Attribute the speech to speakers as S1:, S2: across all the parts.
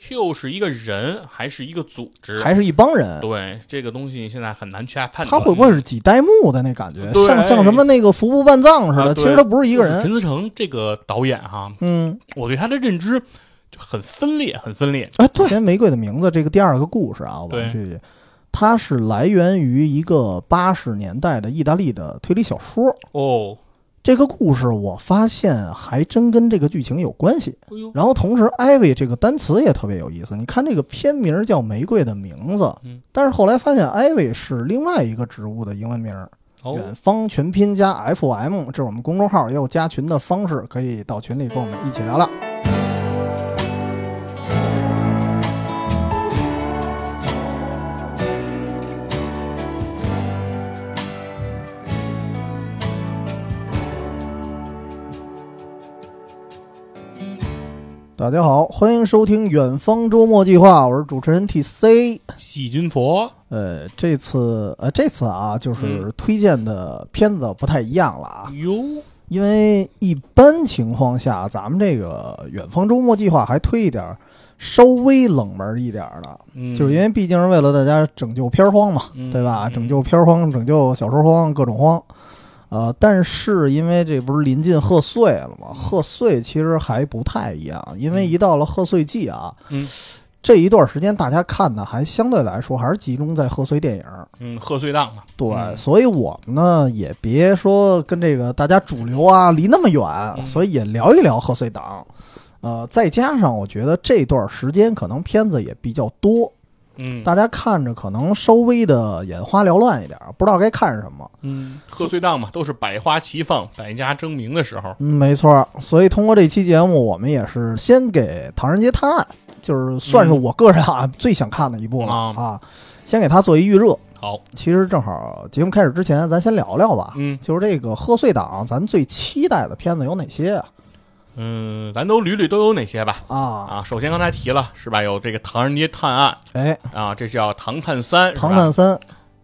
S1: Q 是一个人还是一个组织？
S2: 还是一帮人。
S1: 对这个东西现在很难去判断。
S2: 他会不会是几代目的那感觉，
S1: 对
S2: 像像什么那个服部半藏似
S1: 啊
S2: 的？
S1: 对
S2: 其实他不是一个
S1: 就是
S2: 人。
S1: 陈思诚这个导演哈，
S2: 嗯，
S1: 我对他的认知就很分裂，很分裂。
S2: 哎，对，《玫瑰的名字》这个第二个故事啊，我
S1: 对
S2: 们去，它是来源于一个八十年代的意大利的推理小说。
S1: 哦，
S2: 这个故事我发现还真跟这个剧情有关系。
S1: 哎呦，
S2: 然后同时，ivy 这个单词也特别有意思。你看这个片名叫《玫瑰的名字》，
S1: 嗯
S2: 但是后来发现 ivy 是另外一个植物的英文名儿，远
S1: 哦，
S2: 方全拼加 FM，这是我们公众号也有加群的方式，可以到群里跟我们一起聊聊。大家好，欢迎收听《远方周末计划》，我是主持人 TC。
S1: 细菌佛，
S2: 呃，这次呃，这次啊，就是
S1: 嗯
S2: 推荐的片子不太一样了
S1: 哎
S2: 啊，
S1: 哟，
S2: 因为一般情况下，咱们这个远方周末计划还推一点儿稍微冷门一点儿的，
S1: 嗯
S2: 就是因为毕竟是为了大家拯救片荒嘛，
S1: 嗯
S2: 对吧？
S1: 嗯
S2: 拯救片荒，拯救小说荒，各种荒。呃，但是因为这不是临近贺岁了吗？贺岁其实还不太一样，因为
S1: 嗯
S2: 一到了贺岁季啊，
S1: 嗯
S2: 这一段时间大家看的还相对来说还是集中在贺岁电影。
S1: 嗯贺岁档嘛，
S2: 对，
S1: 嗯
S2: 所以我们呢也别说跟这个大家主流啊离那么远，
S1: 嗯
S2: 所以也聊一聊贺岁档。呃，再加上我觉得这段时间可能片子也比较多，
S1: 嗯
S2: 大家看着可能稍微的眼花缭乱一点，不知道该看什么。
S1: 嗯，贺岁档嘛，都是百花齐放、百家争鸣的时候。
S2: 嗯，没错。所以通过这期节目，我们也是先给《唐人街探案》，就是算是
S1: 嗯
S2: 我个人啊、最想看的一部了
S1: 啊
S2: 啊，先给它做一预热。
S1: 好，
S2: 其实正好节目开始之前，咱先聊聊吧。
S1: 嗯
S2: 就是这个贺岁档，咱最期待的片子有哪些啊？
S1: 嗯，咱都捋捋都有哪些吧。
S2: 啊，
S1: 啊，首先刚才提了是吧？有这个《唐人街探案
S2: 哎，》
S1: 啊，这叫《唐探三》，
S2: 《
S1: 是
S2: 唐
S1: 吧
S2: 探三》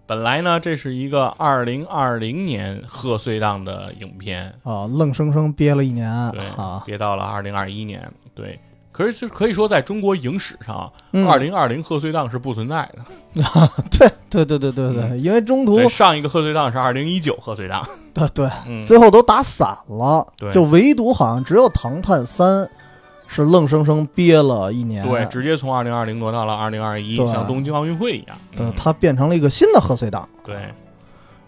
S1: 本来呢，这是一个二零二零年贺岁档的影片，
S2: 啊，愣生生憋了一年
S1: 对，
S2: 啊，
S1: 憋到了二零二一年，对。可是，可以说，在中国影史上，
S2: 嗯
S1: 二，零二零贺岁档是不存在的。
S2: 对对对对对
S1: 嗯
S2: 对，因为中途
S1: 对，上一个贺岁档是二零一九贺岁档。
S2: 对 对，
S1: 嗯，
S2: 最后都打散了，
S1: 对
S2: 就唯独好像只有《唐探三》是愣生生憋了一年，啊
S1: 对，直接从二零二零挪到了二零二一
S2: 对，啊
S1: 像东京奥运会一样。
S2: 对，
S1: 嗯
S2: 它变成了一个新的贺岁档。
S1: 对，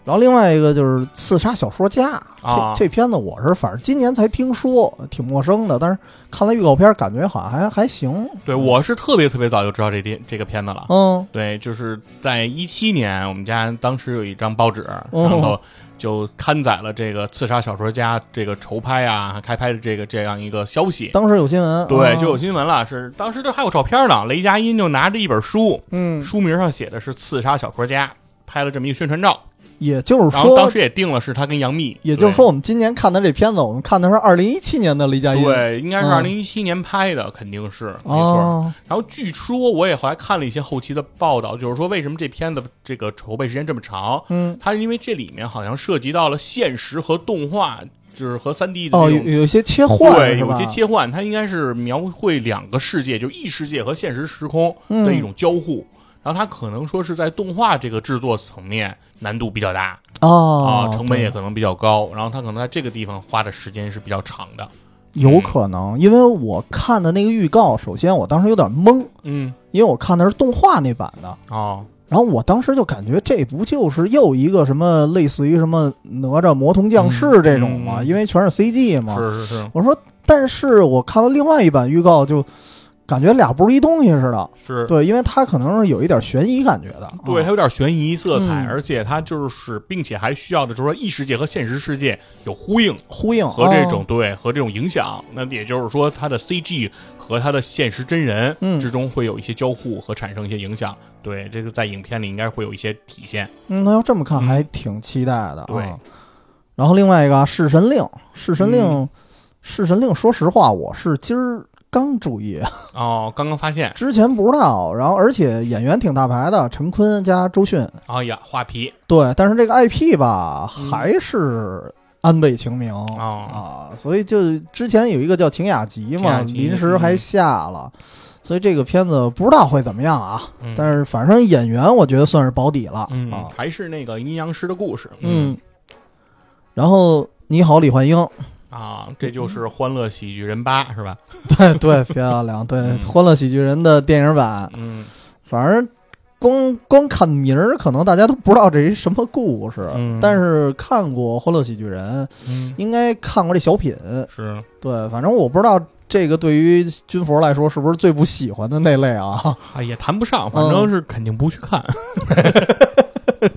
S2: 然后另外一个就是《刺杀小说家》
S1: 啊
S2: 这这片子我是反正今年才听说，挺陌生的，但是看了预告片，感觉好像还还行。
S1: 对，我是特别特别早就知道这电这个片子了。
S2: 嗯
S1: 对，就是在一七年，我们家当时有一张报纸，
S2: 哦
S1: 然后就刊载了这个《刺杀小说家》这个筹拍啊、开拍的这个这样一个消息。
S2: 当时有新闻，
S1: 对，
S2: 嗯
S1: 就有新闻了，是当时这还有照片呢。雷佳音就拿着一本书，
S2: 嗯，
S1: 书名上写的是《刺杀小说家》，拍了这么一个宣传照，
S2: 也就是
S1: 然后当
S2: 说，
S1: 时也定了是他跟杨幂，
S2: 也就是说，我们今年看的这片子，我们看的是二零一七年的雷佳
S1: 对。
S2: 音，
S1: 对，应该是
S2: 嗯
S1: 二零一七年拍的，肯定是没错。
S2: 哦，
S1: 然后据说我也后来看了一些后期的报道，就是说为什么这片子这个筹备时间这么长，
S2: 嗯，
S1: 它是因为这里面好像涉及到了现实和动画，就是和三 D 的
S2: 哦，
S1: 这
S2: 有
S1: 种。
S2: 有一些切换
S1: 对，
S2: 是
S1: 有
S2: 吧？
S1: 些切换，它应该是描绘两个世界，就异世界和现实时空的
S2: 嗯
S1: 一种交互。然后它可能说是在动画这个制作层面难度比较大啊、
S2: 哦，
S1: 成本也可能比较高。然后它可能在这个地方花的时间是比较长的。
S2: 有可
S1: 嗯
S2: 能，因为我看的那个预告，首先我当时有点懵，
S1: 嗯，
S2: 因为我看的是动画那版的。
S1: 哦，
S2: 然后我当时就感觉这不就是又一个什么类似于什么哪吒魔童降世这种吗？
S1: 嗯嗯
S2: 因为全是 CG 嘛。
S1: 是是是
S2: 我说，但是我看了另外一版预告，就感觉俩不是一东西似的。
S1: 是，
S2: 对，因为它可能是有一点悬疑感觉的。
S1: 对，它
S2: 啊
S1: 有点悬疑色彩，
S2: 嗯
S1: 而且它就是，并且还需要的就是说异世界和现实世界有呼应
S2: 呼应
S1: 和这种、
S2: 哦
S1: 对和这种影响。那也就是说，它的 CG 和它的现实真人
S2: 嗯
S1: 之中会有一些交互和产生一些影响。对，这个在影片里应该会有一些体现。
S2: 嗯，那要这么看，
S1: 嗯
S2: 还挺期待的。
S1: 对
S2: 啊，然后另外一个啊《弑神令》，《弑神令》
S1: 嗯
S2: 弑神令》，说实话，我是今儿刚注意，啊
S1: 哦，刚刚发现，
S2: 之前不知道。然后，而且演员挺大牌的，陈坤加周迅。
S1: 哎呀，画皮
S2: 对，但是这个 IP 吧，
S1: 嗯
S2: 还是安倍晴明、
S1: 哦
S2: 啊，所以就之前有一个叫晴雅集嘛，
S1: 晴雅集嗯
S2: 临时还下了。所以这个片子不知道会怎么样啊，
S1: 嗯
S2: 但是反正演员我觉得算是保底了、
S1: 嗯
S2: 啊，，
S1: 还是那个阴阳师的故事，
S2: 嗯。然后你好，李焕英，
S1: 啊，这就是欢乐喜剧人八是吧？
S2: 对 对，漂亮，对
S1: 嗯
S2: 《欢乐喜剧人》的电影版，
S1: 嗯
S2: 反正光光看名儿，可能大家都不知道这是一什么故事，
S1: 嗯
S2: 但是看过《欢乐喜剧人》，
S1: 嗯，
S2: 应该看过这小品，
S1: 是
S2: 对，反正我不知道这个对于军佛来说是不是最不喜欢的那类啊，
S1: 啊，也谈不上，
S2: 嗯
S1: 反正是肯定不去看。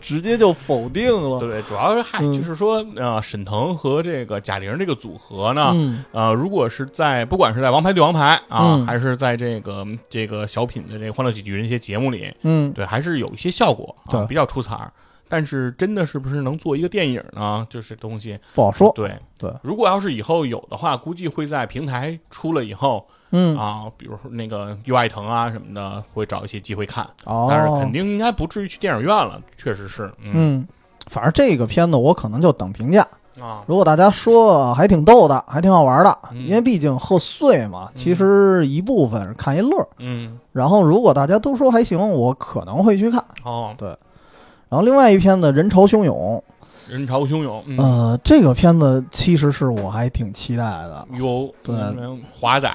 S2: 直接就否定了。
S1: 对，主要是嗨，
S2: 嗯
S1: 就是说，呃，沈腾和这个贾玲这个组合呢，
S2: 嗯
S1: 呃，如果是在不管是在《王牌对王牌》啊，
S2: 嗯
S1: 还是在这个这个小品的这个《欢乐喜剧人》一些节目里，
S2: 嗯，
S1: 对，还是有一些效果，啊、
S2: 对
S1: 比较出彩儿。但是真的是不是能做一个电影呢？就是东西，
S2: 不好说。
S1: 对
S2: 对
S1: 如果要是以后有的话，估计会在平台出了以后
S2: 嗯，
S1: 啊，比如说那个优爱腾啊什么的，会找一些机会看。
S2: 哦，
S1: 但是肯定应该不至于去电影院了，确实是，嗯
S2: 嗯。反正这个片子我可能就等评价。
S1: 啊，
S2: 如果大家说啊还挺逗的，还挺好玩的，
S1: 嗯
S2: 因为毕竟贺岁嘛，
S1: 嗯
S2: 其实一部分是看一乐儿。
S1: 嗯，
S2: 然后如果大家都说还行，我可能会去看。
S1: 哦，
S2: 然后另外一片子《人潮汹涌》，
S1: 人潮汹涌，嗯，
S2: 呃，这个片子其实是我还挺期待的。
S1: 有
S2: 对
S1: 嗯华仔，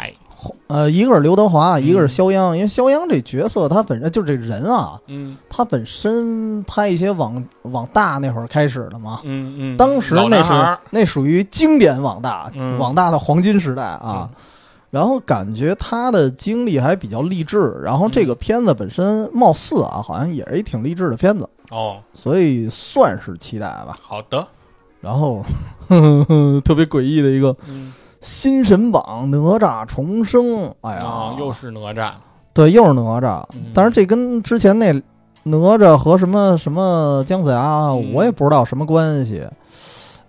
S2: 呃，一个是刘德华，一
S1: 嗯
S2: 个是肖央，因为肖央这角色他本身就是这人啊，
S1: 嗯
S2: 他本身拍一些网网大那会儿开始的嘛，
S1: 嗯嗯，
S2: 当时
S1: 老
S2: 那
S1: 男孩儿
S2: 是那属于经典网大，
S1: 嗯
S2: 网大的黄金时代啊。然后感觉他的经历还比较励志，然后这个片子本身貌似啊，好像也是一挺励志的片子，
S1: 哦，
S2: 所以算是期待吧。
S1: 好的，
S2: 然后 呵呵特别诡异的一个《
S1: 嗯
S2: 新神榜》哪吒重生，哎呀
S1: 啊，，又是哪吒，
S2: 对，又是哪吒啊
S1: 嗯。
S2: 当然，这跟之前那哪吒和什么什么姜子牙，啊
S1: 嗯
S2: 我也不知道什么关系。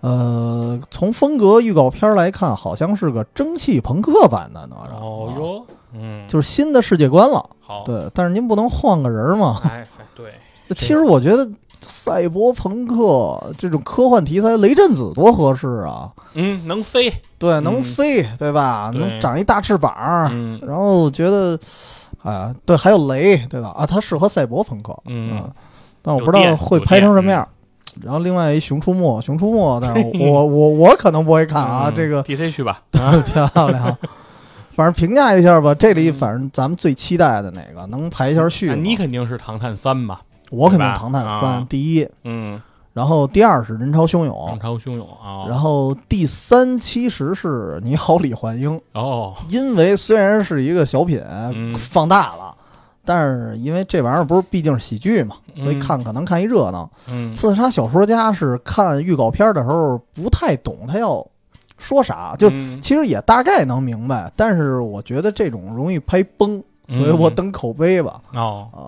S2: 呃，从风格预告片来看，好像是个蒸汽朋克版的哪吒，
S1: 哦
S2: 啊
S1: 哟，哦嗯，
S2: 就是新的世界观了。
S1: 好，
S2: 对，但是您不能换个人儿嘛。
S1: 哎，哎对，
S2: 其实我觉得赛博朋克这种科幻题材，雷震子多合适啊！
S1: 嗯，能飞，
S2: 对，
S1: 嗯
S2: 能飞，对吧？
S1: 对
S2: 能长一大翅膀，
S1: 嗯
S2: 然后我觉得，哎呀，对，还有雷，对吧？啊，它适合赛博朋克，
S1: 嗯
S2: 啊，但我不知道会拍成什么样。然后另外一《熊出没》，《熊出没》，但 是我我我我可能不会看啊，
S1: 嗯
S2: 这个 啊
S1: DC 去吧，
S2: 漂亮。反正评价一下吧，这里
S1: 嗯
S2: 反正咱们最期待的哪个能排一下序
S1: 啊
S2: 吗？
S1: 你肯定是唐探三嘛，
S2: 我肯定
S1: 对
S2: 《
S1: 吧
S2: 唐探三
S1: 啊》
S2: 第一，
S1: 嗯，
S2: 然后第二是《人潮汹
S1: 浪
S2: 涌
S1: 潮汹涌》，啊，
S2: 然后第三其实是《你好，李焕英》。
S1: 哦，
S2: 因为虽然是一个小品、
S1: 嗯
S2: 放大了，但是因为这玩意儿不是毕竟是喜剧嘛，
S1: 嗯
S2: 所以看可能看一热闹。
S1: 嗯
S2: 刺杀小说家是看预告片的时候不太懂他要说啥，就、
S1: 嗯
S2: 其实也大概能明白，但是我觉得这种容易拍崩，
S1: 嗯
S2: 所以我等口碑吧。
S1: 哦，
S2: 啊，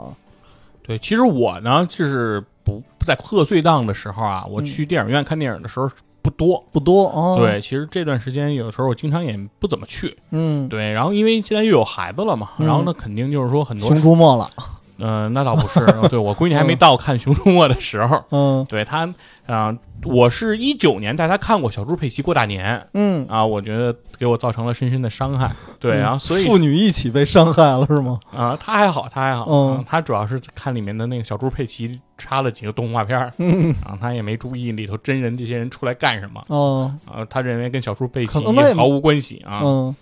S1: 对，其实我呢，就是不在贺岁档的时候啊，我
S2: 嗯
S1: 去电影院看电影的时候不多。
S2: 不多啊。，
S1: 对，其实这段时间有的时候我经常也不怎么去。
S2: 嗯，
S1: 对，然后因为现在又有孩子了嘛，
S2: 嗯
S1: 然后呢，肯定就是说很多
S2: 熊，出嗯没了，
S1: 嗯、那倒不是，对我闺女还没到看《熊出没》的时候。
S2: 嗯
S1: 对她，啊、我是一九年带她看过《小猪佩奇过大年》
S2: 嗯，
S1: 啊，我觉得给我造成了深深的伤害。对，
S2: 嗯
S1: 然后所以
S2: 父女一起被伤害了是吗？
S1: 啊，他还好，他还好，
S2: 嗯
S1: 啊他主要是看里面的那个小猪佩奇插了几个动画片儿，
S2: 嗯
S1: 啊，他也没注意里头真人这些人出来干什么，
S2: 哦，
S1: 啊，他认为跟小猪佩
S2: 可
S1: 奇
S2: 能他也
S1: 毫无关系啊，
S2: 嗯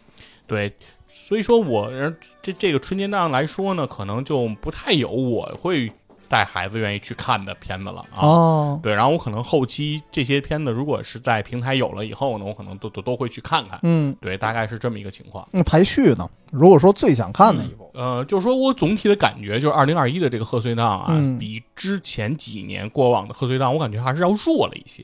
S1: 对，所以说我呃这这个春节档来说呢，可能就不太有我会带孩子愿意去看的片子了啊。
S2: 哦，
S1: 对，然后我可能后期这些片子，如果是在平台有了以后呢，我可能都都都会去看看。
S2: 嗯。
S1: 对，大概是这么一个情况。
S2: 那排序呢？如果说最想看的一部，
S1: 呃，就是说我总体的感觉，就是二零二一的这个贺岁档啊，
S2: 嗯
S1: 比之前几年过往的贺岁档，我感觉还是要弱了一些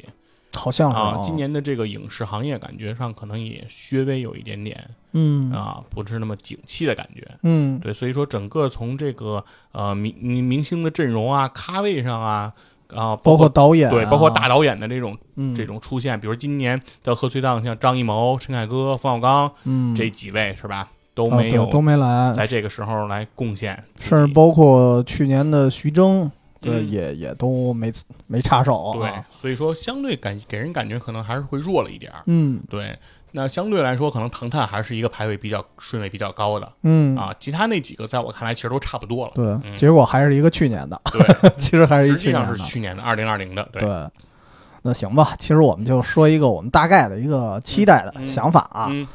S2: 好像是哦
S1: 啊。今，年的这个影视行业感觉上可能也稍微有一点点
S2: 嗯
S1: 啊，不是那么景气的感觉。
S2: 嗯，
S1: 对，所以说整个从这个呃明明明星的阵容啊、咖位上啊啊，
S2: 包
S1: 包括。
S2: 导演啊，
S1: 对，包括大导演的这种
S2: 嗯
S1: 这，种出现，比如今年的贺岁档，像张艺谋、陈凯歌、冯小刚
S2: 嗯，
S1: 这几位是吧，都
S2: 都
S1: 没有
S2: 都没来，
S1: 在这个时候来贡献自己，
S2: 甚至包括去年的徐峥，对，
S1: 嗯
S2: 也也都没没插手，啊
S1: 对，，所以说相对感给人感觉可能还是会弱了一点儿。
S2: 嗯
S1: 对，那相对来说，可能《唐探》还是一个排位比较顺位比较高的
S2: 嗯，
S1: 啊，其他那几个在我看来其实都差不多了。
S2: 对，
S1: 嗯
S2: 结果还是一个去年的，
S1: 对，
S2: 其实还是一
S1: 实
S2: 去
S1: 际
S2: 年
S1: 上
S2: 的
S1: 是。去年的二零二零的，对，
S2: 对，那行吧，其实我们就说一个我们大概的一个期待的
S1: 嗯嗯
S2: 想法啊。
S1: 嗯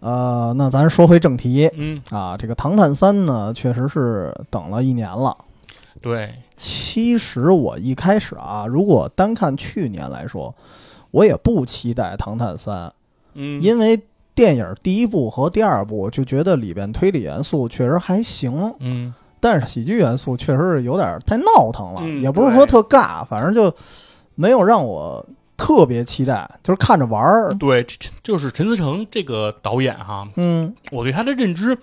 S2: 呃，那咱说回正题
S1: 嗯，
S2: 啊，这个《唐探三》呢，确实是等了一年了。
S1: 对，
S2: 其实我一开始啊，如果单看去年来说，我也不期待《唐探三》，
S1: 嗯，
S2: 因为电影第一部和第二部就觉得里边推理元素确实还行，
S1: 嗯
S2: 但是喜剧元素确实是有点太闹腾了，
S1: 嗯
S2: 也不是说特尬，反正就没有让我特别期待，就是看着玩儿。
S1: 对，这这就是陈思诚这个导演哈，
S2: 嗯，
S1: 我对他的认知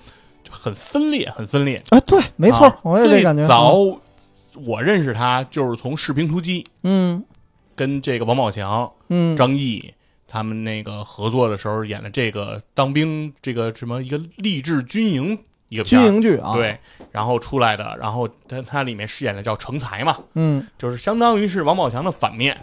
S1: 就很分裂，很分裂。
S2: 哎，对，没错，
S1: 啊
S2: 我也这感觉。
S1: 最早我认识他就是从《士兵突击》
S2: 嗯
S1: 跟这个王宝强、
S2: 嗯，
S1: 张译他们那个合作的时候演的这个当兵这个什么一个励志军营一个片
S2: 军
S1: 儿，
S2: 营剧啊，，
S1: 对，然后出来的，然后他他里面饰演的叫成才嘛，
S2: 嗯
S1: 就是相当于是王宝强的反面。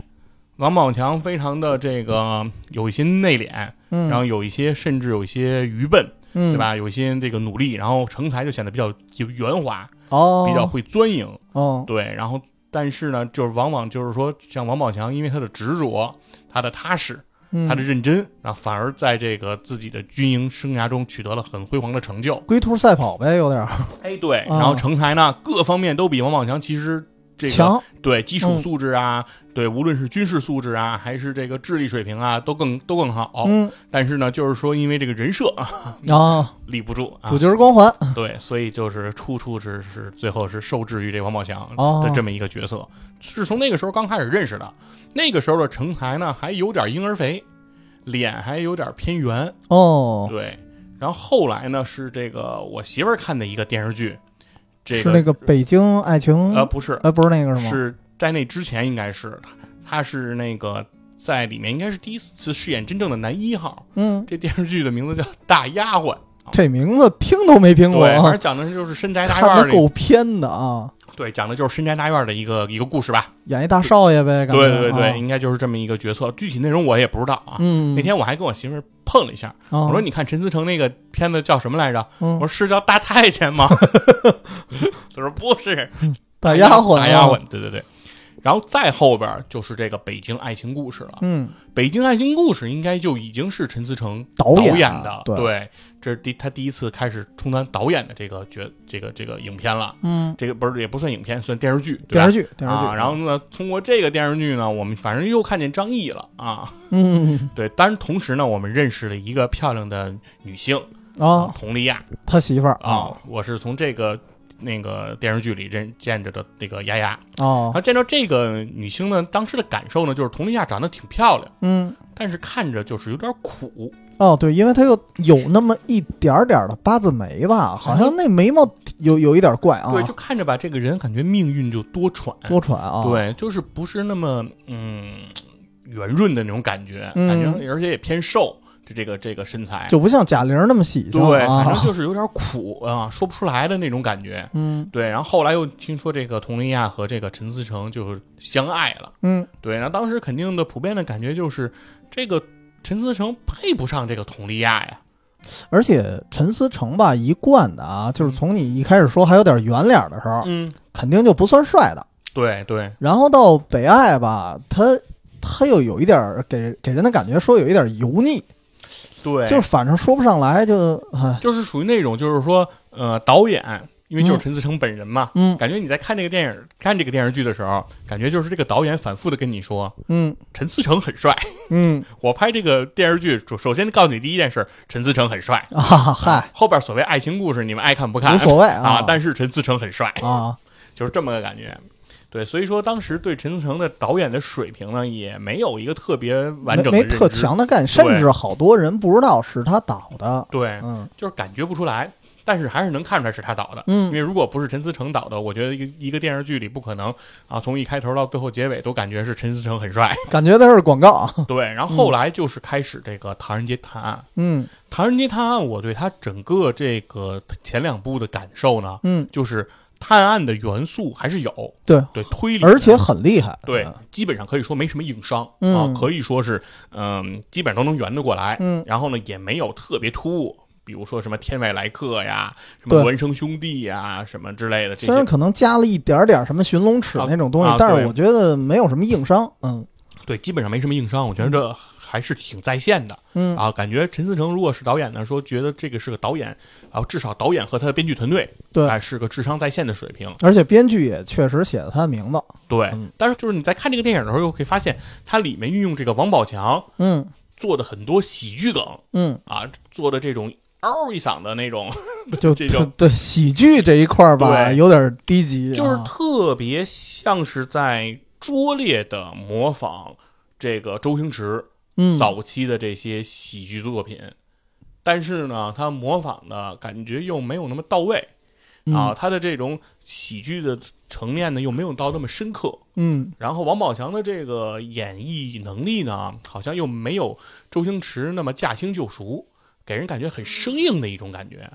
S1: 王宝强非常的这个有一些内敛，
S2: 嗯，
S1: 然后有一些甚至有一些愚笨，
S2: 嗯
S1: 对？吧？有一些这个努力，然后成才就显得比较就圆滑，
S2: 哦，
S1: 比较会钻营。
S2: 哦，
S1: 对，然后但是呢，就是往往就是说，像王宝强，因为他的执着、他的踏实、
S2: 嗯
S1: 他的认真，然后反而在这个自己的军营生涯中取得了很辉煌的成就。
S2: 龟兔赛跑呗，有点儿
S1: 哎，对，
S2: 啊
S1: 然后成才呢，各方面都比王宝强其实这个
S2: 强，
S1: 对基础
S2: 嗯
S1: 素质啊，对无论是军事素质啊，还是这个智力水平啊，都更都更好。
S2: 嗯
S1: 但是呢，就是说因为这个人设啊，
S2: 啊，
S1: 立不住啊
S2: 主，角光环，
S1: 对，所以就是处处是是最后是受制于这个王宝强
S2: 哦
S1: 的这么一个角色，是从那个时候刚开始认识的。那个时候的成才呢，还有点婴儿肥，脸还有点偏圆，
S2: 哦，
S1: 对。然后后来呢，是这个我媳妇儿看的一个电视剧，这
S2: 是那
S1: 个
S2: 个北京爱情，
S1: 呃不是，
S2: 哎，不是那个是吗？
S1: 是在那之前应该是他，他是那个在里面应该是第一次饰演真正的男一号。
S2: 嗯，
S1: 这电视剧的名字叫《大丫鬟》。
S2: 这名字听都没听过
S1: 对，
S2: 啊，
S1: 反正讲的是就是深宅大
S2: 看
S1: 院
S2: 的
S1: 里
S2: 够偏的啊，
S1: 对，讲的就是深宅大院的一个一个故事吧。
S2: 演一大少爷呗，感觉
S1: 对对对，
S2: 啊
S1: 应该就是这么一个角色。具体内容我也不知道啊。
S2: 嗯，
S1: 那天我还跟我媳妇儿碰了一下，
S2: 啊
S1: 我说：“你看陈思诚那个片子叫什么来着？”
S2: 嗯
S1: 我说：“是叫大太监吗？” 她说：“不是，
S2: 大丫鬟，哦啊
S1: 大丫鬟。”，对对对。然后再后边儿就是这个《北京爱情故事》了，
S2: 嗯，
S1: 《北京爱情故事》应该就已经是陈思诚
S2: 导演啊
S1: 演的，
S2: 对
S1: 这是第他第一次开始充当导演的这个角这个这个影片了，
S2: 嗯，
S1: 这个不是也不算影片，算电视剧，对吧
S2: 电视剧，电视剧
S1: 啊，然后呢，通过这个电视剧呢，我们反正又看见张译了啊。
S2: 嗯
S1: 对，当然同时呢，我们认识了一个漂亮的女性
S2: 啊，
S1: 佟丽娅
S2: 他媳妇儿
S1: 啊，我是从这个那个电视剧里认见着的那个丫丫。然
S2: 哦，
S1: 后见到这个女星呢，当时的感受呢，就是佟丽娅长得挺漂亮，
S2: 嗯
S1: 但是看着就是有点苦，
S2: 哦，对，因为他又有那么一点儿点儿的八字眉吧，好像那眉毛有有一点怪啊，
S1: 对，就看着吧，这个人感觉命运就多舛，
S2: 多舛啊，，
S1: 对，就是不是那么嗯圆润的那种感觉，
S2: 嗯
S1: 感觉而且也偏瘦，就这个这个身材。
S2: 就不像贾玲那么喜庆，
S1: 对，
S2: 啊
S1: 反正就是有点苦啊，说不出来的那种感觉。
S2: 嗯
S1: 对，然后后来又听说这个佟丽娅和这个陈思诚就是相爱了。
S2: 嗯，
S1: 对，然后当时肯定的普遍的感觉就是，这个陈思诚配不上这个佟丽娅呀。
S2: 而且陈思诚吧，一贯的啊，就是从你一开始说还有点圆脸儿的时候，
S1: 嗯，
S2: 肯定就不算帅的。
S1: 对对
S2: 然后到北爱吧，他他又有一点儿给给人的感觉，说有一点儿油腻，
S1: 对，
S2: 就是反正说不上来就，唉
S1: 就是属于那种就是说，呃，导演因为就是陈思诚本人嘛。
S2: 嗯
S1: 感觉你在看这个电影、看这个电视剧的时候，感觉就是这个导演反复的跟你说，
S2: 嗯
S1: 陈思诚很帅。
S2: 嗯
S1: 我拍这个电视剧，首首先告诉你第一件事，陈思诚很帅。
S2: 啊，嗨，
S1: 后边所谓爱情故事，你们爱看不看
S2: 无所谓啊
S1: 啊？但是陈思诚很帅，
S2: 啊，
S1: 就是这么个感觉。对，所以说当时对陈思诚的导演的水平呢，也没有一个特别完整的
S2: 没没
S1: 认知
S2: 特。强的概念，甚至好多人不知道是他导的，
S1: 对，
S2: 嗯
S1: 就是感觉不出来，但是还是能看出来是他导的。因
S2: 嗯
S1: 为如果不是陈思诚导的，我觉得一个一个电视剧里不可能啊，从一开头到最后结尾都感觉是陈思诚很 帅。
S2: 感觉他是广告啊，
S1: 对，然后后来就是开始这个《唐人街探案》。
S2: 嗯
S1: 《唐人街探案》，我对他整个这个前两部的感受呢，
S2: 嗯
S1: 就是探案的元素还是有，
S2: 对，
S1: 对推理，
S2: 而且很厉害。
S1: 对，基本上可以说没什么硬伤啊
S2: 嗯，
S1: 可以说是嗯、基本上都能圆得过来。
S2: 嗯，
S1: 然后呢，也没有特别突兀，比如说什么天外来客呀，什么
S2: 对
S1: 孪生兄弟呀，什么之类的这
S2: 虽然
S1: 些。
S2: 可能加了一点点什么寻龙尺
S1: 啊
S2: 那种东西
S1: 啊，
S2: 但
S1: 对
S2: 是我觉得没有什么硬伤。嗯
S1: 对，基本上没什么硬伤，我觉得这还是挺在线的。
S2: 嗯
S1: 啊，感觉陈思诚如果是导演呢，说觉得这个是个导演，然后至少导演和他的编剧团队，
S2: 对
S1: 哎，是个智商在线的水平。
S2: 而且编剧也确实写了他的名字。
S1: 对
S2: 嗯，
S1: 但是就是你在看这个电影的时候，又可以发现它里面运用这个王宝强
S2: 嗯
S1: 做的很多喜剧梗
S2: 嗯，
S1: 啊，做的这种嗷一嗓的那种，
S2: 就
S1: 这
S2: 就
S1: 种
S2: 对喜剧这一块儿吧，
S1: 对
S2: 有点低级啊，
S1: 就是特别像是在拙劣的模仿这个周星驰
S2: 嗯
S1: 早期的这些喜剧作品，但是呢，他模仿的感觉又没有那么到位。
S2: 嗯
S1: 啊，，他的这种喜剧的层面呢又没有到那么深刻。
S2: 嗯
S1: 然后王宝强的这个演绎能力呢，好像又没有周星驰那么驾轻就熟，给人感觉很生硬的一种感觉。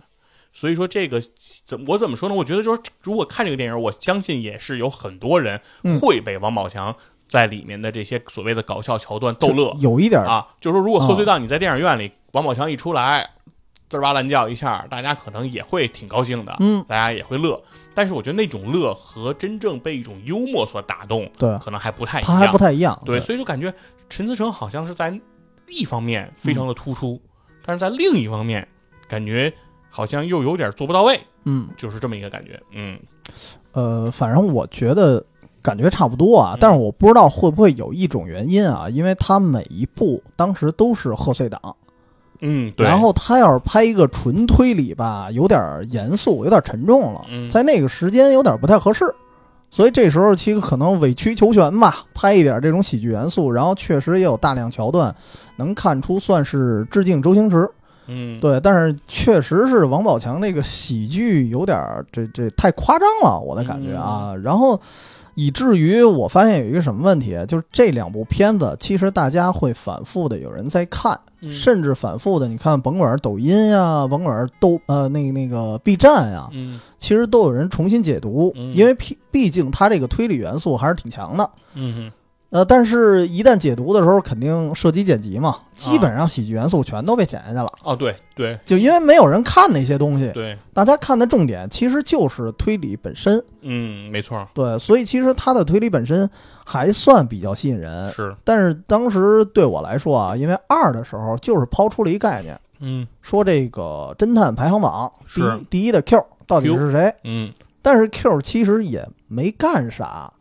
S1: 所以说这个怎我怎么说呢？我觉得就是如果看这个电影，我相信也是有很多人
S2: 嗯
S1: 会被王宝强在里面的这些所谓的搞笑桥段
S2: 嗯
S1: 逗乐
S2: 就有一嗯点儿
S1: 啊。就是说，如果贺岁档你在电影院里，王宝强一出来，滋儿哇乱叫一下，大家可能也会挺高兴的。
S2: 嗯
S1: 大家也会乐。但是我觉得那种乐和真正被一种幽默所打动，
S2: 对，
S1: 可能还不太一
S2: 啊他还
S1: 样
S2: 不。太一样，
S1: 对，所以就感觉陈思诚好像是在一方面非常的突出，
S2: 嗯
S1: 但是在另一方面感觉好像又有点做不到位，
S2: 嗯
S1: 就是这么一个感觉。嗯，
S2: 呃，反正我觉得感觉差不多啊
S1: 嗯，
S2: 但是我不知道会不会有一种原因啊，因为他每一部当时都是贺岁档，
S1: 嗯，对。
S2: 然后他要是拍一个纯推理吧，有点儿严肃，有点儿沉重了，
S1: 嗯
S2: 在那个时间有点儿不太合适。所以这时候其实可能委曲求全吧，拍一点这种喜剧元素，然后确实也有大量桥段，能看出算是致敬周星驰。
S1: 嗯，
S2: 对，但是确实是王宝强那个喜剧有点儿这这太夸张了，我的感觉啊。
S1: 嗯
S2: 然后以至于我发现有一个什么问题，啊就是这两部片子其实大家会反复的有人在看，
S1: 嗯
S2: 甚至反复的，你看甭管是抖音呀、甭管是豆呃那个那个 B 站呀、
S1: 嗯
S2: 其实都有人重新解读，
S1: 嗯
S2: 因为毕毕竟它这个推理元素还是挺强的。
S1: 嗯
S2: 呃，但是一旦解读的时候，肯定涉及剪辑
S1: 啊
S2: 嘛，基本上喜剧元素全都被剪下去了。
S1: 哦，对对
S2: 就因为没有人看那些东西，
S1: 对，
S2: 大家看的重点其实就是推理本身。
S1: 嗯，没错，
S2: 对，所以其实它的推理本身还算比较吸引人。
S1: 是，
S2: 但是当时对我来说啊，因为二的时候就是抛出了一概念，
S1: 嗯
S2: 说这个侦探排行榜第
S1: 是
S2: 一第一的 Q 到底是谁？
S1: 嗯
S2: 但是 Q 其实也没干啥，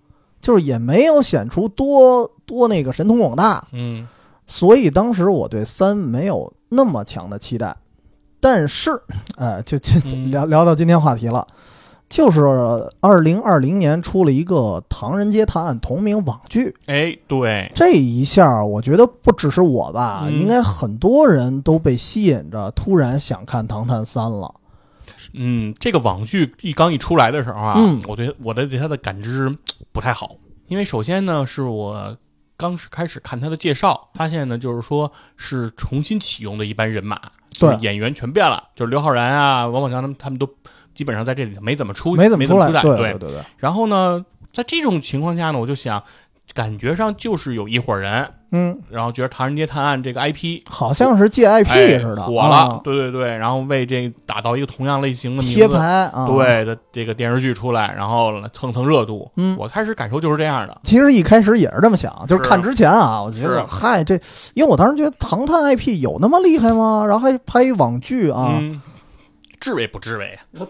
S2: 就是也没有显出多多那个神通广大。
S1: 嗯
S2: 所以当时我对三没有那么强的期待，但是， 呃，就就
S1: 嗯
S2: 聊聊到今天话题了，就是二零二零年出了一个《唐人街探案》同名网剧，
S1: 哎，对，
S2: 这一下我觉得不只是我吧，
S1: 嗯
S2: 应该很多人都被吸引着，突然想看《唐探三》了。
S1: 嗯，这个网剧一刚一出来的时候啊，
S2: 嗯
S1: 我对我的对它的感知不太好，因为首先呢，是我刚是开始看它的介绍，发现呢，就是说是重新启用的一班人马，就
S2: 对
S1: 是演员全变了，就是刘昊然啊、王宝强他们他们都基本上在这里头没怎么出，没
S2: 没怎么
S1: 出
S2: 出来，
S1: 对
S2: 对对对对，
S1: 然后呢，在这种情况下呢，我就想，感觉上就是有一伙人，
S2: 嗯，
S1: 然后觉得《唐人街探案》这个 IP。
S2: 好像是借 IP
S1: 哎
S2: 似的，
S1: 火了，
S2: 啊
S1: 对对对，然后为这打造一个同样类型的名字，
S2: 贴牌啊，，
S1: 对的这个电视剧出来，然后来蹭蹭热度。
S2: 嗯，
S1: 我开始感受就是这样的，
S2: 其实一开始也是这么想，就是
S1: 是
S2: 看之前啊，我觉
S1: 是
S2: 得嗨，这因为我当时觉得唐探 IP 有那么厉害吗？然后还拍一网剧啊，
S1: 嗯，至为不至为，
S2: 对，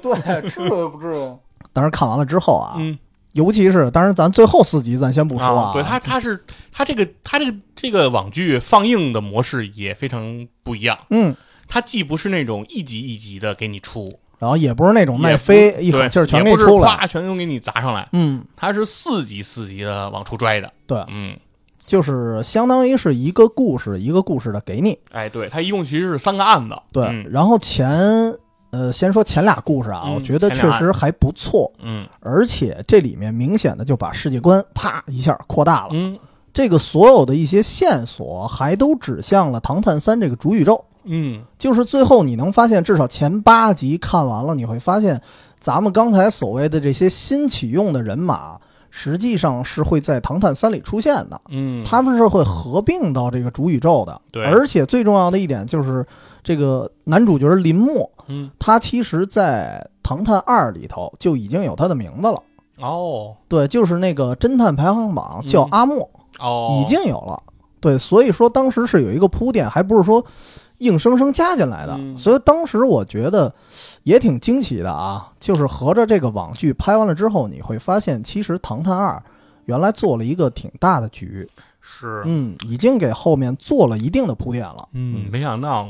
S2: 至于不至于。 当时看完了之后啊，
S1: 嗯，
S2: 尤其是当然咱最后四集咱先不说
S1: 啊对他，他是他这个他这个这个网剧放映的模式也非常不一样，
S2: 嗯，
S1: 它既不是那种一集一集的给你出，
S2: 然后也不是那种
S1: 也不
S2: 奈哦飞一口
S1: 对
S2: 气儿全
S1: 也
S2: 给你
S1: 不是
S2: 出来，
S1: 哗全都给你砸上来，
S2: 嗯，
S1: 它是四集四集的往出拽的，
S2: 对
S1: 嗯，
S2: 就是相当于是一个故事一个故事的给你，
S1: 哎，对，它一共其实是三个案子，
S2: 对。
S1: 嗯
S2: 然后前呃，先说前俩故事啊，
S1: 嗯
S2: 我觉得
S1: 前
S2: 确
S1: 俩
S2: 实还不错，
S1: 嗯
S2: 而且这里面明显的就把世界观啪一下扩大了。
S1: 嗯
S2: 这个所有的一些线索还都指向了《唐探三》这个主宇宙。
S1: 嗯，
S2: 就是最后你能发现，至少前八集看完了，你会发现，咱们刚才所谓的这些新启用的人马，实际上是会在《唐探三》里出现的，
S1: 嗯，
S2: 他们是会合并到这个主宇宙的。
S1: 对
S2: 而且最重要的一点就是，这个男主角林默，
S1: 嗯
S2: 他其实在《唐探二》里头就已经有他的名字了。
S1: 哦
S2: 对，就是那个侦探排行榜叫
S1: 嗯
S2: 阿莫，
S1: 哦，
S2: 已经有了。对，所以说当时是有一个铺垫，还不是说硬生生加进来的。
S1: 嗯
S2: 所以当时我觉得也挺惊奇的啊，就是合着这个网剧拍完了之后，你会发现其实《唐探二》原来做了一个挺大的局，
S1: 是
S2: 嗯，已经给后面做了一定的铺垫 了。
S1: 嗯，没想到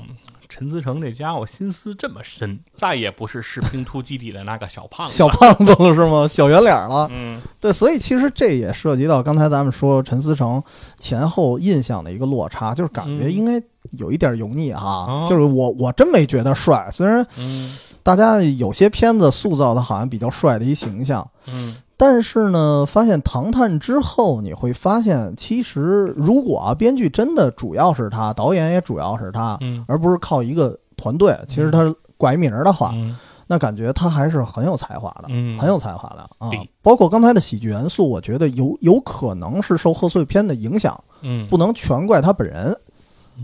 S1: 陈思诚这家伙心思这么深，再也不是士兵突击里的那个小胖子。
S2: 小胖子了是吗？小圆脸了，
S1: 嗯
S2: 对，所以其实这也涉及到刚才咱们说陈思诚前后印象的一个落差，就是感觉
S1: 嗯
S2: 应该有一点油腻哈、
S1: 哦
S2: 就是我我真没觉得帅，虽然
S1: 嗯
S2: 大家有些片子塑造的好像比较帅的一形象，
S1: 嗯
S2: 但是呢，发现《唐探》之后，你会发现其实如果啊，编剧真的主要是他，导演也主要是他，
S1: 嗯，
S2: 而不是靠一个团队，其实他拐名儿的话，
S1: 嗯
S2: 那感觉他还是很有才华的。
S1: 嗯
S2: 啊很有才华的啊
S1: 对。
S2: 包括刚才的喜剧元素，我觉得有有可能是受贺岁片的影响，
S1: 嗯，
S2: 不能全怪他本人。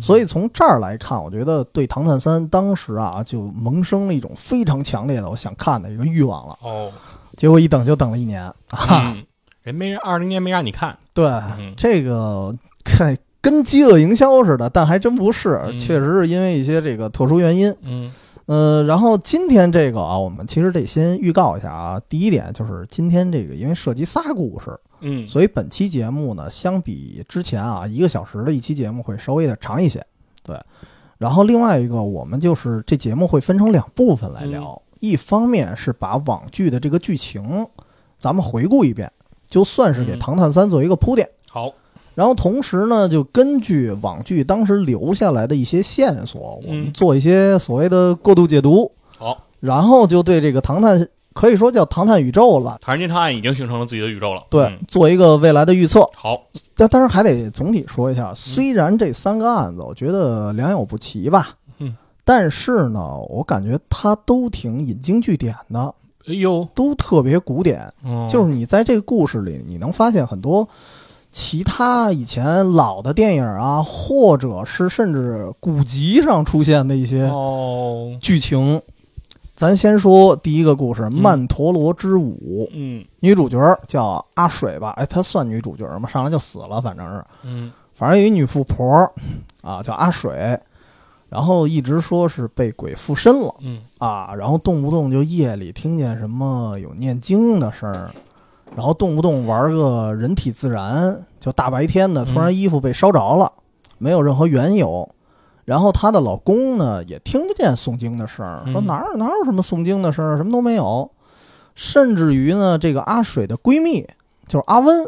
S2: 所以从这儿来看，我觉得对《唐探三》当时啊就萌生了一种非常强烈的我想看的一个欲望了。
S1: 哦，
S2: 结果一等就等了一年，哈，
S1: 嗯人没二零年没让你看，
S2: 对、
S1: 嗯
S2: 这个看跟饥饿营销似的，但还真不是，
S1: 嗯
S2: 确实是因为一些这个特殊原因。
S1: 嗯
S2: 呃，然后今天这个啊，我们其实得先预告一下啊。第一点就是今天这个，因为涉及仨故事，
S1: 嗯，
S2: 所以本期节目呢，相比之前啊一个小时的一期节目会稍微的长一些，对。然后另外一个，我们就是这节目会分成两部分来聊，
S1: 嗯
S2: 一方面是把网剧的这个剧情咱们回顾一遍，就算是给《
S1: 嗯
S2: 唐探三》做一个铺垫。
S1: 好，
S2: 然后同时呢，就根据网剧当时留下来的一些线索，我们
S1: 嗯
S2: 做一些所谓的过度解读，
S1: 好，
S2: 然后就对这个《唐探》可以说叫《唐探宇宙》了，
S1: 唐人街探案已经形成了自己的宇宙了。
S2: 对
S1: 嗯，
S2: 做一个未来的预测。
S1: 好，
S2: 但但是还得总体说一
S1: 嗯
S2: 下，虽然这三个案子我觉得良莠不齐吧，
S1: 嗯，
S2: 但是呢，我感觉它都挺引经据典的，
S1: 哎呦，
S2: 都特别古典。
S1: 嗯
S2: 就是你在这个故事里，你能发现很多其他以前老的电影啊，或者是甚至古籍上出现的一些
S1: 哦，
S2: 剧情。咱先说第一个故事《曼陀罗之舞》，
S1: 嗯
S2: 女主角叫阿水吧？哎，她算女主角吗？上来就死了，反正是。
S1: 嗯
S2: 反正有一女富婆啊，叫阿水，然后一直说是被鬼附身了
S1: 嗯
S2: 啊，然后动不动就夜里听见什么有念经的声儿，然后动不动玩个人体自燃，就大白天
S1: 嗯
S2: 的，突然衣服被烧着了，没有任何缘由。然后她的老公呢，也听不见诵经的声儿，说
S1: 嗯
S2: 哪儿哪有什么诵经的声儿，什么都没有。甚至于呢，这个阿水的闺蜜就是阿温，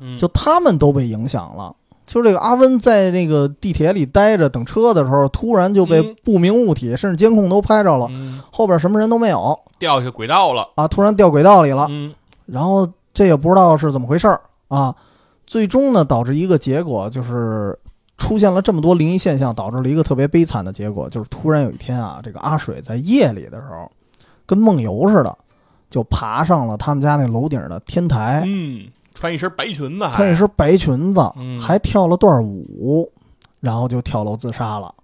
S1: 嗯，
S2: 就他们都被影响了。就是这个阿温在那个地铁里待着等车的时候，突然就被
S1: 嗯
S2: 不明物体、甚至监控都拍着了，
S1: 嗯
S2: 后边什么人都没有
S1: 掉下轨道了
S2: 啊，突然掉轨道里了。
S1: 嗯
S2: 然后这也不知道是怎么回事儿啊。最终呢，导致一个结果就是出现了这么多灵异现象，导致了一个特别悲惨的结果，就是突然有一天啊，这个阿水在夜里的时候，跟梦游似的，就爬上了他们家那楼顶的天台。
S1: 嗯，穿一身白裙子还，
S2: 哎穿一身白裙子，
S1: 哎嗯
S2: 还跳了段舞，然后就跳楼自杀了。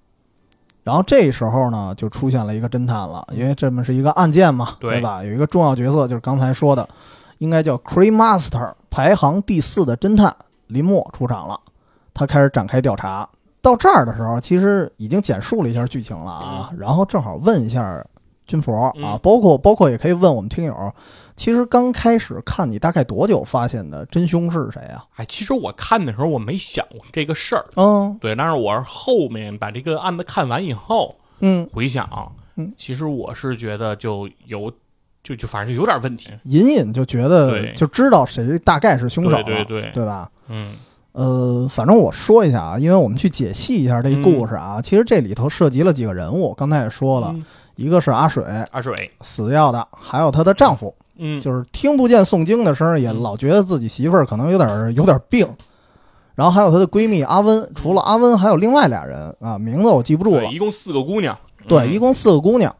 S2: 然后这时候呢，就出现了一个侦探了，因为这么是一个案件嘛，
S1: 对
S2: 对吧？有一个重要角色，就是刚才说的，应该叫 Cree Master 排行第四的侦探林默出场了，他开始展开调查。到这儿的时候，其实已经简述了一下剧情了啊，然后正好问一下军佛啊
S1: 嗯，
S2: 包括包括也可以问我们听友，其实刚开始看你大概多久发现的真凶是谁啊？
S1: 哎，其实我看的时候我没想过这个事儿，
S2: 嗯
S1: 对，但是我是后面把这个案子看完以后
S2: 嗯，
S1: 回想
S2: 嗯，
S1: 其实我是觉得就有就就反正有点问题，
S2: 隐隐就觉得
S1: 对
S2: 就知道谁大概是凶手了，
S1: 对对对
S2: 吧？
S1: 嗯
S2: 呃，反正我说一下啊，因为我们去解析一下这一故事啊，其实这里头涉及了几个人物，刚才也说了，
S1: 嗯
S2: 一个是阿水
S1: 阿水，
S2: 死掉的，还有她的丈夫，
S1: 嗯
S2: 就是听不见诵经的声儿，也
S1: 嗯
S2: 老觉得自己媳妇儿可能有点儿有点儿病。然后还有她的闺蜜阿温，除了阿温，还有另外俩人啊，名字我记不住了
S1: 对，。一共四个姑娘，嗯
S2: 对，一共四个姑娘。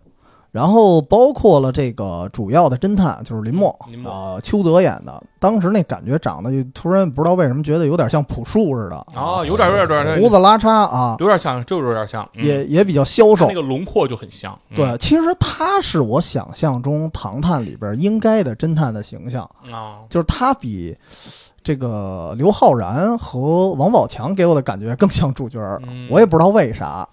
S2: 然后包括了这个主要的侦探就是林默，
S1: 林默
S2: 啊、邱泽演的，当时那感觉长得就突然不知道为什么觉得有点像朴树似的
S1: 啊，有点有点有点
S2: 胡子拉碴啊，
S1: 有点像，就是有点像，嗯
S2: 也也比较消
S1: 他
S2: 瘦
S1: 那。个轮廓就很像，嗯
S2: 对，其实他是我想象中《唐探》里边应该的侦探的形象，
S1: 啊，
S2: 就是他比这个刘昊然和王宝强给我的感觉更像主角儿，
S1: 嗯
S2: 我也不知道为啥。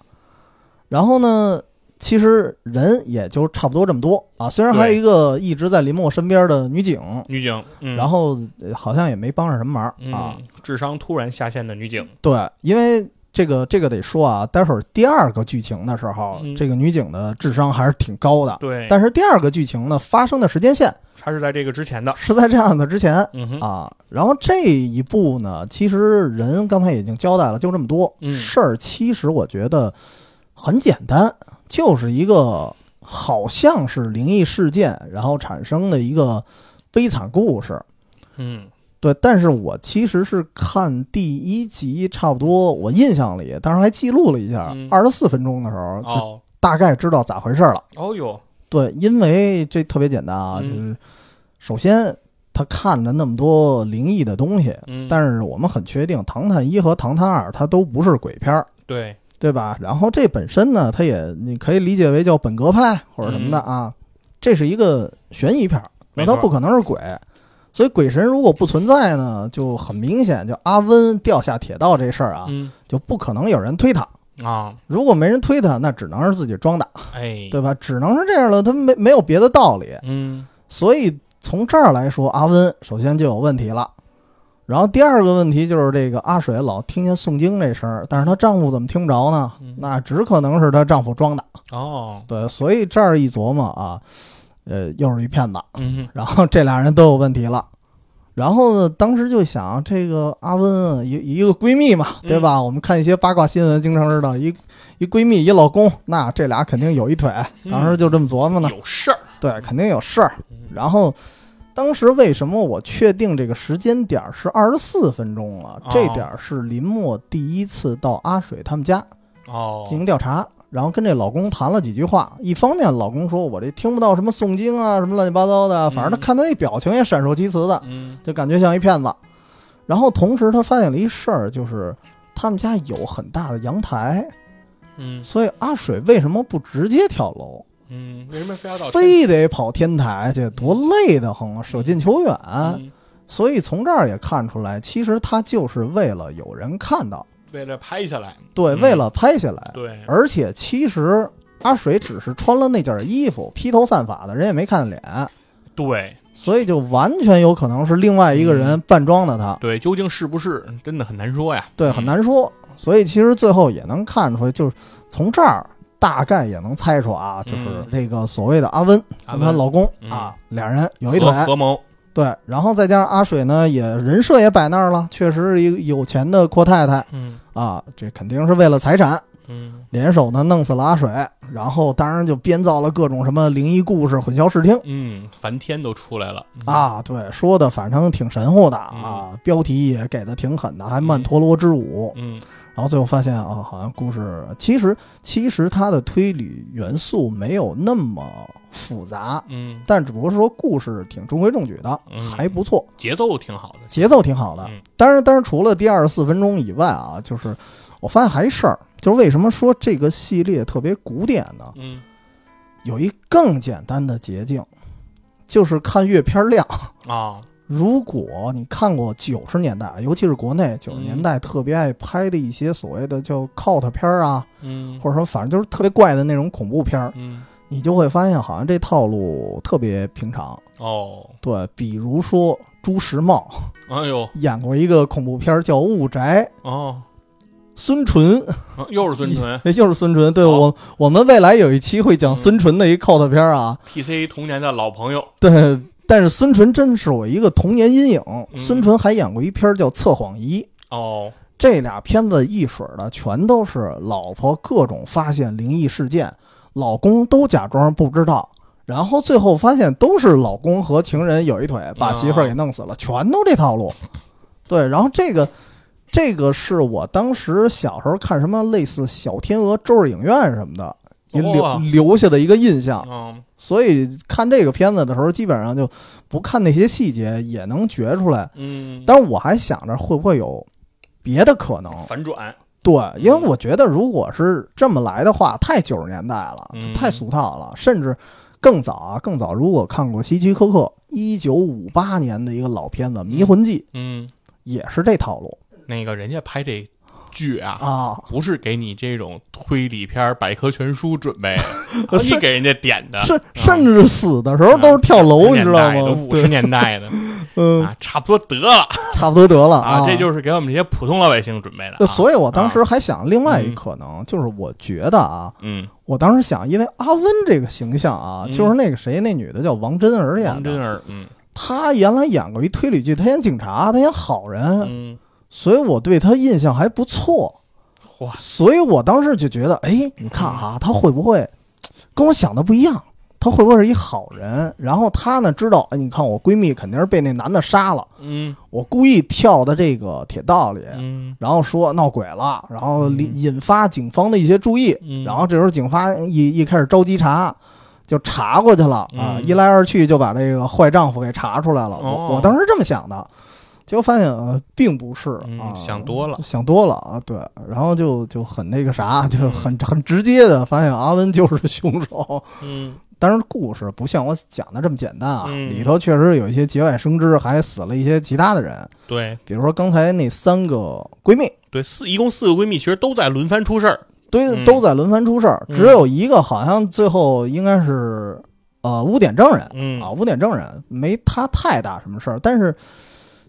S2: 然后呢，其实人也就差不多这么多啊。虽然还有一个一直在林默身边的女警，
S1: 女警，嗯
S2: 然后呃好像也没帮上什么忙
S1: 嗯
S2: 啊。
S1: 智商突然下线的女警，
S2: 对，因为这个这个得说啊，待会儿第二个剧情的时候，
S1: 嗯
S2: 这个女警的智商还是挺高的。
S1: 对，
S2: 啊但是第二个剧情呢，发生的时间线
S1: 她是在这个之前的，
S2: 是在这样的之前
S1: 嗯哼，
S2: 啊。然后这一部呢，其实人刚才已经交代了，就这么多、
S1: 嗯
S2: 事儿。其实我觉得很简单，就是一个好像是灵异事件，然后产生的一个悲惨故事。
S1: 嗯
S2: 对，但是我其实是看第一集，差不多我印象里，当时还记录了一下
S1: 嗯，
S2: 二十四分钟的时候，就
S1: 哦
S2: 大概知道咋回事了。
S1: 哦哟，
S2: 对，因为这特别简单啊，就
S1: 嗯
S2: 是首先他看着那么多灵异的东西，
S1: 嗯，
S2: 但是我们很确定《唐探一》和《唐探二》它都不是鬼片儿，
S1: 对，
S2: 对吧？然后这本身呢，它也你可以理解为叫本格派或者什么的啊，这是一个悬疑片儿，
S1: 嗯
S2: 那
S1: 没
S2: 它
S1: 错
S2: 不可能是鬼。所以鬼神如果不存在呢，就很明显，就阿温掉下铁道这事儿啊，
S1: 嗯
S2: 就不可能有人推他。
S1: 啊，
S2: 如果没人推他，那只能是自己装的，
S1: 哎，
S2: 对吧？只能是这样了，他没没有别的道理。
S1: 嗯
S2: 所以从这儿来说，阿温首先就有问题了。然后第二个问题就是这个阿水老听见诵经这声儿，但是她丈夫怎么听不着呢
S1: 嗯？
S2: 那只可能是她丈夫装的。
S1: 哦，
S2: 对，所以这儿一琢磨啊，呃，又是一骗子。
S1: 嗯哼
S2: 然后这俩人都有问题了。然后呢，当时就想，这个阿温啊一一个闺蜜嘛，
S1: 嗯
S2: 对吧？我们看一些八卦新闻，经常知道一一闺蜜一老公，那这俩肯定有一腿。当时就这么琢磨呢，
S1: 有事儿，
S2: 对，肯定有事儿。
S1: 嗯
S2: 然后当时为什么我确定这个时间点儿是二十四分钟了？
S1: 哦
S2: 这点儿是林默第一次到阿水他们家
S1: 哦，
S2: 进行调查，然后跟这老公谈了几句话。一方面，老公说我这听不到什么诵经啊，什么乱七八糟的，反正他
S1: 嗯
S2: 看他那表情也闪烁其词的，
S1: 嗯
S2: 就感觉像一骗子。然后同时，他发现了一事儿，就是他们家有很大的阳台，
S1: 嗯
S2: 所以阿水为什么不直接跳楼？
S1: 嗯，为什么非要到
S2: 非得跑天台去，多累得慌啊！舍近求远，啊
S1: 嗯
S2: 所以从这儿也看出来，其实他就是为了有人看到，
S1: 为了拍下来，
S2: 对，
S1: 嗯
S2: 为了拍下来。
S1: 对，
S2: 而且其实阿水只是穿了那件衣服，披头散发的，人也没看见脸，
S1: 对
S2: 所以就完全有可能是另外一个人扮装的他。
S1: 对，究竟是不是真的很难说呀？
S2: 对，
S1: 嗯
S2: 很难说。所以其实最后也能看出来，就是从这儿大概也能猜出啊，就是
S1: 嗯
S2: 这个所谓的阿温
S1: 阿
S2: 和
S1: 温
S2: 她老公
S1: 嗯
S2: 啊，俩人有一腿
S1: 合。合谋，
S2: 对，然后再加上阿水呢，也人设也摆那儿了，确实是一个有钱的阔太太
S1: 嗯
S2: 啊，这肯定是为了财产，
S1: 嗯
S2: 联手呢弄死了阿水，然后当然就编造了各种什么灵异故事混淆视听
S1: 嗯，梵天都出来了，嗯
S2: 啊，对，说的反正挺神乎的啊，标题也给的挺狠的，还曼陀罗之舞，
S1: 嗯
S2: 然后最后发现啊，好像故事其实其实它的推理元素没有那么复杂，
S1: 嗯，
S2: 但只不过是说故事挺中规中矩的，
S1: 嗯
S2: 还不错。
S1: 节奏挺好的，
S2: 节奏挺好的
S1: 嗯。
S2: 当然，当然除了第二十四分钟以外啊，就是我发现还一事儿，就是为什么说这个系列特别古典呢？
S1: 嗯
S2: 有一更简单的捷径，就是看阅片量。
S1: 啊，
S2: 如果你看过九十年代，尤其是国内九十年
S1: 嗯
S2: 代特别爱拍的一些所谓的叫 cult 片儿啊，
S1: 嗯
S2: 或者说反正就是特别怪的那种恐怖片儿，
S1: 嗯
S2: 你就会发现好像这套路特别平常。
S1: 哦，
S2: 对，比如说朱时茂
S1: 哎呦
S2: 演过一个恐怖片儿叫《雾宅》，
S1: 哦，
S2: 孙 淳，
S1: 啊又是孙淳
S2: 又是孙淳。对
S1: 好
S2: 我，我们未来有一期会讲
S1: 嗯
S2: 孙淳的一 cult 片儿啊。
S1: ，PC 童年的老朋友，
S2: 对，但是孙淳真是我一个童年阴影。
S1: 嗯
S2: 孙淳还演过一片儿叫《测谎仪》，
S1: 哦，
S2: 这俩片子一水儿的全都是老婆各种发现灵异事件，老公都假装不知道。然后最后发现都是老公和情人有一腿，把媳妇儿给弄死了，全都这套路。对，然后这个这个是我当时小时候看什么类似小天鹅、周日影院什么的，也
S1: 哦
S2: 留、
S1: 啊
S2: 留下的一个印象。
S1: 嗯，
S2: 所以看这个片子的时候，基本上就不看那些细节，也能觉出来。
S1: 嗯，
S2: 但是我还想着会不会有别的可能？
S1: 反转，
S2: 对，因为我觉得如果是这么来的话，太九十年代了
S1: 嗯，
S2: 太俗套了，甚至更早啊，更早。如果看过希区柯克一九五八年的一个老片子《迷魂记
S1: 嗯，》，
S2: 也是这套路
S1: 那个人家拍这剧啊，
S2: 啊。
S1: 不是给你这种推理片儿百科全书准备，
S2: 是
S1: 你给人家点的，啊
S2: 甚甚至死的时候都是跳楼，你知道吗？
S1: 五十
S2: 对，
S1: 年代的
S2: 嗯，
S1: 啊，差不多得了
S2: 差不多得了
S1: 啊，这就是给我们这些普通老百姓准备的啊。
S2: 那所以，我当时
S1: 啊
S2: 还想另外一可能，就是我觉得啊，
S1: 嗯，
S2: 我当时想，因为阿温这个形象啊，
S1: 嗯
S2: 就是那个谁，那女的叫王真儿演
S1: 王真
S2: 的，
S1: 儿，嗯
S2: 她原来演过一推理剧，她演警察，她演好人，
S1: 嗯，
S2: 所以我对她印象还不错。
S1: 哇，嗯
S2: 所以我当时就觉得，哎，你看啊，她会不会跟我想的不一样？她会不会是一好人？然后她呢，知道，哎，你看我闺蜜肯定是被那男的杀了，
S1: 嗯
S2: 我故意跳到这个铁道里，
S1: 嗯
S2: 然后说闹鬼了，然后
S1: 嗯
S2: 引引发警方的一些注意，
S1: 嗯，
S2: 啊然后这时候警方一一开始着急查，就查过去了啊，
S1: 嗯
S2: 一来二去就把这个坏丈夫给查出来了。
S1: 哦
S2: 我我当时这么想的，结果发现呃并不是
S1: 嗯
S2: 啊，
S1: 想多了
S2: 想多了啊，对，然后就就很那个啥，就是很很直接的发现阿温就是凶手。
S1: 嗯
S2: 当然，故事不像我讲的这么简单啊，
S1: 嗯
S2: 里头确实有一些节外生枝，还死了一些其他的人，
S1: 对
S2: 比如说刚才那三个闺蜜，
S1: 对，四一共四个闺蜜，其实都在轮番出事儿。
S2: 都
S1: 嗯
S2: 都在轮番出事儿，
S1: 嗯
S2: 只有一个好像最后应该是呃污点证人
S1: 嗯
S2: 啊，污点证人没他太大什么事儿，但是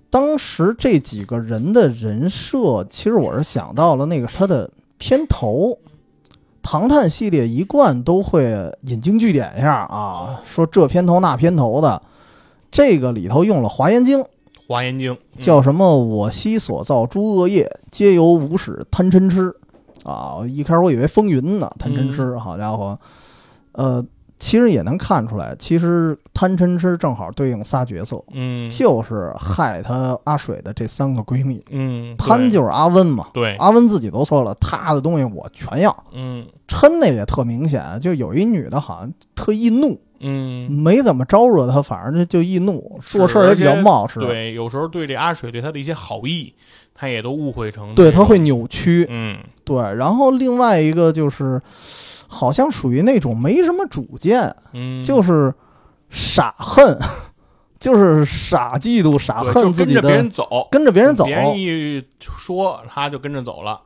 S2: 当时这几个人的人设，其实我是想到了那个他的片头。唐探系列一贯都会引经据典一下啊，说这片头那片头的，这个里头用了华严经，
S1: 华严经嗯
S2: 叫什么？我昔所造诸恶业，皆由无始贪嗔痴。啊，一开始我以为风云呢，贪嗔痴，
S1: 嗯
S2: 好家伙，呃，其实也能看出来，其实贪嗔痴正好对应仨角色，
S1: 嗯
S2: 就是害她阿水的这三个闺蜜。
S1: 嗯，
S2: 贪
S1: 对
S2: 就是啊阿温嘛，
S1: 对，
S2: 阿温自己都说了，她的东西我全要。
S1: 嗯
S2: 嗔那也特明显，就有一女的好像特易怒，
S1: 嗯，
S2: 没怎么招惹她，反正就就易怒，做事儿也比
S1: 是
S2: 较
S1: 而且
S2: 冒失，
S1: 对，有时候对这阿水对他的一些好意，他也都误会成那
S2: 对，她会
S1: 种
S2: 扭曲，
S1: 嗯
S2: 对，然后另外一个就是，好像属于那种没什么主见，
S1: 嗯，
S2: 就是傻恨，就是傻嫉妒、傻
S1: 对就
S2: 恨自己
S1: 跟着别
S2: 的，
S1: 人走，嗯
S2: 跟着别人走。
S1: 别人一说他就跟着走了，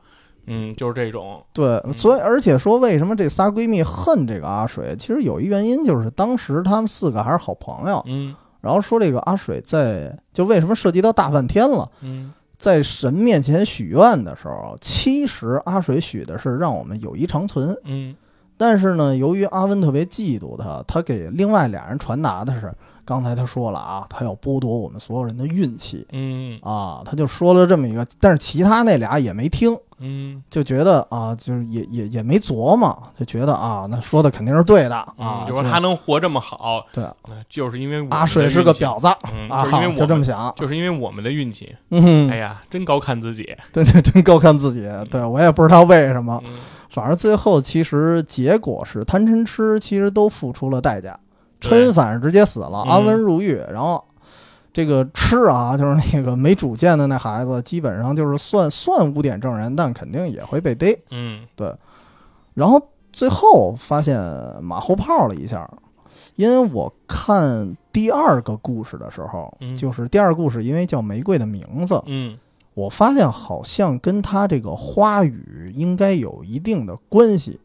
S1: 嗯，就是这种，
S2: 对，所以而且说为什么这仨闺蜜恨这个阿水，其实有一原因就是当时她们四个还是好朋友，
S1: 嗯
S2: 然后说这个阿水在就为什么涉及到大半天了。
S1: 嗯
S2: 在神面前许愿的时候，其实阿水许的是让我们友谊长存，
S1: 嗯
S2: 但是呢，由于阿温特别嫉妒他，他给另外俩人传达的是，刚才他说了啊，他要剥夺我们所有人的运气
S1: 嗯
S2: 啊，他就说了这么一个，但是其他那俩也没听，
S1: 嗯
S2: 就觉得啊，就是也也也没琢磨，就觉得啊，那说的肯定是对的啊
S1: 嗯，，就说他能活这么好，
S2: 对
S1: 那就是因为我
S2: 阿
S1: 们
S2: 水
S1: 的
S2: 是
S1: 运
S2: 个
S1: 气，
S2: 婊子
S1: 嗯，
S2: 啊，
S1: 就是因为我们
S2: 就这么想，
S1: 就是因为我们的运气，
S2: 嗯
S1: 哎，呀，真高看自己，
S2: 对对，真高看自己，对我也不知道为什么，
S1: 嗯
S2: 反正最后其实结果是贪嗔痴其实都付出了代价，
S1: 对
S2: 嗔反正直接死了，
S1: 嗯
S2: 阿温入狱，然后这个痴啊，就是那个没主见的那孩子，基本上就是算算污点证人，但肯定也会被逮。
S1: 嗯
S2: 然后最后发现马后炮了一下，因为我看第二个故事的时候，
S1: 嗯
S2: 就是第二故事，因为叫玫瑰的名字，
S1: 嗯
S2: 我发现好像跟他这个花语应该有一定的关系。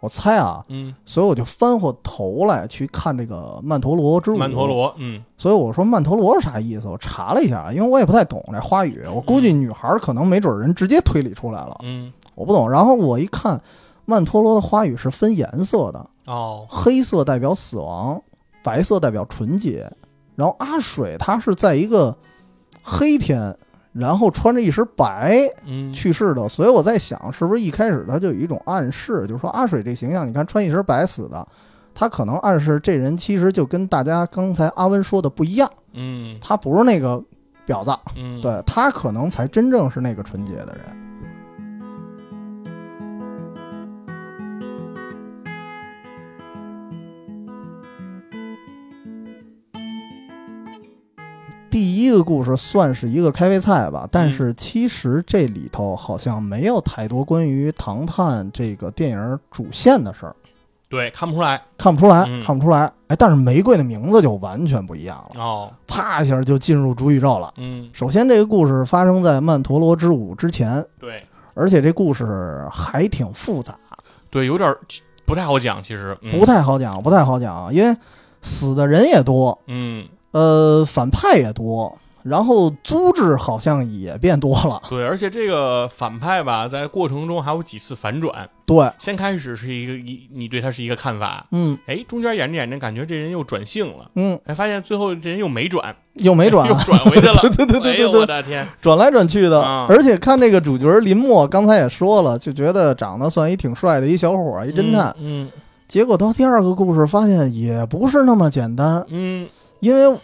S2: 我猜啊，
S1: 嗯，
S2: 所以我就翻过头来去看这个曼陀罗之舞。
S1: 曼陀，罗，嗯
S2: 所以我说曼陀罗是啥意思？我查了一下，啊因为我也不太懂这花语，我估计女孩儿可能没准儿人直接推理出来了，
S1: 嗯
S2: 我不懂。然后我一看，曼陀罗的花语是分颜色的，
S1: 哦，
S2: 黑色代表死亡，白色代表纯洁。然后阿水他是在一个黑天，然后穿着一身白，
S1: 嗯
S2: 去世的，所以我在想，是不是一开始他就有一种暗示，就是说阿水这形象，你看穿一身白死的，他可能暗示这人其实就跟大家刚才阿温说的不一样，
S1: 嗯
S2: 他不是那个婊子，
S1: 嗯，
S2: 对他可能才真正是那个纯洁的人。第一个故事算是一个开胃菜吧，但
S1: 嗯
S2: 是其实这里头好像没有太多关于唐探这个电影主线的事儿，
S1: 对，看不出来
S2: 看不出来，
S1: 嗯
S2: 看不出来。哎，但是玫瑰的名字就完全不一样了，
S1: 哦，
S2: 啪一下就进入主宇宙了。
S1: 嗯，
S2: 首先，这个故事发生在曼陀罗之舞之前，
S1: 对
S2: 而且这故事还挺复杂，
S1: 对，有点儿不太好讲，其实嗯
S2: 不太好讲，不太好讲，因为死的人也多，
S1: 嗯，
S2: 呃，反派也多，然后租制好像也变多了。
S1: 对，而且这个反派吧，在过程中还有几次反转，
S2: 对，
S1: 先开始是一个一你对他是一个看法，
S2: 嗯
S1: 哎，中间演着演着感觉这人又转性了，
S2: 嗯，
S1: 哎，发现最后这人又没转，
S2: 又没 转
S1: 又，转回去了，
S2: 对对对
S1: 哎
S2: 对
S1: 呦
S2: 对
S1: 我的天，
S2: 转来转去的。
S1: 啊
S2: 而且看那个主角林默，刚才也说了，就觉得长得算一挺帅的一小伙儿，一侦探。
S1: 嗯
S2: 结果到第二个故事，发现也不是那么简单，
S1: 嗯
S2: 因为。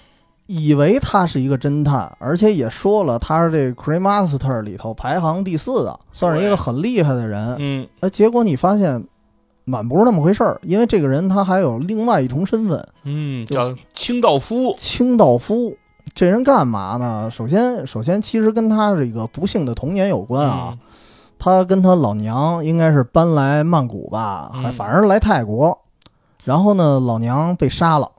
S2: 以为他是一个侦探，而且也说了他是这 c r e m a s t e r 里头排行第四的，算是一个很厉害的人。
S1: 嗯
S2: 哎，结果你发现满不是那么回事儿，因为这个人他还有另外一重身份
S1: 嗯嗯，
S2: 就
S1: 叫清道夫
S2: ——清道夫。这人干嘛呢？首先，首先其实跟他这个不幸的童年有关
S1: 嗯
S2: 啊。，他跟他老娘应该是搬来曼谷吧，还
S1: 嗯
S2: 反正是来泰国。然后呢，老娘被杀了。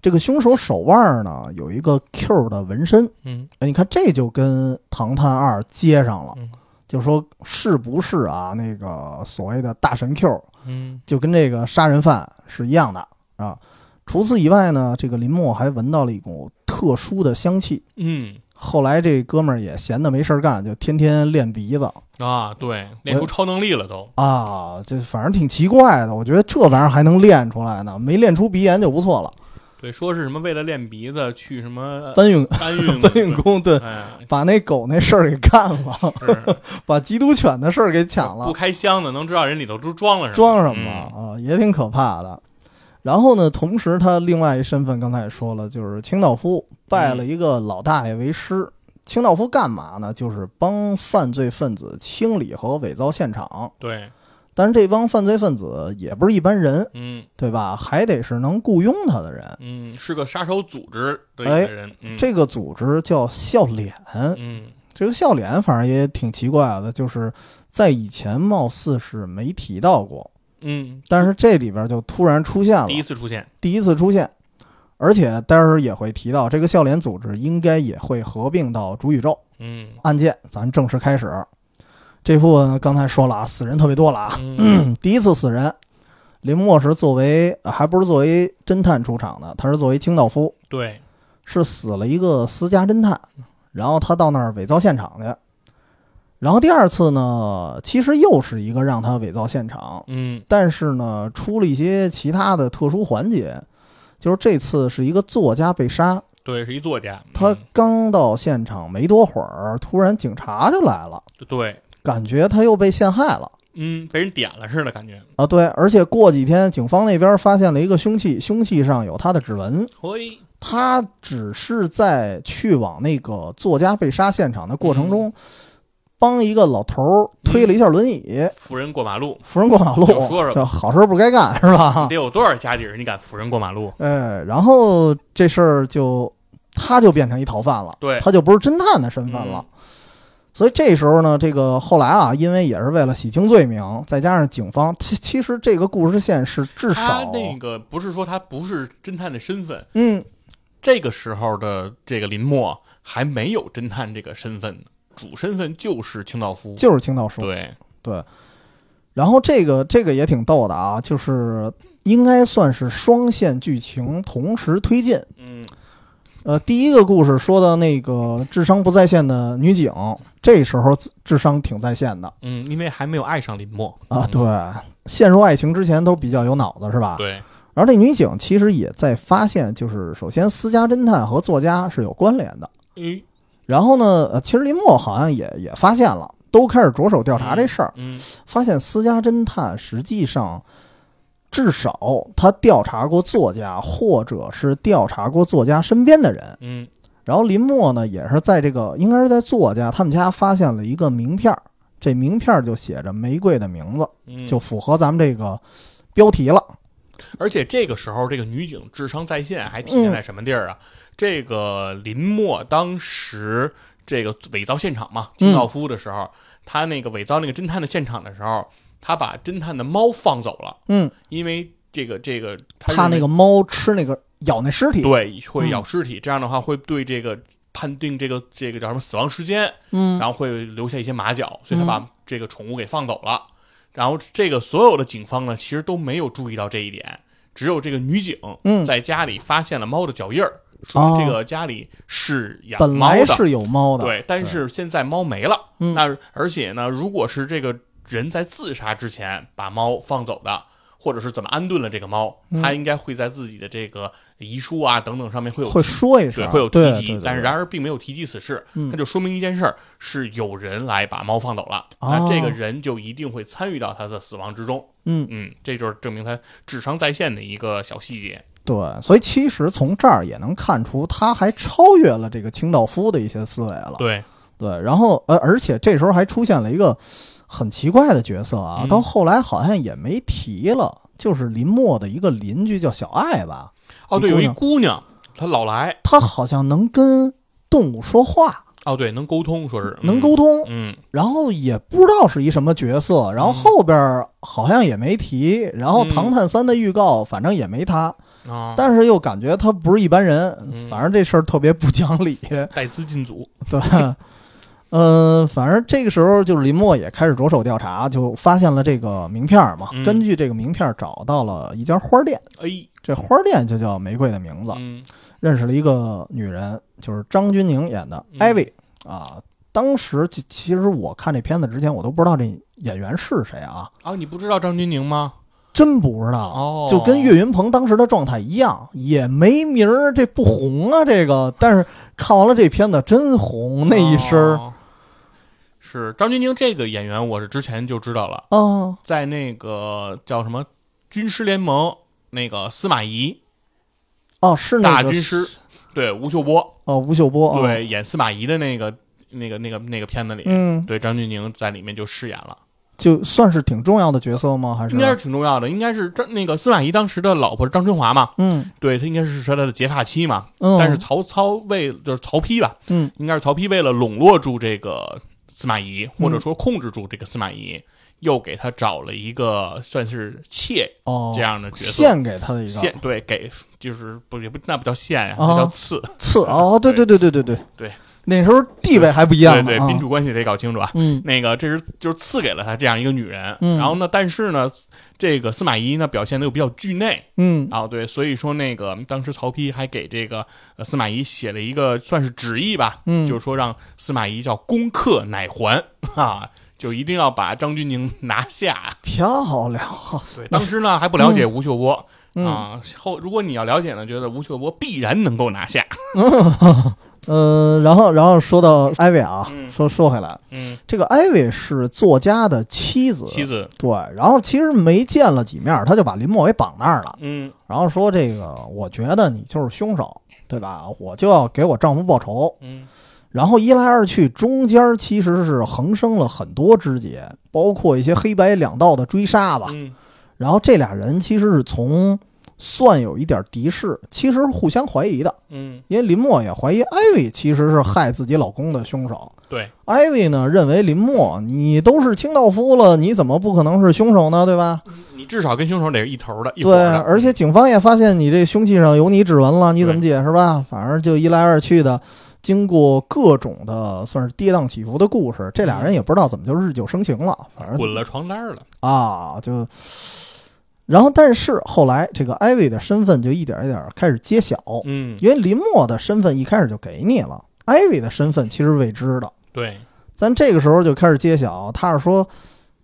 S2: 这个凶手手腕呢有一个 Q 的纹身，
S1: 嗯
S2: 哎，你看这就跟《唐探二》接上了
S1: 嗯，
S2: 就说是不是啊？那个所谓的大神 Q
S1: 嗯
S2: 就跟这个杀人犯是一样的啊。除此以外呢，这个林默还闻到了一股特殊的香气。
S1: 嗯
S2: 后来这哥们儿也闲得没事儿干，就天天练鼻子
S1: 啊，对，练出超能力了都，
S2: 啊，这反正挺奇怪的。我觉得这玩意儿还能练出来呢，没练出鼻炎就不错了。
S1: 对，说是什么为了练鼻子去什么
S2: 搬 运
S1: 搬运
S2: 搬运，工对，
S1: 哎，
S2: 把那狗那事儿给干了，
S1: 是
S2: 把缉毒犬的事儿给抢了
S1: 不，开箱的能知道人里头都装了什么，
S2: 装什么啊，也挺可怕的。然后呢，同时他另外一身份，刚才也说了，就是清道夫，拜了一个老大爷为师。清道夫干嘛呢？就是帮犯罪分子清理和伪造现场。
S1: 嗯？对，
S2: 但是这帮犯罪分子也不是一般人，
S1: 嗯
S2: 对吧？还得是能雇佣他的人。
S1: 嗯，是个杀手组织的一个人，嗯
S2: 哎这个组织叫笑脸，
S1: 嗯
S2: 这个笑脸反正也挺奇怪的，就是在以前貌似是没提到过，
S1: 嗯，
S2: 但是这里边就突然出现了。
S1: 第一次出现，
S2: 第一次出现，而且待会儿也会提到这个笑脸组织应该也会合并到主宇宙
S1: 嗯
S2: 案件。咱正式开始，这部分刚才说了啊，死人特别多了啊。
S1: 嗯
S2: 第一次死人，林默是作为呃还不是作为侦探出场的，他是作为清道夫，
S1: 对，
S2: 是死了一个私家侦探，然后他到那儿伪造现场去。然后第二次呢，其实又是一个让他伪造现场，
S1: 嗯
S2: 但是呢，出了一些其他的特殊环节，就是这次是一个作家被杀，
S1: 对，是一作家，嗯
S2: 他刚到现场没多会儿，突然警察就来了，
S1: 对，
S2: 感觉他又被陷害了
S1: 嗯，被人点了似的感觉，
S2: 啊。对，而且过几天警方那边发现了一个凶器，凶器上有他的指纹，
S1: 嘿，
S2: 他只是在去往那个作家被杀现场的过程
S1: 嗯
S2: 中，帮一个老头儿推了一下轮椅。
S1: 扶人过马路，
S2: 扶人过马路
S1: 嗯有说什么，
S2: 这好事儿不该干是吧？
S1: 你得有多少家底儿，你敢扶人过马路？
S2: 哎，然后这事儿就他就变成一逃犯了，
S1: 对嗯
S2: 他就不是侦探的身份了。所以这时候呢，这个后来啊，因为也是为了洗清罪名，再加上警方，其其实这个故事线是至
S1: 他
S2: 少，
S1: 那个不是说他不是侦探的身份，
S2: 嗯，
S1: 这个时候的这个林默还没有侦探这个身份呢，主身份就是清道夫，
S2: 就是清道叔。
S1: 对，
S2: 然后这个这个也挺逗的啊，就是应该算是双线剧情同时推进。
S1: 嗯
S2: 呃，第一个故事说的那个智商不在线的女警，这时候自智商挺在线的。
S1: 嗯，因为还没有爱上林默
S2: 啊，
S1: 嗯
S2: 对，陷入爱情之前都比较有脑子，是吧？。
S1: 对，
S2: 然后这女警其实也在发现，就是首先私家侦探和作家是有关联的。
S1: 诶
S2: 然后呢，呃，其实林默好像也也发现了，都开始着手调查这事儿，
S1: 嗯
S2: 发现私家侦探实际上至少他调查过作家，或者是调查过作家身边的人。
S1: 嗯
S2: 然后林默呢，也是在这个应该是在作家他们家发现了一个名片儿，这名片儿就写着玫瑰的名字。
S1: 嗯，
S2: 就符合咱们这个标题了。
S1: 而且这个时候，这个女警智商在线还体现在什么地儿
S2: 嗯
S1: 啊？这个林默当时这个伪造现场嘛，金道夫的时候，他那个伪造那个侦探的现场的时候，他把侦探的猫放走了，
S2: 嗯，
S1: 因为这个这个
S2: 怕那
S1: 认为
S2: 个猫吃那个咬那尸体，嗯
S1: 对会咬尸体，这样的话会对这个判定这个这个叫什么死亡时间
S2: 嗯
S1: 然后会留下一些马脚，所以他
S2: 嗯
S1: 把这个宠物给放走了。然后这个所有的警方呢，其实都没有注意到这一点，只有这个女警
S2: 嗯，
S1: 在家里发现了猫的脚印儿，说
S2: 哦
S1: 这个家里是养
S2: 本
S1: 猫
S2: 来
S1: 的，
S2: 是有猫的，
S1: 对，但是现在猫没了。
S2: 嗯
S1: 那而且呢，如果是这个人在自杀之前把猫放走的。或者是怎么安顿了这个猫？
S2: 嗯
S1: 他应该会在自己的这个遗书啊等等上面会有
S2: 会说一
S1: 对，
S2: 声，
S1: 会有
S2: 对
S1: 提及
S2: 对，
S1: 但是
S2: 对
S1: 然而并没有提及此事
S2: 嗯，
S1: 那就说明一件事儿，是有人来把猫放走了，
S2: 哦
S1: 那这个人就一定会参与到他的死亡之中。
S2: 嗯
S1: 嗯，这就是证明他智商在线的一个小细节。
S2: 对，所以其实从这儿也能看出，他还超越了这个清道夫的一些思维了，
S1: 对，
S2: 对，然后呃，而且这时候还出现了一个很奇怪的角色啊，
S1: 嗯
S2: 到后来好像也没提了，就是林默的一个邻居叫小爱吧，
S1: 哦，对，
S2: 一姑
S1: 有
S2: 娘
S1: 一姑娘，她老来，
S2: 她好像能跟动物说话，
S1: 哦，对，能沟通，说是嗯
S2: 能沟通，
S1: 嗯，
S2: 然后也不知道是一什么角色，然后后边好像也没提，然后《
S1: 嗯
S2: 唐探三》的预告反正也没他，
S1: 啊，
S2: 但是又感觉他不是一般人，
S1: 嗯
S2: 反正这事儿特别不讲理，
S1: 带资进组，
S2: 对，呃，反正这个时候就是林默也开始着手调查，就发现了这个名片儿嘛。
S1: 嗯
S2: 根据这个名片儿找到了一家花店，
S1: 哎，
S2: 这花店就叫玫瑰的名字，
S1: 嗯
S2: 认识了一个女人，就是张钧甯演的
S1: 嗯
S2: 艾薇、啊。当时其其实我看这片子之前，我都不知道这演员是谁啊，
S1: 啊，你不知道张钧甯吗？
S2: 真不知道。
S1: 哦，
S2: 就跟岳云鹏当时的状态一样，也没名儿，这不红啊，这个。但是看完了这片子，真红那一身儿
S1: 哦是张钧甯这个演员，我是之前就知道了。
S2: 啊，
S1: 在那个叫什么军师联盟那个司马懿
S2: 哦，是那
S1: 大
S2: 个
S1: 军师，对吴秀波，
S2: 哦，吴秀波，哦，
S1: 对演司马懿的那个那个那个那个片子里，
S2: 嗯，
S1: 对张钧甯在里面就饰演了，
S2: 就算是挺重要的角色吗？还是
S1: 应该是挺重要的，应该是张那个司马懿当时的老婆是张春华嘛，
S2: 嗯
S1: 对他应该是他的结发妻嘛，
S2: 嗯，
S1: 但是曹操为就是曹丕吧，
S2: 嗯
S1: 应该是曹丕为了笼络住这个司马懿，或者说控制住这个司马懿。又给他找了一个算是妾
S2: 哦
S1: 这样的角色，
S2: 献给他的一个
S1: 线对给就是不也不那不叫线呀、
S2: 啊
S1: 那叫刺。
S2: 刺 哦，对对对对对对
S1: 对，
S2: 那时候地位还不一样
S1: 对
S2: 呢，
S1: 对，
S2: 啊
S1: 宾主关系得搞清楚啊。
S2: 嗯
S1: 那个，这是就是赐给了他这样一个女人，
S2: 嗯
S1: 然后呢，但是呢，这个司马懿呢表现的又比较惧内
S2: 嗯
S1: 啊，对，所以说那个当时曹丕还给这个、呃司马懿写了一个算是旨意吧，
S2: 嗯
S1: 就是说让司马懿叫攻克乃还啊，就一定要把张钧甯拿下。
S2: 漂亮啊，
S1: 对，当时呢还不了解吴秀波、
S2: 嗯
S1: 啊，后如果你要了解呢，觉得吴秀波必然能够拿下。
S2: 呃，然后然后说到艾薇啊，
S1: 嗯
S2: 说说回来，
S1: 嗯，
S2: 这个艾薇是作家的妻子，
S1: 妻子，
S2: 对，然后其实没见了几面儿，他就把林默给绑那儿了。
S1: 嗯，
S2: 然后说这个，我觉得你就是凶手，对吧？我就要给我丈夫报仇。
S1: 嗯，
S2: 然后一来二去，中间其实是横生了很多枝节，包括一些黑白两道的追杀吧。
S1: 嗯，
S2: 然后这俩人其实是从算有一点敌视，其实是互相怀疑的，
S1: 嗯，
S2: 因为林默也怀疑艾薇其实是害自己老公的凶手。
S1: 对，
S2: 艾薇呢认为林默，你都是清道夫了，你怎么不可能是凶手呢？对吧？
S1: 你至少跟凶手得是一头的，一伙
S2: 对，
S1: 的。
S2: 而且警方也发现你这凶器上有你指纹了，你怎么解释吧？反正就一来二去的，经过各种的算是跌宕起伏的故事，这俩人也不知道怎么就日久生情了，反正
S1: 嗯滚了床单了，
S2: 啊就。然后，但是后来这个艾薇的身份就一点一点开始揭晓，
S1: 嗯，
S2: 因为林默的身份一开始就给你了，艾薇的身份其实未知的。
S1: 对，
S2: 咱这个时候就开始揭晓，他是说，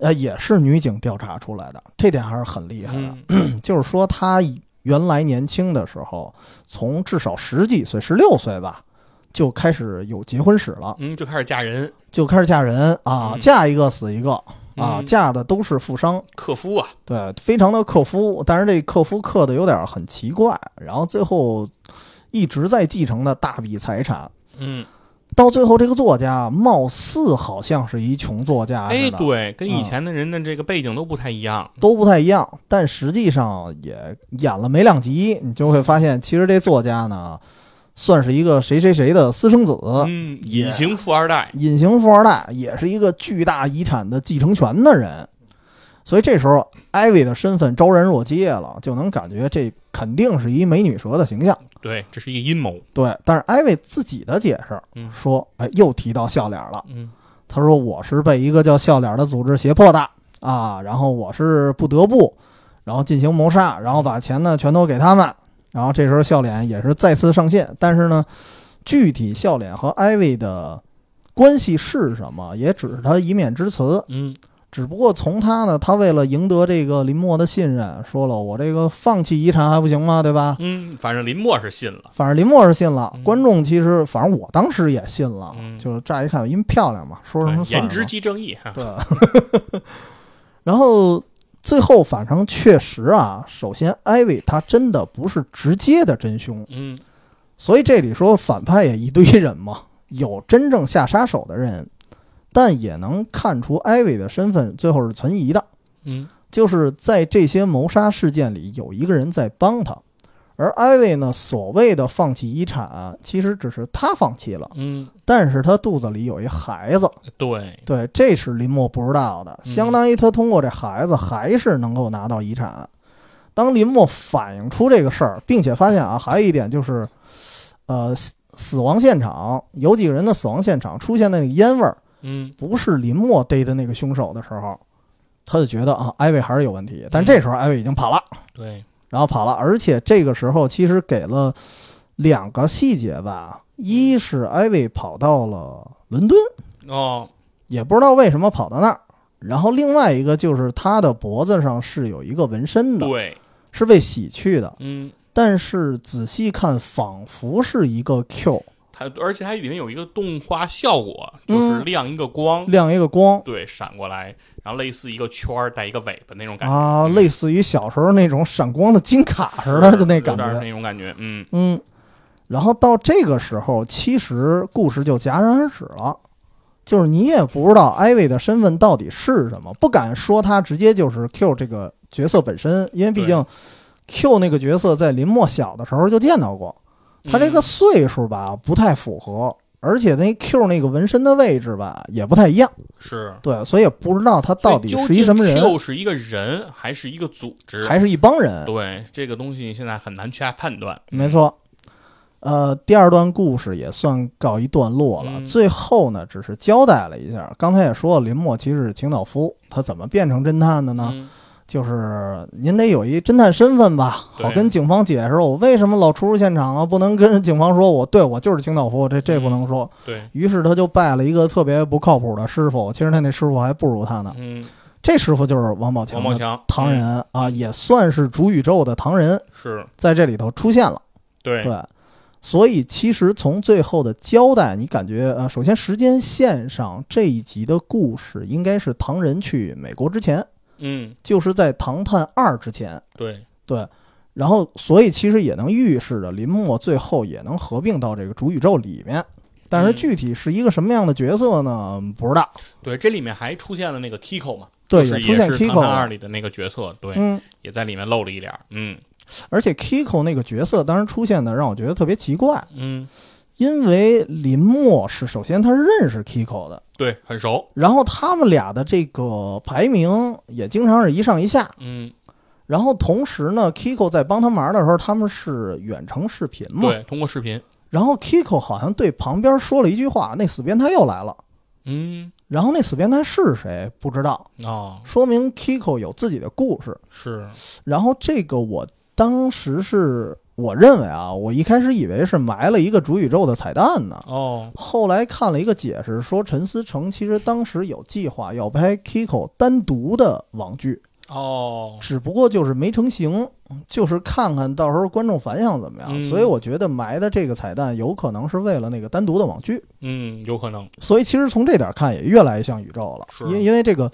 S2: 呃，也是女警调查出来的，这点还是很厉害的。
S1: 嗯，
S2: 就是说他原来年轻的时候，从至少十几岁，十六岁吧，就开始有结婚史了，
S1: 嗯，就开始嫁人，
S2: 就开始嫁人啊，
S1: 嗯
S2: 嫁一个死一个啊，
S1: 嗯
S2: 嫁的都是富商，
S1: 克夫啊，
S2: 对，非常的克夫，但是这克夫克的有点很奇怪，然后最后一直在继承的大笔财产。
S1: 嗯，
S2: 到最后这个作家貌似好像是一穷作家
S1: 哎，
S2: 似的，
S1: 对，跟以前的人的这个背景都不太一样。
S2: 都不太一样，但实际上也演了没两集，你就会发现，其实这作家呢，算是一个谁谁谁的私生子，
S1: 嗯，隐形富二代，
S2: 隐形富二代，也是一个巨大遗产的继承权的人。所以这时候，艾薇的身份昭然若揭了，就能感觉这肯定是一美女蛇的形象。
S1: 对，这是一个阴谋。
S2: 对，但是艾薇自己的解释
S1: 嗯
S2: 说，哎，又提到笑脸了。
S1: 嗯
S2: 他说我是被一个叫笑脸的组织胁迫的啊，然后我是不得不，然后进行谋杀，然后把钱呢全都给他们。然后这时候笑脸也是再次上线，但是呢，具体笑脸和艾薇的关系是什么，也只是他一面之词。
S1: 嗯
S2: 只不过从他呢，他为了赢得这个林默的信任，说了我这个放弃遗产还不行吗？对吧？
S1: 嗯，反正林默是信了。
S2: 反正林默是信了
S1: 嗯，
S2: 观众其实反正我当时也信了，
S1: 嗯
S2: 就是乍一看因为漂亮嘛，说什么
S1: 对
S2: 算
S1: 颜
S2: 什么
S1: 值。即正 义哈。
S2: 对，然后最后反正确实啊，首先艾薇他真的不是直接的真凶，
S1: 嗯，
S2: 所以这里说反派也一堆人嘛，有真正下杀手的人，但也能看出艾薇的身份最后是存疑的，
S1: 嗯
S2: 就是在这些谋杀事件里有一个人在帮他。而艾薇呢，所谓的放弃遗产，其实只是他放弃了，
S1: 嗯，
S2: 但是他肚子里有一孩子，
S1: 对，
S2: 对，这是林默不知道的，
S1: 嗯
S2: 相当于他通过这孩子还是能够拿到遗产。当林默反映出这个事儿，并且发现啊，还有一点就是，呃，死死亡现场有几个人的死亡现场出现那个烟味儿，
S1: 嗯
S2: 不是林默逮的那个凶手的时候，他就觉得啊，艾薇还是有问题。但这时候艾薇已经跑了，
S1: 对，
S2: 然后跑了，而且这个时候其实给了两个细节吧，一是艾薇跑到了伦敦。
S1: 哦，
S2: 也不知道为什么跑到那儿。然后另外一个就是他的脖子上是有一个纹身的，
S1: 对，
S2: 是为洗去的，
S1: 嗯，
S2: 但是仔细看仿佛是一个 Q
S1: 它而且它里面有一个动画效果，就是
S2: 嗯
S1: 亮一个光，
S2: 亮一个光
S1: 对，闪过来，然后类似一个圈儿带一个尾巴那种感觉，嗯
S2: 啊，类似于小时候那种闪光的金卡似的的那感
S1: 有点
S2: 觉，
S1: 那种感觉，嗯
S2: 嗯。然后到这个时候，其实故事就戛然而止了，就是你也不知道艾薇的身份到底是什么，不敢说他直接就是 Q 这个角色本身，因为毕竟 Q 那个角色在林默小的时候就见到过，
S1: 嗯
S2: 他这个岁数吧不太符合，而且那 Q 那个纹身的位置吧也不太一样，
S1: 是
S2: 对，所以也不知道他到底是一什么人，
S1: 又是一个人还是一个组织？
S2: 还是一帮人。
S1: 对这个东西现在很难去判断。
S2: 没错，呃，第二段故事也算告一段落了。
S1: 嗯
S2: 最后呢，只是交代了一下，刚才也说了，林默其实是清道夫，他怎么变成侦探的呢？
S1: 嗯，
S2: 就是您得有一侦探身份吧，
S1: 对
S2: 好跟警方解释我为什么老出入现场啊，不能跟警方说我对我就是清道夫，这
S1: 嗯
S2: 这不能说。
S1: 对，
S2: 于是他就拜了一个特别不靠谱的师傅，其实他那师傅还不如他呢。
S1: 嗯，
S2: 这师傅就是王宝强
S1: 王宝
S2: 的
S1: 强
S2: 唐
S1: 嗯
S2: 人啊，也算是主宇宙的唐人，
S1: 是
S2: 在这里头出现了。
S1: 对，
S2: 对，所以其实从最后的交代，你感觉呃，首先时间线上这一集的故事应该是唐人去美国之前，
S1: 嗯，
S2: 就是在《唐探二》之前，
S1: 对，
S2: 对。然后，所以其实也能预示着林默最后也能合并到这个主宇宙里面，但是
S1: 嗯
S2: 具体是一个什么样的角色呢？嗯不知道。
S1: 对，这里面还出现了那个 Kiko 嘛，
S2: 对，
S1: 就是
S2: 出现
S1: 也是《唐探二》
S2: Kiko，
S1: 里的那个角色，对，
S2: 嗯，
S1: 也在里面露了一脸儿，嗯
S2: 而且 Kiko 那个角色当时出现的让我觉得特别奇怪，
S1: 嗯，
S2: 因为林默是首先他是认识 Kiko 的，
S1: 对，很熟，
S2: 然后他们俩的这个排名也经常是一上一下。
S1: 嗯，
S2: 然后同时呢，Kiko 在帮他忙的时候，他们是远程视频嘛。
S1: 对，通过视频，
S2: 然后 Kiko 好像对旁边说了一句话：“那死变态又来了。
S1: 嗯，”
S2: 然后那死变态是谁不知道，
S1: 哦，
S2: 说明 Kiko 有自己的故事。
S1: 是，
S2: 然后这个我当时是我认为啊，我一开始以为是埋了一个主宇宙的彩蛋呢。
S1: 哦，
S2: 后来看了一个解释，说陈思诚其实当时有计划要拍 Kiko 单独的网剧，
S1: 哦，
S2: 只不过就是没成型，就是看看到时候观众反响怎么样。
S1: 嗯
S2: 所以我觉得埋的这个彩蛋有可能是为了那个单独的网剧。
S1: 嗯，有可能，
S2: 所以其实从这点看，也越来越像宇宙了
S1: 是，
S2: 因为因为这个《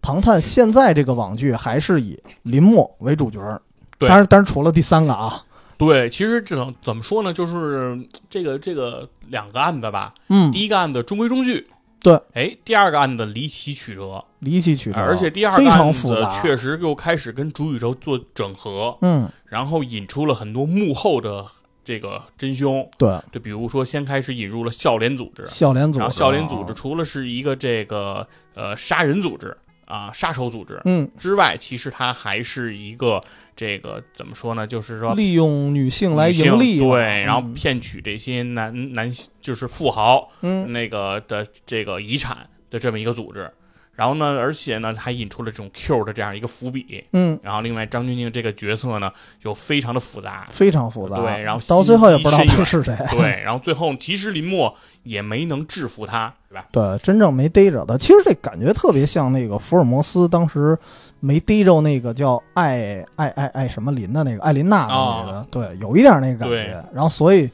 S2: 唐探》现在这个网剧还是以林默为主角儿，
S1: 对
S2: 当然当然除了第三个啊，
S1: 对，其实这种怎么说呢，就是嗯这个这个两个案子吧，
S2: 嗯，
S1: 第一个案子中规中矩，
S2: 对，
S1: 哎，第二个案子离奇曲折，
S2: 离奇曲折，
S1: 呃而且第二
S2: 非
S1: 个案
S2: 常复
S1: 子
S2: 杂，
S1: 确实又开始跟主宇宙做整合，
S2: 嗯，
S1: 然后引出了很多幕后的这个真凶，
S2: 对，
S1: 就比如说先开始引入了笑脸组织，
S2: 笑脸组织
S1: 然
S2: 啊，
S1: 后笑脸组织除了是一个这个呃杀人组织啊、杀手组织
S2: 嗯，
S1: 之外，其实它还是一个这个怎么说呢？就是说
S2: 利用女性来
S1: 女性
S2: 盈利嘛，
S1: 对，然后
S2: 嗯
S1: 骗取这些男男就是富豪
S2: 嗯，
S1: 那个的这个遗产的这么一个组织。然后呢，而且呢，还引出了这种 Q 的这样一个伏笔。
S2: 嗯，
S1: 然后，另外张钧甯这个角色呢，又非常的复杂，
S2: 非常复杂，
S1: 对然后
S2: 到
S1: 心
S2: 最后也
S1: 机
S2: 不知道
S1: 深
S2: 他
S1: 远
S2: 是谁，
S1: 对。然后最后，其实林默也没能制服他，对吧？
S2: 对，真正没逮着他。其实这感觉特别像那个福尔摩斯当时没逮着那个叫艾艾艾艾什么林的那个艾琳娜的那个，
S1: 啊
S2: 对，有一点那个感
S1: 对
S2: 觉。然后所以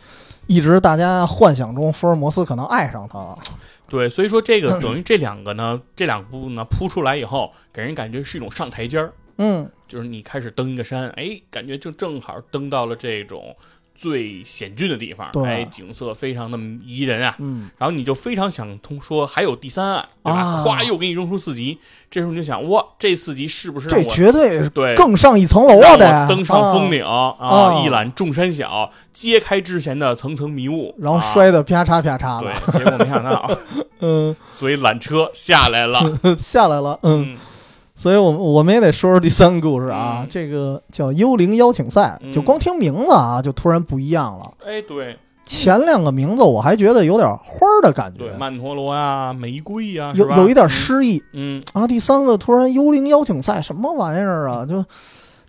S2: 一直大家幻想中福尔摩斯可能爱上他了，
S1: 对，所以说这 个等于这两个呢，这两部呢铺出来以后，给人感觉是一种上台阶儿，
S2: 嗯，
S1: 就是你开始登一个山，哎，感觉就正好登到了这种最险峻的地方，
S2: 对
S1: 哎，景色非常的宜人啊。
S2: 嗯，
S1: 然后你就非常想通说还有第三案，对吧？
S2: 啊
S1: 哗、又给你扔出四级，这时候你就想，哇，这四级是不是让
S2: 这
S1: 我
S2: 绝对是
S1: 对
S2: 更上一层
S1: 让
S2: 楼了
S1: 我
S2: 得呀
S1: 登上峰
S2: 啊
S1: 顶啊
S2: 啊
S1: 一览众山小，揭开之前的层层迷雾，
S2: 然后
S1: 啊
S2: 摔得啪嚓啪嚓的，
S1: 对，结果没想 到，
S2: 嗯，
S1: 所以缆车下来了，
S2: 下来了，嗯，
S1: 嗯。
S2: 所以我们我们也得说说第三个故事啊，
S1: 嗯
S2: 这个叫《幽灵邀请赛》，
S1: 嗯
S2: 就光听名字啊，就突然不一样了。啊
S1: 哎，对
S2: 前两个名字我还觉得有点花儿的感
S1: 对，
S2: 觉，
S1: 曼陀罗呀、玫瑰呀，是
S2: 有
S1: 吧
S2: 有一点诗意
S1: 嗯，
S2: 啊。第三个突然幽灵邀请赛什么玩意儿啊？就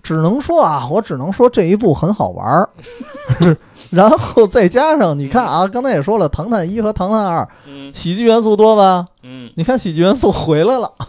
S2: 只能说啊，我只能说这一部很好玩 儿。然后再加上你看啊，刚才也说了，《唐探一》和《唐探二》
S1: 嗯
S2: 喜剧元素多吧？
S1: 嗯
S2: 你看喜剧元素回来了
S1: 嗯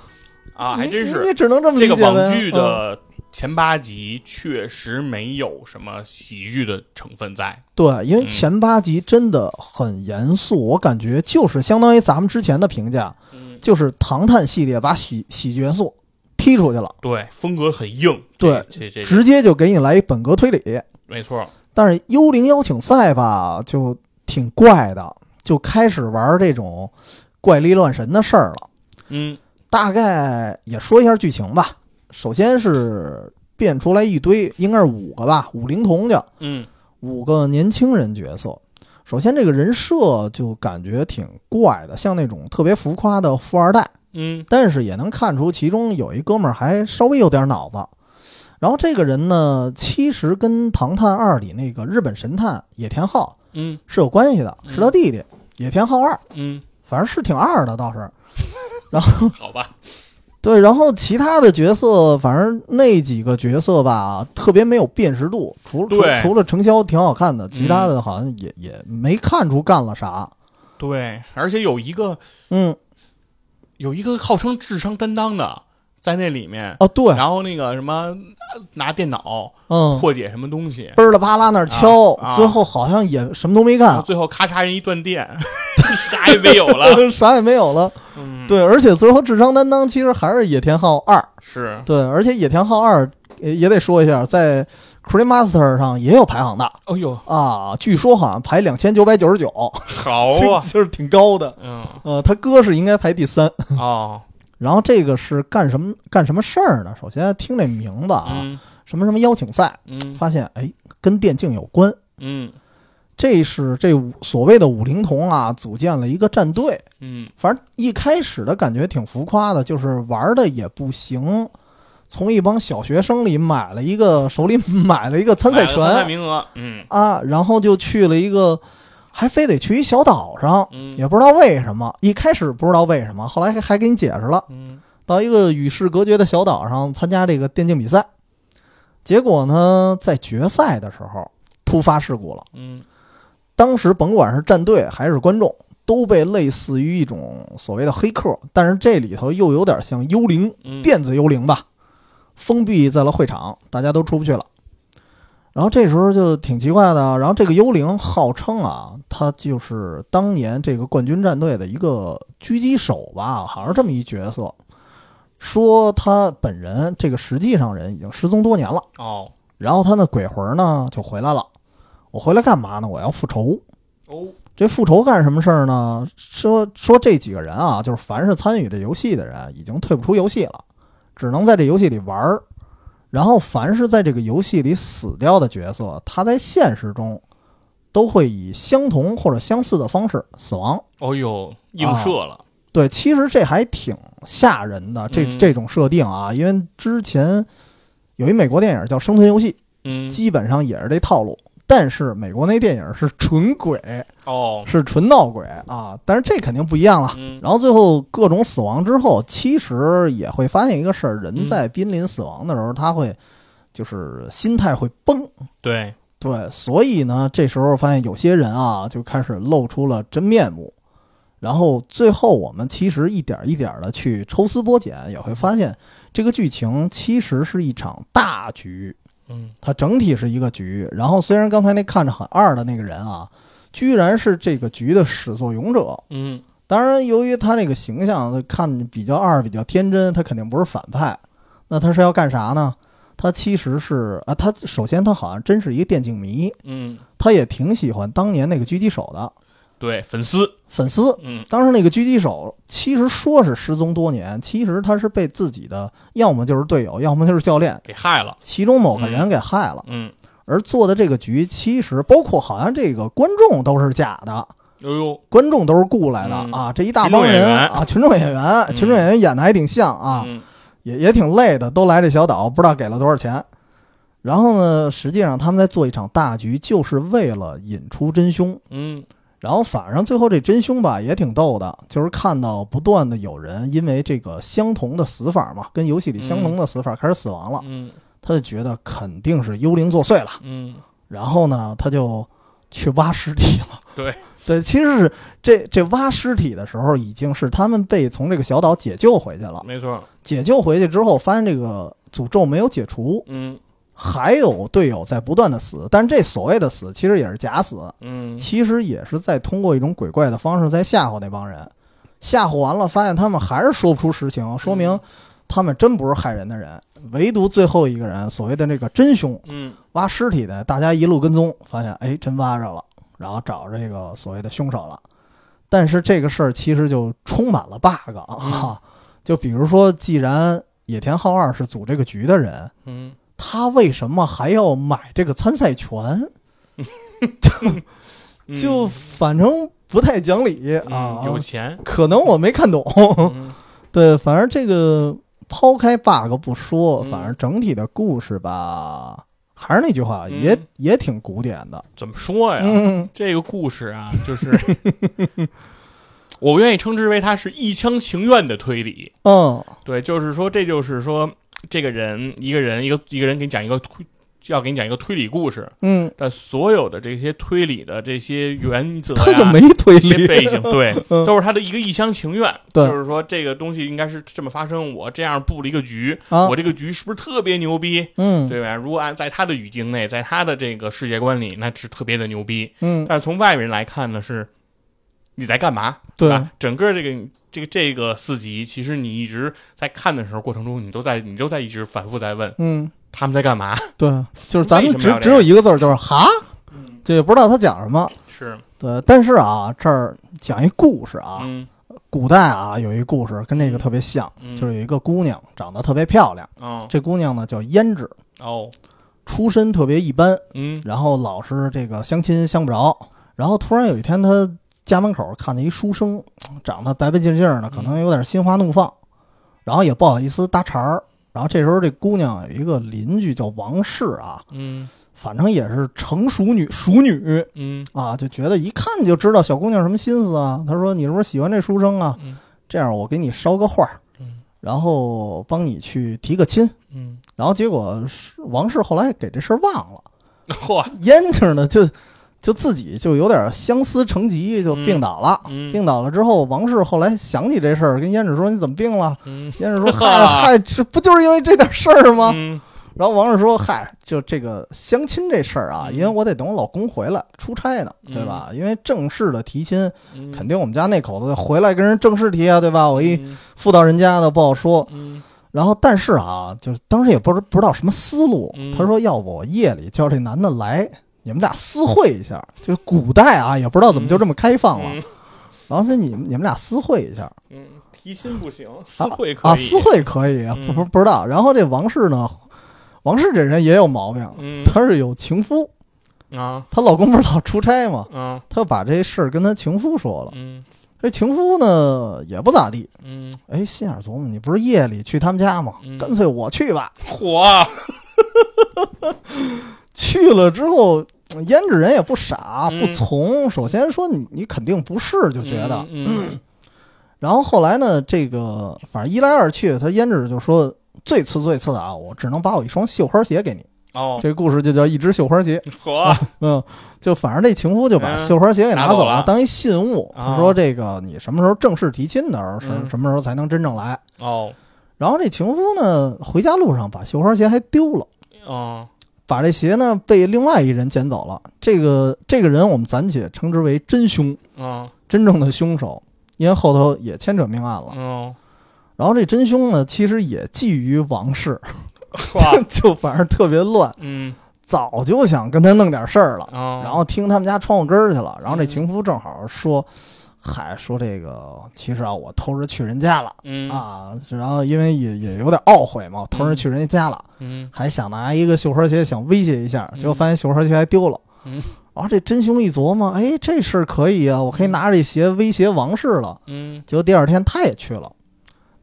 S1: 啊，还
S2: 你
S1: 真
S2: 你
S1: 是
S2: 你只能这么
S1: 这
S2: 理
S1: 个
S2: 解
S1: 网
S2: 呗
S1: 剧
S2: 嗯
S1: 的前八集确实没有什么喜剧的成分在，
S2: 对，因为
S1: 嗯
S2: 前八集真的很严肃，我感觉就是相当于咱们之前的评价，
S1: 嗯，
S2: 就是《唐探》系列把喜喜剧元素踢出去了，
S1: 对，风格很硬，
S2: 对
S1: 这这这
S2: 直接就给你来一本格推理。
S1: 没错，
S2: 但是《幽灵邀请赛》吧，就挺怪的，就开始玩这种怪力乱神的事儿了。
S1: 嗯
S2: 大概也说一下剧情吧。首先是变出来一堆，应该是五个吧，五灵童叫。
S1: 嗯
S2: 五个年轻人角色。首先，这个人设就感觉挺怪的，像那种特别浮夸的富二代，
S1: 嗯
S2: 但是也能看出其中有一哥们儿还稍微有点脑子。然后这个人呢，其实跟《唐探二》里那个日本神探野田昊
S1: 嗯
S2: 是有关系的，
S1: 嗯
S2: 是他弟弟野田昊二，
S1: 嗯，
S2: 反正是挺二的倒是。
S1: 好吧，
S2: 对，然后其他的角色，反正那几个角色吧，特别没有辨识度，除除
S1: 对嗯
S2: 除了程潇挺好看的，其他的好像也、也没看出干了啥。
S1: 对，而且有一个
S2: 嗯，
S1: 有一个号称智商担当的在那里面，
S2: 哦对，
S1: 然后那个什么拿电脑
S2: 嗯，
S1: 破解什么东西，
S2: 嘣儿了吧啦那儿敲，
S1: 啊啊
S2: 最后好像也什么都没
S1: 然后
S2: 干，
S1: 最后咔嚓人一断电， 啥也没有了。
S2: 啥也没有了。
S1: 嗯，
S2: 对，而且最后智商担当其实还是野田昊二。
S1: 是
S2: 对，而且野田昊二也也得说一下，在 c r e e Master 上也有排行的
S1: 哦呦，
S2: 啊，据说好像排两千九百九十九，
S1: 哦好
S2: 就
S1: 啊，
S2: 就是挺高的。
S1: 嗯，
S2: 呃，他哥是应该排第三。啊
S1: 哦，
S2: 然后这个是干什么干什么事儿呢？首先听这名字啊，
S1: 嗯
S2: 什么什么邀请赛，
S1: 嗯
S2: 发现哎跟电竞有关。
S1: 嗯
S2: 这是这五所谓的五灵童啊，组建了一个战队。
S1: 嗯
S2: 反正一开始的感觉挺浮夸的，就是玩的也不行。从一帮小学生里买了一个，手里买了一个参赛
S1: 买了参赛
S2: 权
S1: 名额，嗯
S2: 啊，然后就去了一个，还非得去一小岛上，
S1: 嗯
S2: 也不知道为什么。一开始不知道为什么，后来还还给你解释了。
S1: 嗯
S2: 到一个与世隔绝的小岛上参加这个电竞比赛。结果呢，在决赛的时候突发事故了。
S1: 嗯
S2: 当时甭管是战队还是观众，都被类似于一种所谓的黑客，但是这里头又有点像幽灵、
S1: 嗯，
S2: 电子幽灵吧，封闭在了会场，大家都出不去了。然后这时候就挺奇怪的，然后这个幽灵号称啊，他就是当年这个冠军战队的一个狙击手吧，好像是这么一角色。说他本人这个实际上人已经失踪多年了，
S1: 哦，
S2: 然后他的鬼魂呢就回来了，我回来干嘛呢？我要复仇。
S1: 哦，
S2: 这复仇干什么事儿呢？说说这几个人啊，就是凡是参与这游戏的人，已经退不出游戏了，只能在这游戏里玩儿。然后，凡是在这个游戏里死掉的角色，他在现实中都会以相同或者相似的方式死亡。
S1: 哦呦，映射了，
S2: 对，其实这还挺吓人的，这
S1: 嗯
S2: 这种设定啊，因为之前有一美国电影叫《生存游戏》，
S1: 嗯，
S2: 基本上也是这套路，但是美国那电影是纯鬼，
S1: 哦，
S2: 是纯闹鬼啊，但是这肯定不一样了。
S1: 嗯，
S2: 然后最后各种死亡之后，其实也会发现一个事儿：人在濒临死亡的时候，他会就是心态会崩。
S1: 对，
S2: 对，所以呢，这时候发现有些人啊，就开始露出了真面目。然后最后我们其实一点一点的去抽丝剥茧，也会发现这个剧情其实是一场大局。
S1: 嗯，
S2: 它整体是一个局。然后虽然刚才那看着很二的那个人啊，居然是这个局的始作俑者。
S1: 嗯，
S2: 当然，由于他这个形象他看着比较二、比较天真，他肯定不是反派。那他是要干啥呢？他其实是啊，他首先他好像真是一个电竞迷，
S1: 嗯，
S2: 他也挺喜欢当年那个狙击手的
S1: 对，粉丝，
S2: 粉丝。
S1: 嗯，
S2: 当时那个狙击手其实说是失踪多年，其实他是被自己的要么就是队友，要么就是教练，
S1: 给害了，
S2: 其中某个人给害了。
S1: 嗯，
S2: 而做的这个局，其实包括好像这个观众都是假的，
S1: 呦呦，
S2: 观众都是雇来的、
S1: 嗯
S2: 啊，这一大帮人
S1: 群众演员
S2: 啊，群众演员，群众演员演的还挺像啊，
S1: 嗯，
S2: 也也挺累的，都来这小岛，不知道给了多少钱。然后呢，实际上他们在做一场大局，就是为了引出真凶。
S1: 嗯，
S2: 然后反正最后这真凶吧也挺逗的，就是看到不断的有人因为这个相同的死法嘛，跟游戏里相同的死法开始死亡了，
S1: 嗯，
S2: 他就觉得肯定是幽灵作祟了。
S1: 嗯，
S2: 然后呢，他就去挖尸体了。
S1: 对
S2: 对，其实是这这挖尸体的时候，已经是他们被从这个小岛解救回去了。
S1: 没错，
S2: 解救回去之后，发现这个诅咒没有解除，
S1: 嗯，
S2: 还有队友在不断的死。但是这所谓的死，其实也是假死，
S1: 嗯，
S2: 其实也是在通过一种鬼怪的方式在吓唬那帮人。吓唬完了，发现他们还是说不出实情，说明
S1: 嗯
S2: 他们真不是害人的人。唯独最后一个人，所谓的那个真凶，
S1: 嗯，
S2: 挖尸体的，大家一路跟踪，发现哎，真挖着了，然后找这个所谓的凶手了。但是这个事儿其实就充满了 bug
S1: 嗯
S2: 啊， 就比如说，既然野田浩二是组这个局的人，
S1: 嗯，
S2: 他为什么还要买这个参赛权？
S1: 嗯
S2: 就反正不太讲理啊哦
S1: 嗯，有钱，
S2: 可能我没看懂。
S1: 嗯
S2: 对，反正这个抛开 bug 不说，
S1: 嗯
S2: 反正整体的故事吧，还是那句话，
S1: 嗯
S2: 也也挺古典的。
S1: 怎么说呀？
S2: 嗯，
S1: 这个故事啊，就是我愿意称之为它是一厢情愿的推理。
S2: 嗯
S1: 对，就是说，这就是说，这个人一个人一个一个人给你讲一个推，要给你讲一个推理故事，
S2: 嗯，
S1: 但所有的这些推理的这些原则呀、
S2: 他就没推
S1: 这些
S2: 理，
S1: 啊背景，对，
S2: 嗯
S1: 都是他的一个一厢情愿。
S2: 对
S1: 就是说这个东西应该是这么发生，我这样布了一个局，
S2: 啊
S1: 我，这个局是不是特别牛逼？
S2: 嗯
S1: 对吧？如果按在他的语境内，在他的这个世界观里，那是特别的牛逼。
S2: 嗯，
S1: 但是从外面来看呢，是你在干嘛？
S2: 对
S1: 吧？整个这个这个这个四集，其实你一直在看的时候，过程中你都在你都在一直反复在问
S2: 嗯
S1: 他们在干嘛。
S2: 对，就是咱们
S1: 为什么
S2: 只
S1: 要这样嗯
S2: 只有一个字儿，就是哈，这也不知道他讲什么。
S1: 是，
S2: 对，但是啊，这儿讲一故事啊，
S1: 嗯
S2: 古代啊有一故事跟这个特别像，
S1: 嗯
S2: 就是有一个姑娘长得特别漂亮，
S1: 哦
S2: 这姑娘呢叫胭脂，
S1: 哦，
S2: 出身特别一般，
S1: 嗯
S2: 然后老是这个相亲相不着，然后突然有一天，他家门口看见一书生，长得白白净净的，可能有点心花怒放，然后也不好意思搭茬儿。然后这时候这姑娘有一个邻居叫王氏啊，
S1: 嗯
S2: 反正也是成熟女熟女
S1: 嗯
S2: 啊，就觉得一看就知道小姑娘什么心思啊。她说：“你是不是喜欢这书生啊？
S1: 嗯
S2: 这样我给你捎个话儿
S1: 嗯，
S2: 然后帮你去提个亲。”
S1: 嗯，
S2: 然后结果是王氏后来给这事儿忘了。
S1: 嚯，
S2: 胭脂呢，就就自己就有点相思成疾，就病倒了。
S1: 嗯
S2: 病倒了之后，王氏后来想起这事儿，跟胭脂说：“你怎么病了
S1: 嗯？”
S2: 胭 脂说：“嗨嗨，这不就是因为这点事儿吗
S1: 嗯？”
S2: 然后王氏说：“嗨，就这个相亲这事儿啊，
S1: 嗯
S2: 因为我得等我老公回来出差呢，对吧？因为正式的提亲，
S1: 嗯
S2: 肯定我们家那口子回来跟人正式提啊，对吧？我一
S1: 嗯
S2: 妇道人家的不好说。
S1: 嗯
S2: 然后但是啊，就是当时也不知不知道什么思路
S1: 嗯，
S2: 他说：要不我夜里叫这男的来，你你们俩私会一下，就是古代啊，也不知道怎么就这么开放了。
S1: 嗯
S2: 然后说你们你们俩私会一下
S1: 嗯，提亲不行，私会可以嗯
S2: 啊，私，会可以，不不不知道。然后这王氏呢，王氏这人也有毛病，
S1: 嗯
S2: 她是有情夫，
S1: 啊
S2: 她老公不是老出差嘛，
S1: 啊
S2: 她把这事儿跟她情夫说了。
S1: 嗯
S2: 这情夫呢也不咋地，
S1: 嗯，
S2: 哎，心眼儿琢磨，你不是夜里去他们家吗？
S1: 嗯
S2: 干脆我去吧。
S1: 火
S2: 去了之后，呃胭脂人也不傻
S1: 嗯
S2: 不从，首先说你你肯定不是，就觉得。
S1: 嗯
S2: 然后后来呢，这个反正一来二去，他胭脂就说最次最次的啊，我只能把我一双绣花鞋给你。
S1: 哦
S2: 这个故事就叫一只绣花鞋。
S1: 火
S2: 嗯，就反正那情夫就把
S1: 嗯
S2: 绣花鞋给拿走
S1: 拿走了
S2: 当一信物。
S1: 啊
S2: 他说这个你什么时候正式提亲的时候，
S1: 嗯
S2: 什什么时候才能真正来？
S1: 哦
S2: 然后这情夫呢，回家路上把绣花鞋还丢了，
S1: 哦
S2: 把这鞋呢被另外一人捡走了。这个这个人我们暂且称之为真凶，
S1: 哦
S2: 真正的凶手，因为后头也牵扯命案了。
S1: 哦
S2: 然后这真凶呢，其实也觊觎王室，
S1: 火
S2: 就反正特别乱，
S1: 嗯
S2: 早就想跟他弄点事儿了。
S1: 哦，
S2: 然后听他们家窗户根儿去了，然后这
S1: 嗯
S2: 情夫正好说，嗨，说这个其实啊，我偷着去人家了。
S1: 嗯
S2: 啊，然后因为也也有点懊悔嘛，偷着去人家家了，
S1: 嗯
S2: 还想拿一个绣花鞋想威胁一下，
S1: 嗯
S2: 结果发现绣花鞋还丢了。
S1: 嗯
S2: 然后这真凶一琢磨，哎，这事儿可以啊，我可以拿着这鞋威胁王室了。
S1: 嗯
S2: 结果第二天他也去了，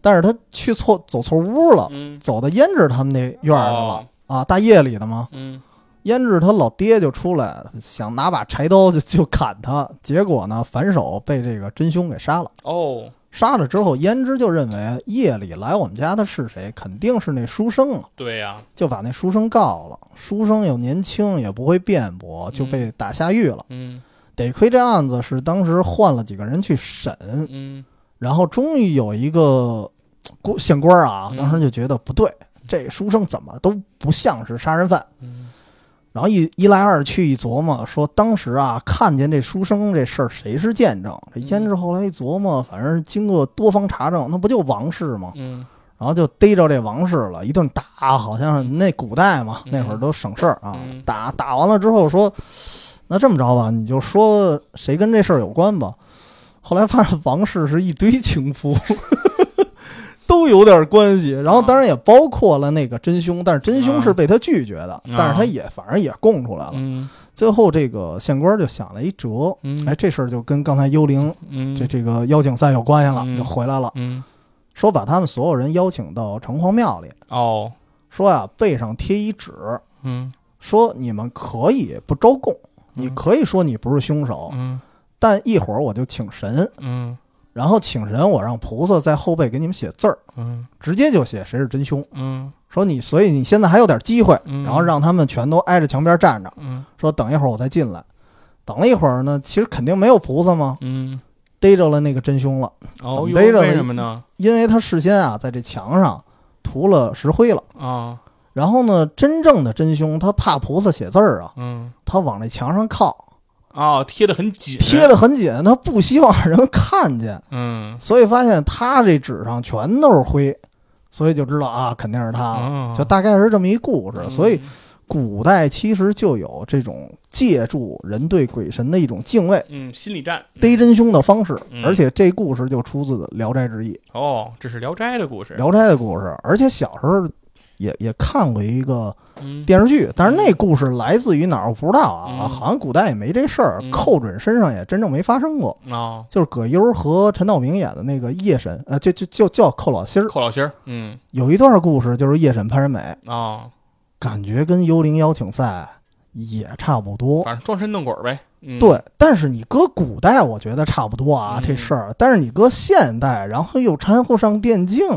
S2: 但是他去错走错屋了，
S1: 嗯
S2: 走到胭脂他们那院儿去了、
S1: 哦
S2: 啊，大夜里的嘛。
S1: 嗯
S2: 胭脂他老爹就出来想拿把柴刀就 就砍他，结果呢反手被这个真凶给杀了。
S1: 哦
S2: 杀了之后，胭脂就认为夜里来我们家的是谁，肯定是那书生啊，
S1: 对呀
S2: 就把那书生告了。书生又年轻，也不会辩驳，就被打下狱了。
S1: 嗯
S2: 得亏这案子是当时换了几个人去审，
S1: 嗯
S2: 然后终于有一个官县官啊，
S1: 嗯
S2: 当时就觉得不对，这书生怎么都不像是杀人犯。
S1: 嗯
S2: 然后一一来二去一琢磨，说当时啊看见这书生这事儿谁是见证？这胭脂后来一琢磨，反正经过多方查证，那不就王氏吗？
S1: 嗯
S2: 然后就逮着这王氏了，一顿打，好像是那古代嘛，
S1: 嗯
S2: 那会儿都省事儿啊
S1: 嗯。
S2: 打打完了之后说，那这么着吧，你就说谁跟这事儿有关吧。后来发现王氏是一堆情夫， 都有点关系，然后当然也包括了那个真凶，但是真凶是被他拒绝的，
S1: 嗯
S2: 但是他也反正也供出来了。
S1: 嗯
S2: 最后这个县官就想了一辙，
S1: 嗯
S2: 哎，这事儿就跟刚才幽灵
S1: 嗯
S2: 这这个邀请赛有关系了，
S1: 嗯
S2: 就回来了，
S1: 嗯
S2: 说把他们所有人邀请到城隍庙里。
S1: 哦
S2: 说呀、背上贴一纸，
S1: 嗯
S2: 说你们可以不招供，你可以说你不是凶手，
S1: 嗯
S2: 嗯但一会儿我就请神，
S1: 嗯
S2: 然后请神，我让菩萨在后背给你们写字儿，
S1: 嗯
S2: 直接就写谁是真凶。
S1: 嗯
S2: 说你，所以你现在还有点机会，
S1: 嗯
S2: 然后让他们全都挨着墙边站着，
S1: 嗯
S2: 说等一会儿我再进来。等了一会儿呢，其实肯定没有菩萨嘛，
S1: 嗯
S2: 逮着了那个真凶了，
S1: 哦
S2: 怎么逮着
S1: 为
S2: 了
S1: 什么呢
S2: 因为他事先啊在这墙上涂了石灰了。
S1: 啊
S2: 然后呢，真正的真凶他怕菩萨写字儿啊，
S1: 嗯
S2: 他往那墙上靠，
S1: 哦贴的很紧
S2: 贴得很紧，他不希望让人看见，
S1: 嗯
S2: 所以发现他这纸上全都是灰，所以就知道啊，肯定是他。
S1: 啊
S2: 就大概是这么一故事，
S1: 嗯
S2: 所以古代其实就有这种借助人对鬼神的一种敬畏、
S1: 嗯心理战
S2: 逮真凶的方式
S1: 嗯，
S2: 而且这故事就出自《聊斋志异》。
S1: 哦，这是《聊斋》的故事。
S2: 《聊斋》的故事，而且小时候也也看过一个
S1: 嗯，
S2: 电视剧，但是那故事来自于哪儿我不知道啊，
S1: 嗯
S2: 好像古代也没这事儿
S1: 嗯，
S2: 寇准身上也真正没发生过。
S1: 哦，
S2: 就是葛优和陈道明演的那个夜神，呃，就就就叫寇老心儿。
S1: 寇老心儿，嗯，
S2: 有一段故事就是夜神潘仁美，
S1: 哦，
S2: 感觉跟幽灵邀请赛也差不多。
S1: 反正装神弄鬼儿呗。嗯，
S2: 对，但是你搁古代，我觉得差不多啊
S1: 嗯
S2: 这事儿，但是你搁现代，然后又掺和上电竞，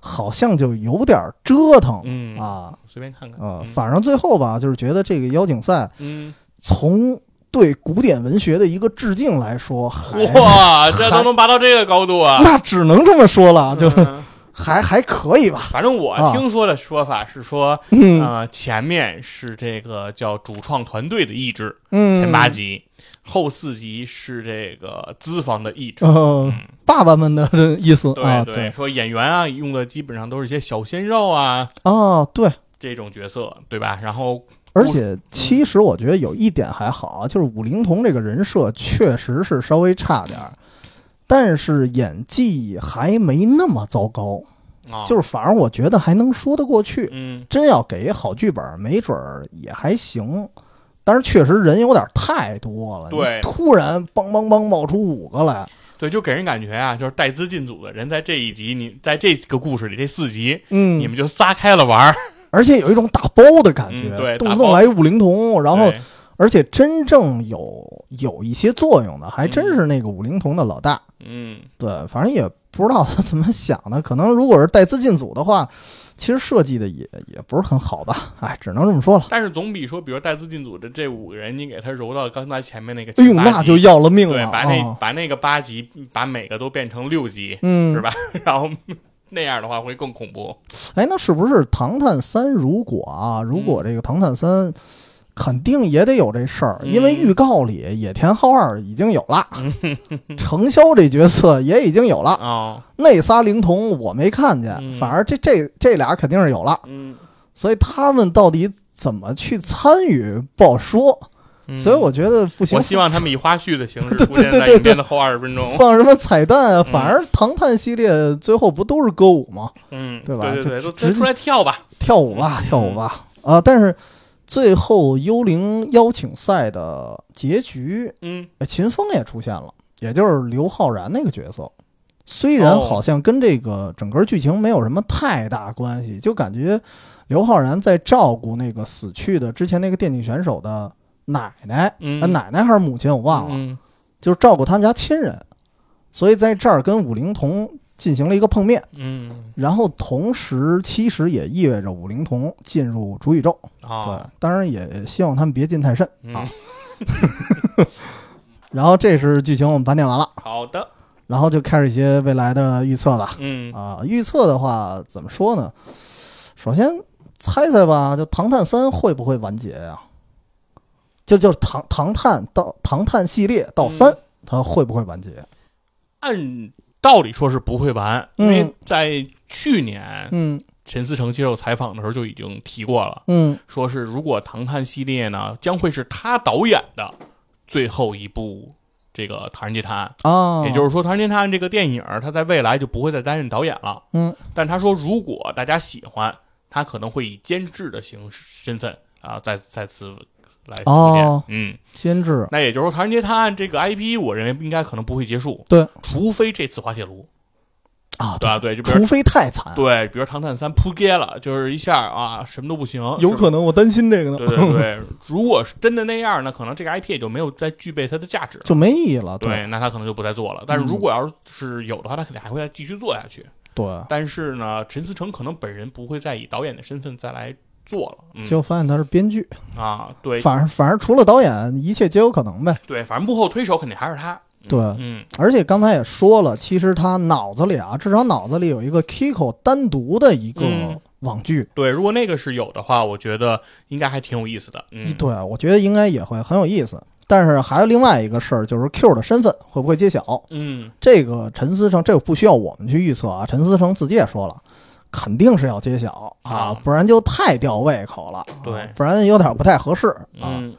S2: 好像就有点折腾
S1: 嗯，
S2: 啊。
S1: 随便看看。
S2: 呃，
S1: 嗯
S2: 反正最后吧，就是觉得这个邀请赛
S1: 嗯，
S2: 从对古典文学的一个致敬来说，还
S1: 哇，这
S2: 还
S1: 都能拔到这个高度啊！
S2: 那只能这么说了，就是
S1: 嗯
S2: 还还可以吧。
S1: 反正我
S2: 啊
S1: 听说的说法是说，
S2: 嗯
S1: 呃，前面是这个叫主创团队的意志，
S2: 嗯，
S1: 前八集，后四集是这个资方的意志。
S2: 呃，爸爸们的这意思啊，
S1: 对
S2: 对
S1: 说演员啊用的基本上都是一些小鲜肉啊
S2: 啊，对，
S1: 这种角色，对吧？然后
S2: 而且其实我觉得有一点还好，就是武灵童这个人设确实是稍微差点儿，但是演技还没那么糟糕，
S1: 啊，
S2: 就是是反而我觉得还能说得过去。
S1: 嗯
S2: 真要给好剧本，没准儿也还行。但是确实人有点太多了，
S1: 对
S2: 你突然梆梆梆冒出五个来，
S1: 对，就给人感觉啊，就是带资进组的人在这一集，你在这个故事里这四集，
S2: 嗯
S1: 你们就撒开了玩儿，
S2: 而且有一种打包的感觉，
S1: 嗯对
S2: 动
S1: 打
S2: 不
S1: 包
S2: 动来五灵童，然后
S1: 对
S2: 而且真正有有一些作用的，还真是那个五灵童的老大。
S1: 嗯
S2: 对，反正也不知道他怎么想的，可能如果是带资进组的话，其实设计的也也不是很好吧，哎，只能这么说了。
S1: 但是总比说，比如带资进组的这五个人，你给他揉到刚才前面那个
S2: 哎
S1: 前
S2: 呦，
S1: 八
S2: 那
S1: 集
S2: 就要了命
S1: 对
S2: 了，，
S1: 把那、
S2: 啊
S1: 把那个八集，把每个都变成六集，
S2: 嗯
S1: 是吧然后那样的话会更恐怖。
S2: 哎，那是不是《唐探三》如果啊，如果
S1: 嗯
S2: 这个《唐探三》肯定也得有这事儿，
S1: 嗯
S2: 因为预告里野田昊二已经有 了，程潇这角色也已经有了，
S1: 哦，
S2: 那仨灵童我没看见，
S1: 嗯
S2: 反而这这这俩肯定是有了，
S1: 嗯，
S2: 所以他们到底怎么去参与不好说，所以我觉得不行。
S1: 嗯我希望他们以花絮的形式
S2: 对
S1: 出现
S2: 对
S1: 在
S2: 对
S1: 影片
S2: 对
S1: 的后二十分钟。
S2: 放什么彩蛋啊？反而《唐探》系列最后不都是歌舞吗？
S1: 嗯，对
S2: 对吧
S1: 对
S2: 就
S1: 对，都
S2: 直
S1: 都出来跳吧。
S2: 跳舞吧，
S1: 嗯
S2: 跳舞吧啊！但是最后幽灵邀请赛的结局，
S1: 嗯，
S2: 呃秦风也出现了，也就是刘昊然那个角色。虽然
S1: 哦
S2: 好像跟这个整个剧情没有什么太大关系，就感觉刘昊然在照顾那个死去的之前那个电竞选手的奶奶，
S1: 嗯
S2: 呃奶奶还是母亲我忘了，
S1: 嗯
S2: 就是照顾他们家亲人，所以在这儿跟武灵童进行了一个碰面。
S1: 嗯，
S2: 然后同时，其实也意味着五灵童进入主宇宙。
S1: 哦，
S2: 对，当然也希望他们别进太深。
S1: 嗯，
S2: 然后这是剧情，我们盘点完了，
S1: 好的，
S2: 然后就开始一些未来的预测了。
S1: 嗯
S2: 啊，预测的话怎么说呢？首先猜猜吧，就《唐探三》会不会完结呀、就就是唐唐探到唐探系列到三、
S1: 嗯
S2: 它会不会完结？
S1: 按道理说是不会完，因为
S2: 嗯
S1: 在去年
S2: 嗯
S1: 陈思诚接受采访的时候就已经提过了，
S2: 嗯
S1: 说是如果《唐探》系列呢，将会是他导演的最后一部这个《唐人街探案》，
S2: 啊，
S1: 也就是说，《唐人街探案》这个电影儿他在未来就不会再担任导演了。
S2: 嗯
S1: 但他说，如果大家喜欢，他可能会以监制的形式身份啊，再再次来出现。
S2: 哦
S1: 嗯，
S2: 监制
S1: 那也就是说，《唐人街探案》这个 IP，我认为应该可能不会结束，
S2: 对
S1: 除非这次滑铁卢，
S2: 啊，
S1: 对吧？对，就比
S2: 除
S1: 如。
S2: 非太惨，
S1: 对，比如《唐探三》扑街了，就是一下啊，什么都不行，是
S2: 有
S1: 吧
S2: 可能我担心这个呢。
S1: 对对对，如果是真的那样呢，可能这个 IP 也就没有再具备它的价值了。
S2: 就没嗯意义了。
S1: 对，那他可能就不再做了。但是如果要是有的话，他肯定还会再继续做下去。
S2: 对，
S1: 但是呢，陈思诚可能本人不会再以导演的身份再来做了。嗯、
S2: 结果发现他是编剧，
S1: 啊，对
S2: 反而反而除了导演，一切皆有可能呗。
S1: 对，反正幕后推手肯定还是他。嗯
S2: 对
S1: 嗯
S2: 而且刚才也说了，其实他脑子里啊，至少脑子里有一个 Kiko 单独的一个
S1: 嗯
S2: 网剧，
S1: 对，如果那个是有的话，我觉得应该还挺有意思的。嗯，
S2: 对我觉得应该也会很有意思。但是还有另外一个事儿，就是 Q 的身份会不会揭晓？
S1: 嗯
S2: 这个陈思诚，这个不需要我们去预测啊。陈思诚自己也说了，肯定是要揭晓啊，
S1: 啊
S2: 不然就太吊胃口了，
S1: 对
S2: 啊不然有点不太合适啊。
S1: 嗯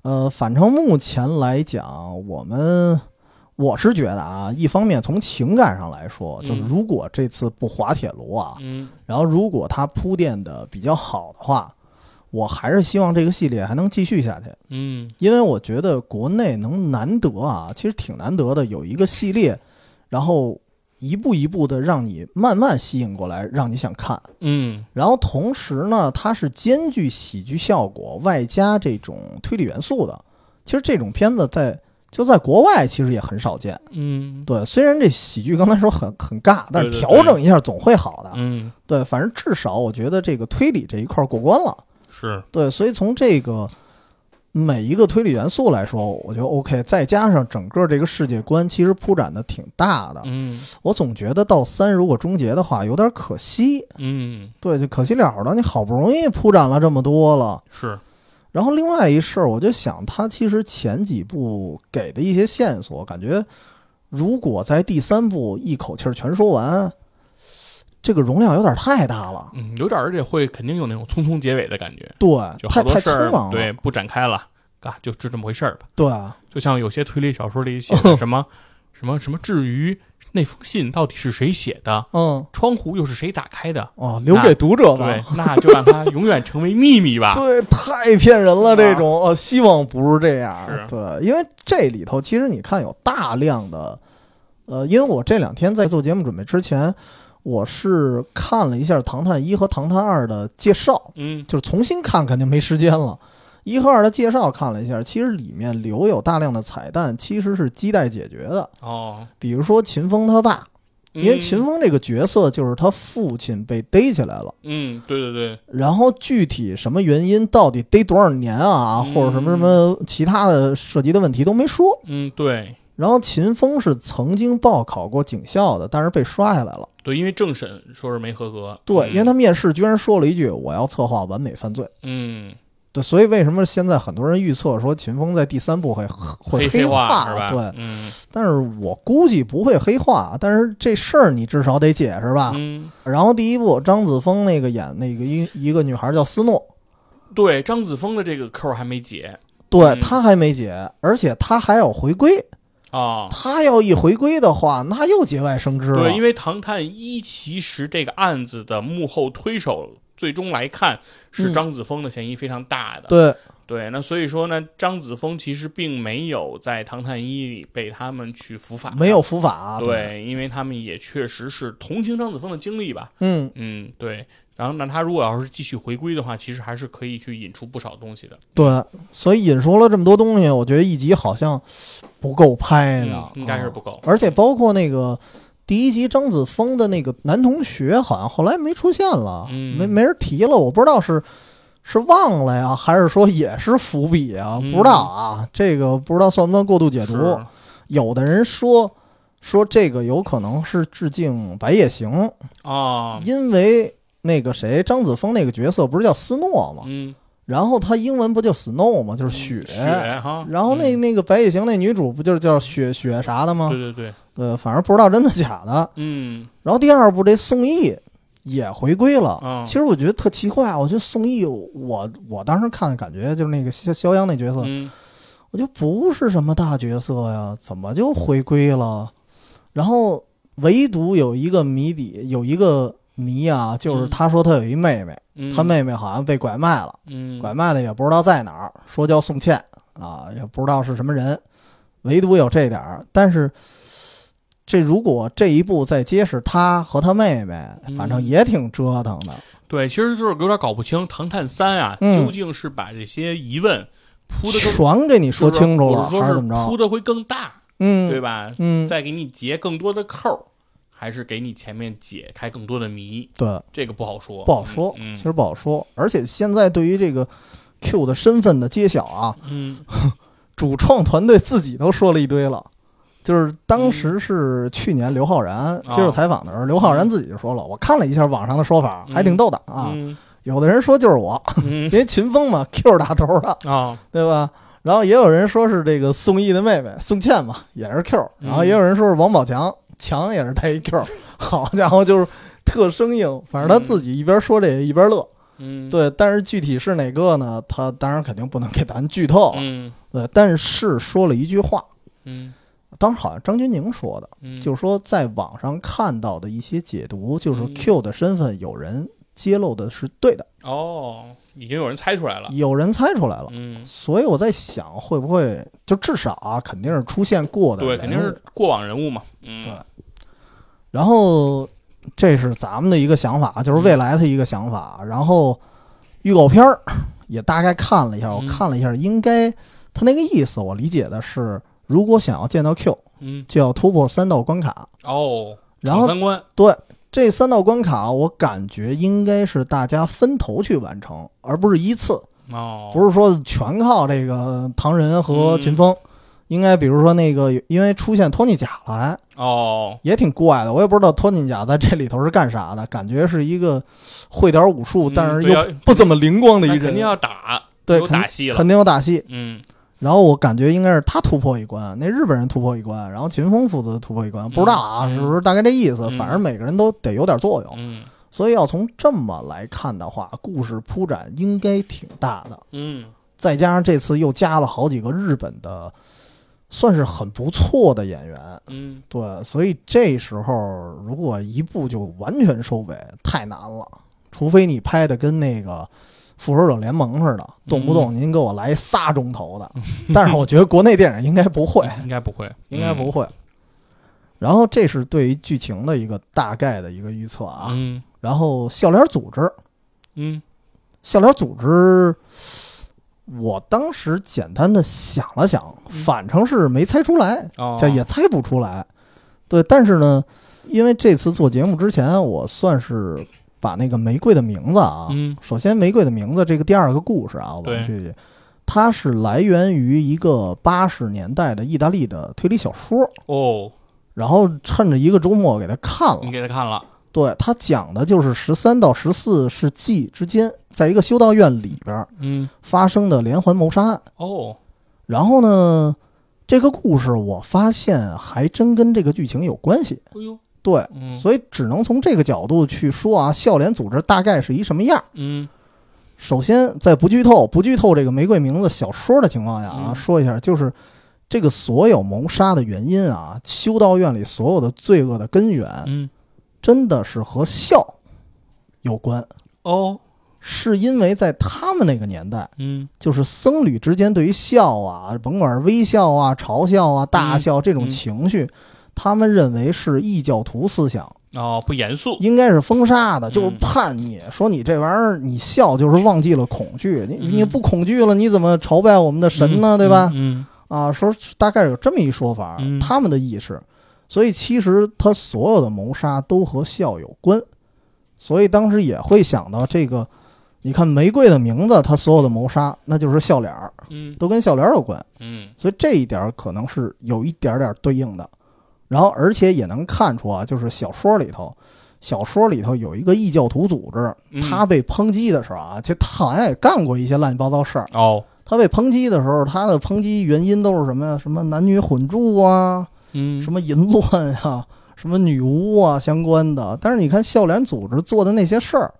S2: 呃，反正目前来讲，我们我是觉得啊，一方面从情感上来说，就
S1: 嗯
S2: 如果这次不滑铁卢啊，
S1: 嗯
S2: 然后如果它铺垫的比较好的话，我还是希望这个系列还能继续下去，
S1: 嗯
S2: 因为我觉得国内能难得啊，其实挺难得的，有一个系列，然后一步一步的让你慢慢吸引过来，让你想看。
S1: 嗯
S2: 然后同时呢，它是兼具喜剧效果外加这种推理元素的。其实这种片子在就在国外其实也很少见。
S1: 嗯
S2: 对，虽然这喜剧刚才说很很尬，但是
S1: 对对
S2: 调整一下总会好的。
S1: 嗯，
S2: 对，反正至少我觉得这个推理这一块过关了。
S1: 是
S2: 对，所以从这个每一个推理元素来说，我觉得 OK。再加上整个这个世界观其实铺展的挺大的，
S1: 嗯
S2: 我总觉得到三如果终结的话有点可惜。
S1: 嗯
S2: 对，就可惜了了。你好不容易铺展了这么多了，
S1: 是
S2: 然后另外一事儿，我就想，他其实前几部给的一些线索，感觉如果在第三部一口气儿全说完，这个容量有点太大了，
S1: 嗯，有点儿而且会肯定有那种匆匆结尾的感觉，就
S2: 对，
S1: 好
S2: 太
S1: 多
S2: 太
S1: 事
S2: 匆忙
S1: 儿
S2: 了，
S1: 对不展开了，啊，就就这么回事儿吧。
S2: 对啊
S1: 就像有些推理小说里写 的什么什么什么，至于那封信到底是谁写的，
S2: 嗯，
S1: 窗户又是谁打开的，
S2: 哦，留给读者吧
S1: 对。，那就让它永远成为秘密吧。
S2: 对，太骗人了！
S1: 啊
S2: 这种呃，希望不是这样。
S1: 是啊
S2: 对，因为这里头其实你看有大量的，呃，因为我这两天在做节目准备之前，我是看了一下《唐探一》和《唐探二》的介绍，
S1: 嗯
S2: 就是重新看肯定没时间了。一和二的介绍看了一下，其实里面留有大量的彩蛋，其实是亟待解决的。
S1: 哦，
S2: 比如说秦风他爸，
S1: 嗯
S2: 因为秦风这个角色就是他父亲被逮起来了。
S1: 嗯，对对对，
S2: 然后具体什么原因，到底逮多少年啊，
S1: 嗯
S2: 或者什么什么其他的涉及的问题都没说。
S1: 嗯对
S2: 然后秦风是曾经报考过警校的，但是被刷下来了。
S1: 对，因为政审说是没合格，嗯
S2: 对，因为他面试居然说了一句“我要策划完美犯罪
S1: 嗯”。
S2: 对，所以为什么现在很多人预测说秦风在第三部会会
S1: 黑
S2: 黑
S1: 化是吧？
S2: 对，
S1: 嗯
S2: 但是我估计不会黑化，但是这事儿你至少得解释吧。
S1: 嗯，
S2: 然后第一部张子枫那个演那个一一个女孩叫思诺，
S1: 对，张子枫的这个扣儿还没解
S2: 对
S1: 嗯
S2: 她还没解，而且她还要回归。
S1: 啊。
S2: 他要一回归的话，那又节外生枝了。
S1: 对，因
S2: 为
S1: 为《唐探一》其实这个案子的幕后推手，最终来看是
S2: 嗯
S1: 张子枫的嫌疑非常大的。
S2: 对
S1: 对，那所以说呢，张子枫其实并没有在《唐探一》里被他们去伏法，
S2: 没有。伏法。啊对，
S1: 对，因为他们也确实是同情张子枫的经历吧。
S2: 嗯，
S1: 嗯，对。然后，那他如果要是继续回归的话，其实还是可以去引出不少东西的。
S2: 对，所以引述了这么多东西，我觉得一集好像不够拍的，
S1: 嗯，应该是不
S2: 啊
S1: 够。
S2: 而且包括那个第一集张子枫的那个男同学，好像后来没出现了，
S1: 嗯
S2: 没没人提了，我不知道是。是忘了呀，还是说也是伏笔啊？
S1: 嗯
S2: 不知道啊，这个不知道算不算过度解读。
S1: 是
S2: 有的人说说这个有可能是致敬《白夜行》，
S1: 啊，
S2: 因为那个谁，张子枫那个角色不是叫斯诺吗？
S1: 嗯，
S2: 然后他英文不叫 snow 吗？就是雪。
S1: 雪哈。
S2: 然后那
S1: 嗯
S2: 那个《白夜行》那女主不就是叫雪雪啥的吗
S1: 对？对对，
S2: 对，反正不知道真的假的。
S1: 嗯
S2: 然后第二部这宋轶也回归了。
S1: 啊
S2: 其，实我觉得特奇怪，我觉得宋轶，我我当时看的感觉就是那个肖肖央那角色，
S1: 嗯
S2: 我觉得不是什么大角色呀，怎么就回归了？然后唯独有一个谜底，有一个谜啊，就是
S1: 嗯
S2: 他说他有一妹妹，
S1: 嗯，
S2: 他妹妹好像被拐卖了，
S1: 嗯
S2: 拐卖的也不知道在哪儿，说叫宋茜啊，也不知道是什么人，唯独有这点儿。但是这如果这一步再揭示他和他妹妹，反正
S1: 嗯
S2: 也挺折腾的。
S1: 对，其实就是有点搞不清《唐探三》啊，
S2: 嗯
S1: 究竟是把这些疑问铺的更
S2: 全给你说清楚了，
S1: 就是说
S2: 还是
S1: 是
S2: 怎么着
S1: 铺？的会更大，
S2: 嗯，
S1: 对？吧？
S2: 嗯，
S1: 再给你结更多的扣儿，还是给你前面解开更多的谜，
S2: 对。
S1: 这个不好说，
S2: 不好说，
S1: 嗯
S2: 其实不好说。而且现在对于这个 Q 的身份的揭晓啊，
S1: 嗯，
S2: 主创团队自己都说了一堆了。就是
S1: 嗯
S2: 当时是去年刘昊
S1: 啊
S2: 然接受采访的时候，刘昊然自己就说了，我看了一下网上的说法，
S1: 嗯
S2: 还挺逗的啊。
S1: 嗯
S2: 有的人说就是 我，
S1: 嗯
S2: 因为秦风嘛，Q 打头的，
S1: 啊，
S2: 对吧？然后也有人说是这个宋轶的妹妹宋茜嘛，也是 Q。
S1: 嗯
S2: 然后也有人说是王宝强，强也是带一 Q。好 家伙，就是特生硬，反正他自己一边说这个一边乐。
S1: 嗯，，
S2: 对，但是具体是哪个呢？他当然肯定不能给咱剧透了。
S1: 嗯
S2: 对，但是说了一句话，
S1: 嗯
S2: 当时好像张钧甯说的，
S1: 嗯，
S2: 就是说在网上看到的一些解读，就是说
S1: 嗯
S2: Q 的身份有人揭露的是对的，
S1: 哦，已经有人猜出来了，
S2: 有人猜出来了。
S1: 啊嗯，
S2: 所以我在想，会不会就至少啊，肯定是出现过的，
S1: 对，肯定是。过往人物嘛，嗯，
S2: 对然后这是咱们的一个想法，就是未来的一个想法。然后预告片儿也大概看了一下，我
S1: 嗯
S2: 看了一下，应该他那个意思，我理解的是，如果想要见到 Q，
S1: 嗯，
S2: 就要突破三道关卡。
S1: 哦，
S2: 然
S1: 闯
S2: 后
S1: 三关，
S2: 对这三道关卡，我感觉应该是大家分头去完成，而不是依次，
S1: 哦，
S2: 不是说全靠这个唐人
S1: 嗯
S2: 和秦风。应该比如说那个，因为出现托尼贾来
S1: 哦，
S2: 也挺怪的，我也不知道托尼贾在这里头是干啥的，感觉是一个会点武术，
S1: 嗯
S2: 但是
S1: 对
S2: 又
S1: 啊
S2: 不不怎么灵光的一
S1: 那
S2: 人，
S1: 肯定要打，
S2: 对
S1: 有打戏了，
S2: 肯定有打戏。
S1: 嗯
S2: 然然后我感觉应该是他突破一关，那日本人突破一关，然后秦风负责突破一关，不知道啊，
S1: 嗯
S2: 是不是大概这意思？
S1: 嗯
S2: 反正每个人都得有点作用，
S1: 嗯
S2: 所以要从这么来看的话，故事铺展应该挺大的。
S1: 嗯
S2: 再加上这次又加了好几个日本的，算是很不错的演员，
S1: 嗯，
S2: 对，所以这时候如果一部就完全收尾，太难了，除非你拍的跟那个。复仇者联盟似的，动不动您给我来仨钟头的，但是我觉得国内电影应该不会，
S1: 嗯应该不会，
S2: 应该
S1: 嗯
S2: 不会。然后这是对于剧情的一个大概的一个预测啊。
S1: 嗯
S2: 然后笑脸组织，
S1: 嗯
S2: 笑脸组织，我当时简单的想了想，反正是没猜出来，
S1: 哦，
S2: 这也猜不出来。对，但是呢，因为这次做节目之前，我算是把那个玫瑰的名字啊，
S1: 嗯
S2: 首先玫瑰的名字这个第二个故事啊，我
S1: 对
S2: 们去，它是来源于一个八十年代的意大利的推理小说，
S1: 哦，
S2: 然后趁着一个周末给它看了
S1: 你。给他看了，
S2: 对，它讲的就是十三到十四世纪之间，在一个修道院里边儿
S1: 嗯
S2: 发生的连环谋杀案。
S1: 哦，
S2: 然后呢，这个故事我发现还真跟这个剧情有关系。
S1: 哎呦，
S2: 对，
S1: 嗯
S2: 所以只能从这个角度去说啊，笑脸组织大概是一什么样儿。
S1: 嗯
S2: 首先，在不剧透、不剧透这个玫瑰名字小说的情况下啊，
S1: 嗯
S2: 说一下，就是这个所有谋杀的原因啊，修道院里所有的罪恶的根源，
S1: 嗯
S2: 真的是和笑有关，
S1: 哦，
S2: 是因为在他们那个年代，
S1: 嗯
S2: 就是僧侣之间对于笑啊，甭管是微笑啊、嘲笑啊、
S1: 嗯
S2: 大笑这种情绪，他们认为是异教徒思想，
S1: 哦，不严肃，
S2: 应该是封杀的，就是
S1: 嗯
S2: 叛逆。说你这玩意儿，你笑就是忘记了恐惧，你
S1: 嗯
S2: 你不恐惧了，你怎么朝拜我们的神呢？
S1: 嗯
S2: 对吧？
S1: 嗯
S2: 啊，说大概有这么一说法，
S1: 嗯
S2: 他们的意识。所以其实他所有的谋杀都和笑有关，所以当时也会想到这个。你看玫瑰的名字，他所有的谋杀那就是笑脸儿，
S1: 嗯
S2: 都跟笑脸儿有关。
S1: 嗯
S2: 所以这一点儿可能是有一点点儿对应的。然后，而且也能看出啊，就是小说里头，小说里头有一个异教徒组织，
S1: 嗯
S2: 他被抨击的时候啊，其实他好像也干过一些乱七八糟事儿。
S1: 哦，
S2: 他被抨击的时候，他的抨击原因都是什么呀？什么男女混住啊，
S1: 嗯
S2: 什么淫乱呀、什么女巫啊相关的。但是你看笑脸组织做的那些事儿，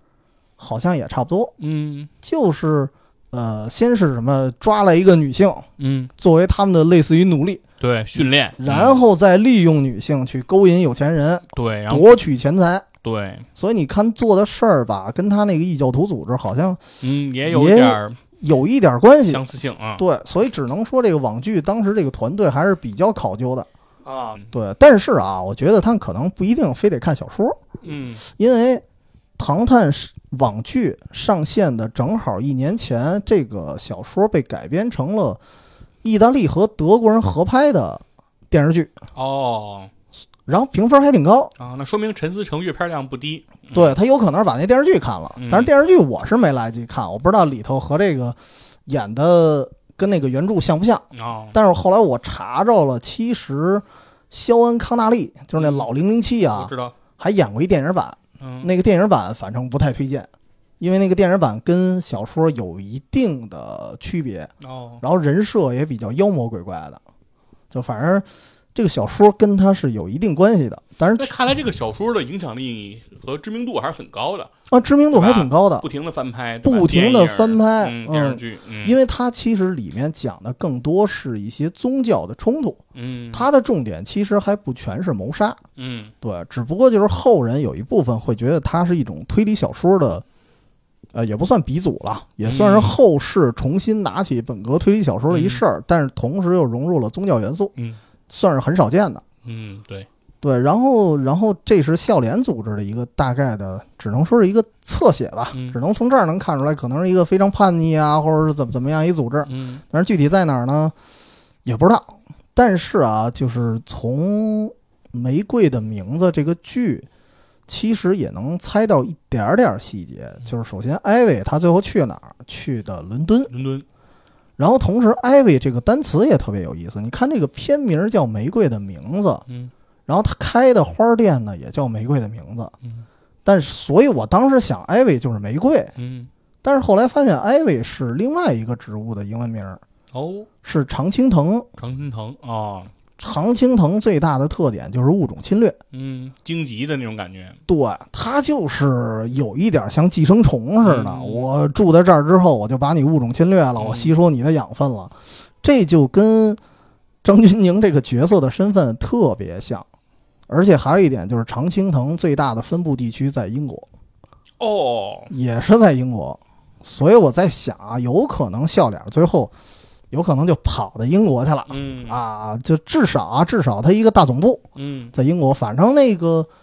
S2: 好像也差不多，
S1: 嗯
S2: 就是呃，先是什么抓了一个女性
S1: 嗯，
S2: 作为他们的类似于奴隶。
S1: 对，训练，
S2: 然
S1: 嗯
S2: 后再利用女性去勾引有钱人，
S1: 对，然后
S2: 夺取钱财。
S1: 对，
S2: 所以你看做的事儿吧，跟他那个异教徒组织好像
S1: 嗯，也有
S2: 也
S1: 点儿
S2: 有一点关系。
S1: 相似性啊，
S2: 对，所以只能说这个网剧当时这个团队还是比较考究的。
S1: 啊，
S2: 对，但是啊，我觉得他们可能不一定非得看小说，
S1: 嗯
S2: 因为《唐探》是网剧上线的正好一年前，这个小说被改编成了意大利和德国人合拍的电视剧，
S1: 哦
S2: 然后评分还挺高。
S1: 啊，那说明陈思诚阅片量不低，嗯
S2: 对他有可能是把那电视剧看了
S1: 嗯，
S2: 但是电视剧我是没来得及看，我不知道里头和这个演的跟那个原著像不像。
S1: 哦，
S2: 但是后来我查着了，其实肖恩·康纳利就是那老零零七
S1: 我
S2: 啊，
S1: 知道，
S2: 还演过一电影版，
S1: 嗯，
S2: 那个电影版反正不太推荐，因为那个电影版跟小说有一定的区别，
S1: 哦，
S2: 然后人设也比较妖魔鬼怪的，就反正这个小说跟它是有一定关系的，但
S1: 那
S2: 是
S1: 看来这个小说的影响力和知名度还是很高的，
S2: 啊知名度还挺高的。
S1: 不停的翻拍，对吧
S2: 不停的翻拍
S1: 电影嗯，
S2: 嗯
S1: 电视剧，嗯，
S2: 因
S1: 为
S2: 为它其实里面讲的更多是一些宗教的冲突，
S1: 嗯，
S2: 它的重点其实还不全是谋杀，
S1: 嗯
S2: 对，只不过就是后人有一部分会觉得它是一种推理小说的，呃，也不算鼻祖了，也算是
S1: 嗯
S2: 后世重新拿起本格推理小说的一事儿，但是同时又融入了宗教元素，
S1: 嗯
S2: 算是很少见的。
S1: 嗯，对，
S2: 对，然后，然后这是笑脸组织的一个大概的，只能说是一个侧写吧，
S1: 嗯
S2: 只能从这儿能看出来，可能是一个非常叛逆啊，或者是怎么怎么样一组织。
S1: 嗯
S2: 但是具体在哪儿呢，也不知道。但是啊，就是从《玫瑰的名字》这个剧，其实也能猜到一点儿点儿细节。就是首先，艾薇她最后去哪儿？去的伦敦。
S1: 伦敦，
S2: 然后同时，艾薇这个单词也特别有意思。你看这个片名儿叫《玫瑰的名字》，
S1: 嗯
S2: 然后他开的花店呢也叫《玫瑰的名字》。
S1: 嗯
S2: 但是，所以我当时想，艾薇就是玫瑰，
S1: 嗯，
S2: 但是后来发现，艾薇是另外一个植物的英文名儿。
S1: 哦，
S2: 是常青藤。
S1: 常春藤啊，
S2: 常青藤最大的特点就是物种侵略，
S1: 嗯，荆棘的那种感觉，
S2: 对，它就是有一点像寄生虫似的。
S1: 嗯
S2: 我住在这儿之后，我就把你物种侵略了，
S1: 嗯
S2: 我吸收你的养分了，这就跟张钧甯这个角色的身份特别像。而且还有一点就是，常青藤最大的分布地区在英国，
S1: 哦，
S2: 也是在英国，所以我在想啊，有可能笑脸最后有可能就跑到英国去了
S1: 嗯，
S2: 啊，就至少啊，至少他一个大总部
S1: 嗯，
S2: 在英国，反正那个《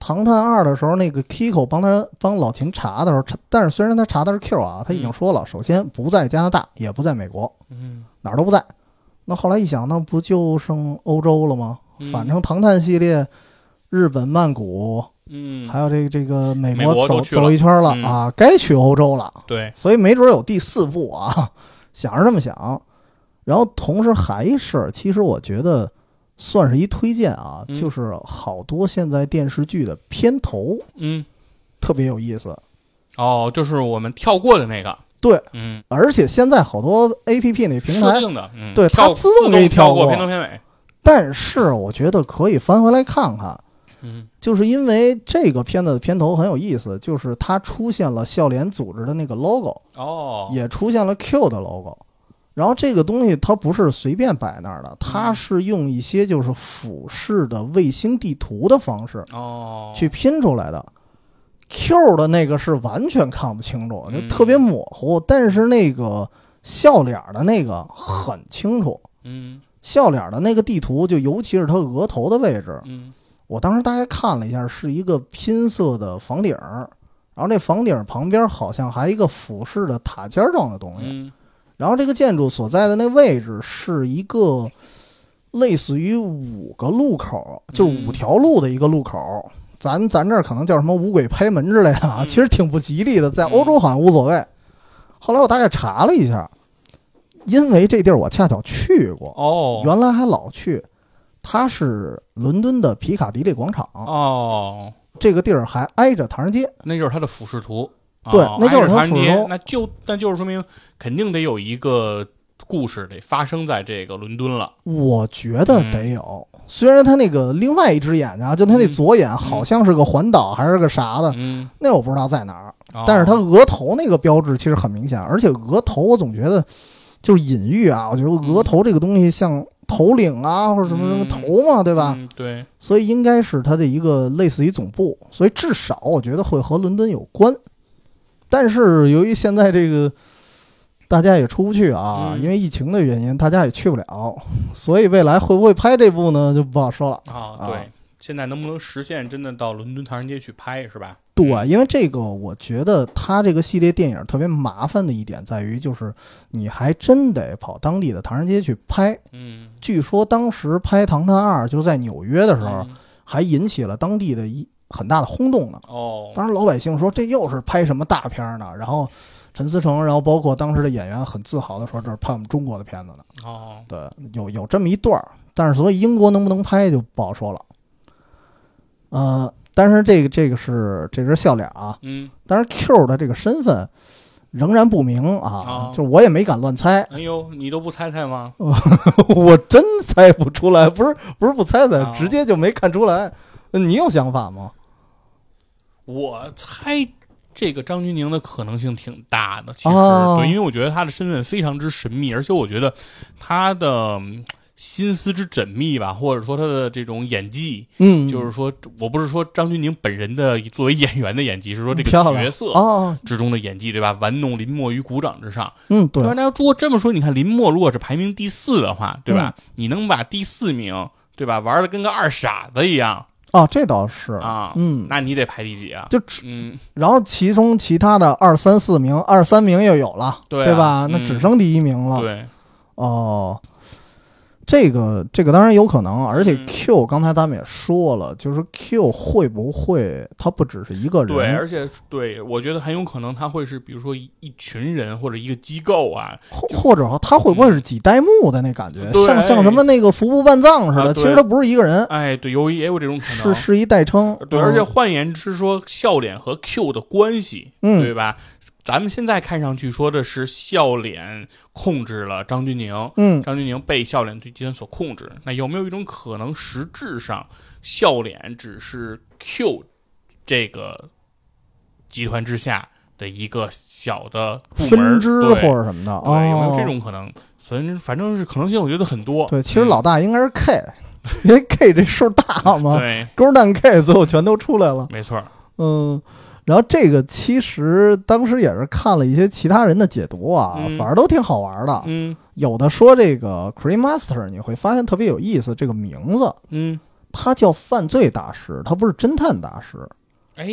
S2: 唐探二》的时候，那个 Kiko 帮他帮老秦查的时候，查但是虽然他查的是 Q 啊，他已经说了，首先不在加拿大，也不在美国，
S1: 嗯，
S2: 哪儿都不在。那后来一想，那不就剩欧洲了吗？
S1: 嗯
S2: 反正《唐探》系列，日本曼谷，
S1: 嗯，
S2: 还有这个这个美
S1: 美国
S2: 走
S1: 都去了
S2: 走一圈了、
S1: 嗯
S2: 啊，该去欧洲了，
S1: 对，
S2: 所以没准有第四部啊， 想是这么想。然后同时还一事儿，其实我觉得算是一推荐啊，
S1: 嗯
S2: 就是好多现在电视剧的片头
S1: 嗯，
S2: 特别有意思，
S1: 哦，就是我们跳过的那个，
S2: 对，
S1: 嗯，
S2: 而且现在好多 A P P 那平
S1: 设
S2: 台，
S1: 定的，嗯，
S2: 对
S1: 跳
S2: 它自
S1: 自
S2: 动给你跳
S1: 跳
S2: 过
S1: 片头片尾，
S2: 但是我觉得可以翻回来看看，
S1: 嗯，
S2: 就是因为这个片子的片头很有意思，就是它出现了笑脸组织的那个 logo，
S1: 哦，
S2: 也出现了 Q 的 logo。然后这个东西它不是随便摆那儿的，
S1: 嗯
S2: 它是用一些就是俯视的卫星地图的方式
S1: 哦，
S2: 去拼出来的。Q 的那个是完全看不清楚，就
S1: 嗯
S2: 特别模糊，但是那个笑脸儿的那个很清楚。
S1: 嗯
S2: 笑脸儿的那个地图，就尤其是他额头的位置，
S1: 嗯
S2: 我当时大概看了一下，是一个拼色的房顶儿，然后这房顶儿旁边好像还有一个俯视的塔尖儿状的东西。
S1: 嗯，
S2: 然后这个建筑所在的那位置是一个类似于五个路口，就是
S1: 嗯
S2: 五条路的一个路口。咱咱这儿可能叫什么五鬼拍门之类的啊，
S1: 嗯
S2: 其实挺不吉利的，在欧洲好像无所谓。后来我大概查了一下，因为这地儿我恰巧去过，
S1: 哦，
S2: 原来还老去。它是伦敦的皮卡迪利广场，
S1: 哦，
S2: 这个地儿还挨着唐人街。
S1: 那就是它的俯视图，
S2: 对
S1: 哦
S2: 那就
S1: 挨着
S2: 是它
S1: 唐
S2: 俯
S1: 人
S2: 视
S1: 街
S2: 图
S1: 那就那就是说明肯定得有一个故事得发生在这个伦敦了，
S2: 我觉得得
S1: 嗯
S2: 有，虽然他那个另外一只眼睛啊，就他那左眼好像是个环岛还是个啥的，
S1: 嗯，
S2: 那我不知道在哪儿，
S1: 哦
S2: 但是他额头那个标志其实很明显，而且额头我总觉得就是隐喻啊，我觉得额头这个东西像头领啊或者什么什么
S1: 嗯
S2: 头嘛，对吧？
S1: 嗯对，
S2: 所以应该是它的一个类似于总部，所以至少我觉得会和伦敦有关。但是由于现在这个大家也出不去啊，
S1: 嗯
S2: 因为疫情的原因，大家也去不了，所以未来会不会拍这部呢，就不好说了。
S1: 啊
S2: 啊，
S1: 对，现在能不能实现真的到伦敦唐人街去拍是吧？
S2: 对，因为这个，我觉得它这个系列电影特别麻烦的一点在于，就是你还真得跑当地的唐人街去拍。
S1: 嗯，
S2: 据说当时拍《唐探二》就在纽约的时候，
S1: 嗯
S2: 还引起了当地的一很大的轰动呢。
S1: 哦，
S2: 当时老百姓说这又是拍什么大片儿呢？然后陈思诚，然后包括当时的演员很自豪的说这是拍我们中国的片子呢。
S1: 哦，
S2: 对，有有这么一段儿，但是所以英国能不能拍就不好说了。呃，但是这个这个是这是笑脸啊，
S1: 嗯，
S2: 但是 Q 的这个身份仍然不明啊，
S1: 哦
S2: 就是我也没敢乱猜，
S1: 哎呦，你都不猜猜吗？
S2: 我真猜不出来，不是不是不猜的，
S1: 哦
S2: 直接就没看出来。呃你有想法吗？
S1: 我猜这个张钧甯的可能性挺大的，其实、
S2: 哦
S1: 对，因为我觉得他的身份非常之神秘，而且我觉得他的嗯心思之缜密吧，或者说他的这种演技，
S2: 嗯
S1: 就是说我不是说张钧甯本人的作为演员的演技，是说这个
S2: 嗯漂亮
S1: 角色
S2: 哦，
S1: 之中的演技，对吧？玩弄林默于股掌之上。
S2: 嗯，对，
S1: 那如果这么说，你看林默如果是排名第四的话，对吧？
S2: 嗯
S1: 你能把第四名，对吧，玩的跟个二傻子一样
S2: 哦，这倒是，
S1: 啊？
S2: 嗯，
S1: 那你得排第几啊？
S2: 就只
S1: 嗯，
S2: 然后其中其他的二三四名，二三名又有了，
S1: 对啊
S2: 吧？那
S1: 嗯
S2: 只剩第一名了。
S1: 对，
S2: 哦，这个这个当然有可能，啊而且
S1: 嗯
S2: Q 刚才咱们也说了，就是 Q 会不会他不只是一个人？
S1: 对，而且对我觉得很有可能他会是，比如说一一群人或者一个机构啊，
S2: 或或者他会不会是几代目的那感觉，
S1: 嗯对
S2: 像像什么那个服部半藏似的？
S1: 啊对
S2: 其实他不是一个人，
S1: 哎，对，有也有这种可
S2: 是
S1: 能。
S2: 是一代称。
S1: 对，
S2: 嗯
S1: 而且换言之说，笑脸和 Q 的关系，
S2: 嗯
S1: 对吧？咱们现在看上去说的是笑脸控制了张钧甯，
S2: 嗯，
S1: 张钧甯被笑脸集团所控制。那有没有一种可能，实质上笑脸只是 Q 这个集团之下的一个小的部门
S2: 分
S1: 儿
S2: 支
S1: 对
S2: 或者什么的，
S1: 对，有没有这
S2: 哦？
S1: 种可能？反正反正是可能性，我觉得很多。
S2: 对，其实
S1: 嗯
S2: 老大应该是 K，因为 K 这事儿大嘛，
S1: 对，
S2: 勾蛋 K 最后全都出来了。
S1: 没错儿，
S2: 嗯，然后这个其实当时也是看了一些其他人的解读啊，
S1: 嗯
S2: 反正都挺好玩的。
S1: 嗯
S2: 有的说这个 Cream Master，你会发现特别有意思，这个名字
S1: 嗯，
S2: 他叫犯罪大师，他不是侦探大师，
S1: 哎，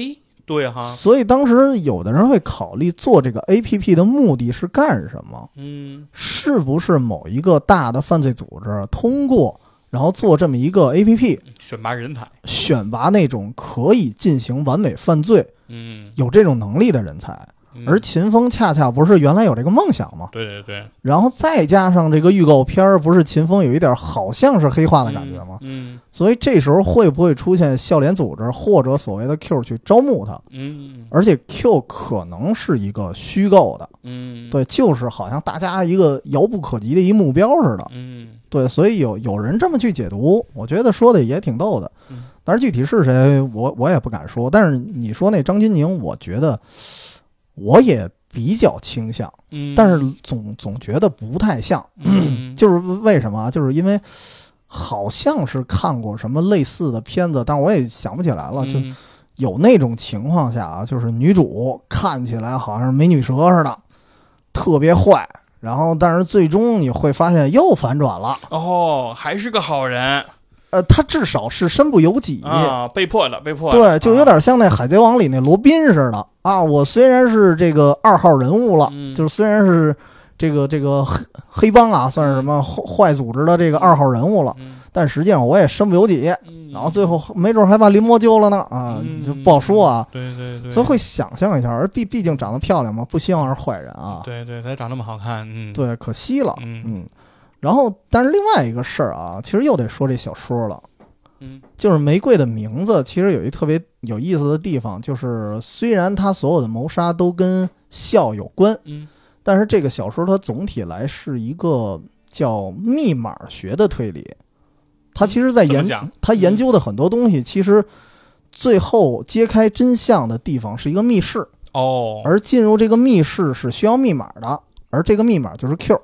S1: 对哈，
S2: 所以当时有的人会考虑做这个 APP 的目的是干什么？
S1: 嗯
S2: 是不是某一个大的犯罪组织通过然后做这么一个 APP
S1: 选拔人才，
S2: 选拔那种可以进行完美犯罪、
S1: 嗯，
S2: 有这种能力的人才？
S1: 嗯
S2: 而秦风恰恰不是原来有这个梦想嘛，
S1: 对对对，
S2: 然后再加上这个预告片儿，不是秦风有一点好像是黑化的感觉吗？
S1: 嗯
S2: 所以这时候会不会出现笑脸组织或者所谓的 Q 去招募他？
S1: 嗯
S2: 而且 Q 可能是一个虚构的，
S1: 嗯，
S2: 对，就是好像大家一个遥不可及的一目标似的，
S1: 嗯，
S2: 对，所以有有人这么去解读，我觉得说的也挺逗的
S1: 嗯。
S2: 但是具体是谁，我我也不敢说。但是你说那张钧甯，我觉得我也比较倾向。
S1: 嗯
S2: 但是总总觉得不太像，
S1: 嗯
S2: 就是为什么啊？就是因为好像是看过什么类似的片子，但我也想不起来了。就
S1: 嗯
S2: 有那种情况下啊，就是女主看起来好像是美女蛇似的，特别坏，然后但是最终你会发现又反转了。
S1: 哦，还是个好人
S2: 呃，她至少是身不由己。
S1: 啊，被迫的，被迫的，
S2: 对，就有
S1: 啊
S2: 点像那《海贼王》里那罗宾似的啊！我虽然是这个二号人物了，
S1: 嗯
S2: 就是虽然是这个这个黑黑帮啊，算是什么坏坏组织的这个二号人物了，
S1: 嗯
S2: 但实际上我也身不由己。
S1: 嗯
S2: 然后最后没准还把林魔救了呢啊，
S1: 嗯
S2: 就不好说啊。
S1: 对对对，
S2: 所以会想象一下，而毕毕竟长得漂亮嘛，不希望是坏人啊。
S1: 对对，他长那么好看，嗯，，
S2: 对，可惜了，
S1: 嗯
S2: 嗯。然后，但是另外一个事儿啊，其实又得说这小说了。
S1: 嗯
S2: 就是玫瑰的名字，其实有一特别有意思的地方，就是虽然它所有的谋杀都跟笑有关，
S1: 嗯
S2: 但是这个小说它总体来是一个叫密码学的推理。它其实在
S1: 怎嗯么
S2: 研
S1: 讲嗯
S2: 它研究的很多东西，其实最后揭开真相的地方是一个密室，
S1: 哦，
S2: 而进入这个密室是需要密码的，而这个密码就是 Q，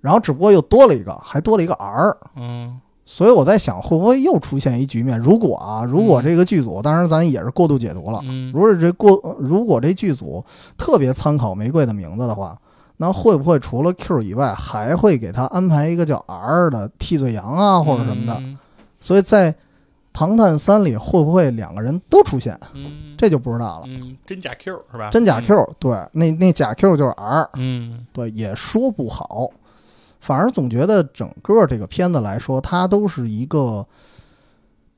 S2: 然后只不过又多了一个，还多了一个 R。
S1: 嗯
S2: 所以我在想，会不会又出现一局面？如果啊，如果这个剧组，当然咱也是过度解读了。
S1: 嗯
S2: 如果这过，呃如果这剧组特别参考玫瑰的名字的话，那会不会除了 Q 以外，还会给他安排一个叫 R 的替罪羊啊，或者什么的？
S1: 嗯
S2: 所以在《唐探三》里，会不会两个人都出现？
S1: 嗯，
S2: 这就不知道了。
S1: 嗯真假 Q 是吧？
S2: 真假 Q，对，那那假 Q 就是 R，
S1: 嗯
S2: 对，也说不好。反而总觉得整个这个片子来说，它都是一个，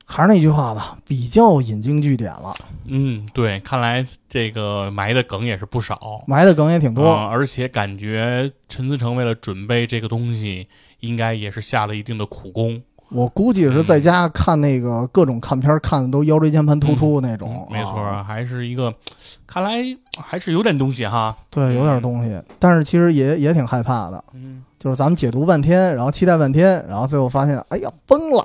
S2: 还是那句话吧，比较引经据典了，
S1: 嗯，对，看来这个埋的梗也是不少，
S2: 埋的梗也挺多。
S1: 啊而且感觉陈思诚为了准备这个东西，应该也是下了一定的苦功。
S2: 我估计是
S1: 嗯
S2: 在家看那个各种看片儿，看的都腰椎间盘突出那种
S1: 嗯。没错
S2: 啊
S1: 儿，还是一个，看来还是有点东西哈。
S2: 对，有点东西，但是其实也也挺害怕的。
S1: 嗯，
S2: 就是咱们解读半天，然后期待半天，然后最后发现，哎呀，崩了，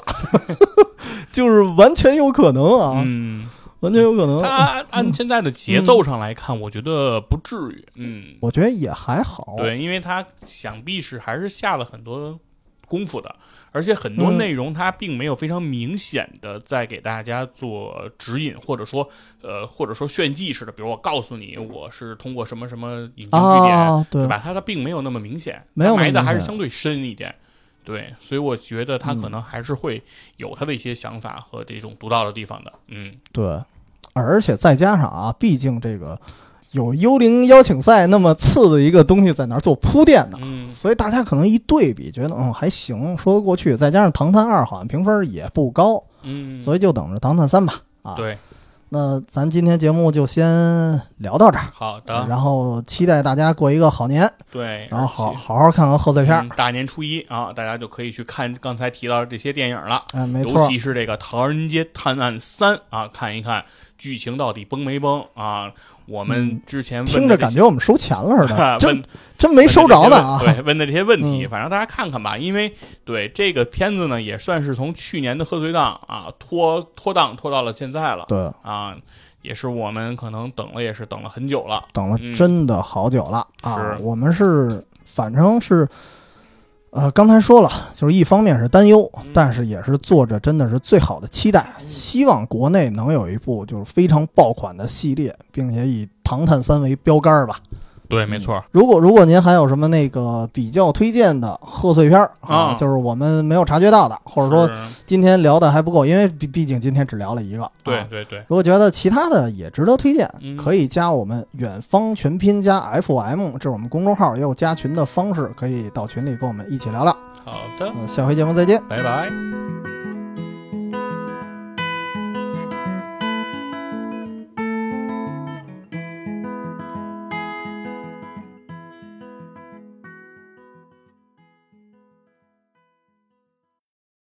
S2: 就是完全有可能啊，
S1: 嗯，
S2: 完全有可能。
S1: 他按现在的节奏上来看，我觉得不至于。嗯，
S2: 我觉得也还好。
S1: 对，因为他想必是还是下了很多功夫的，而且很多
S2: 嗯
S1: 内容他并没有非常明显的在给大家做指引，或者说呃，或者说炫技似的，比如我告诉你我是通过什么什么引经据典，
S2: 啊，对
S1: 对吧？它它并没有那么明显，
S2: 没有
S1: 它
S2: 那么
S1: 埋的
S2: 明
S1: 还是
S2: 显嗯
S1: 相对深一点。对，所以我觉得他可能还是会有他的一些想法和这种独到的地方的。嗯，
S2: 对，而且再加上啊，毕竟这个有幽灵邀请赛那么次的一个东西在那儿做铺垫呢，
S1: 嗯，
S2: 所以大家可能一对比，觉得嗯还行，说得过去。再加上《唐探二》好像评分也不高，
S1: 嗯，
S2: 所
S1: 以
S2: 以就等着《唐探三》吧。啊，，
S1: 对，
S2: 那咱今天节目就先聊到这儿，
S1: 好的，
S2: 然后期待大家过一个好年，
S1: 对，
S2: 然后好
S1: 而且
S2: 好好看看贺岁片儿
S1: 哎嗯。大年初一啊，大家就可以去看刚才提到的这些电影了，
S2: 哎，没
S1: 尤
S2: 错，
S1: 其是这个《唐人街探案三》啊，看一看剧情到底崩没崩啊？我们之前问
S2: 嗯听
S1: 的
S2: 着
S1: 这
S2: 感
S1: 些
S2: 觉我们收钱了似的，真
S1: 问
S2: 真没收着呢啊
S1: 问的这些！ 问对，问的这些问题，
S2: 嗯
S1: 反正大家看看吧。因为对这个片子呢，也算是从去年的贺岁档啊拖拖档拖到了现在了
S2: 对，
S1: 啊，也是我们可能等了也是等了很久了。
S2: 等了
S1: 嗯
S2: 真的好久了、啊！
S1: 是
S2: 我们是反正是，呃，刚才说了，就是一方面是担忧，
S1: 嗯
S2: 但是也是做着真的是最好的期待，希望国内能有一部就是非常爆款的系列，并且以《唐探三》为标杆儿吧。
S1: 对，没错，
S2: 如果如果您还有什么那个比较推荐的贺岁片儿啊，
S1: 啊
S2: 就是我们没有察觉到的，或者说
S1: 是
S2: 今天聊的还不够，因为毕毕竟今天只聊了一个。
S1: 对
S2: 啊
S1: 对对，
S2: 如果觉得其他的也值得推荐，
S1: 嗯
S2: 可以加我们远方全拼加 FM，这是我们公众号，也有加群的方式，可以到群里跟我们一起聊聊。
S1: 好的，
S2: 嗯，下回节目再见。
S1: 拜拜。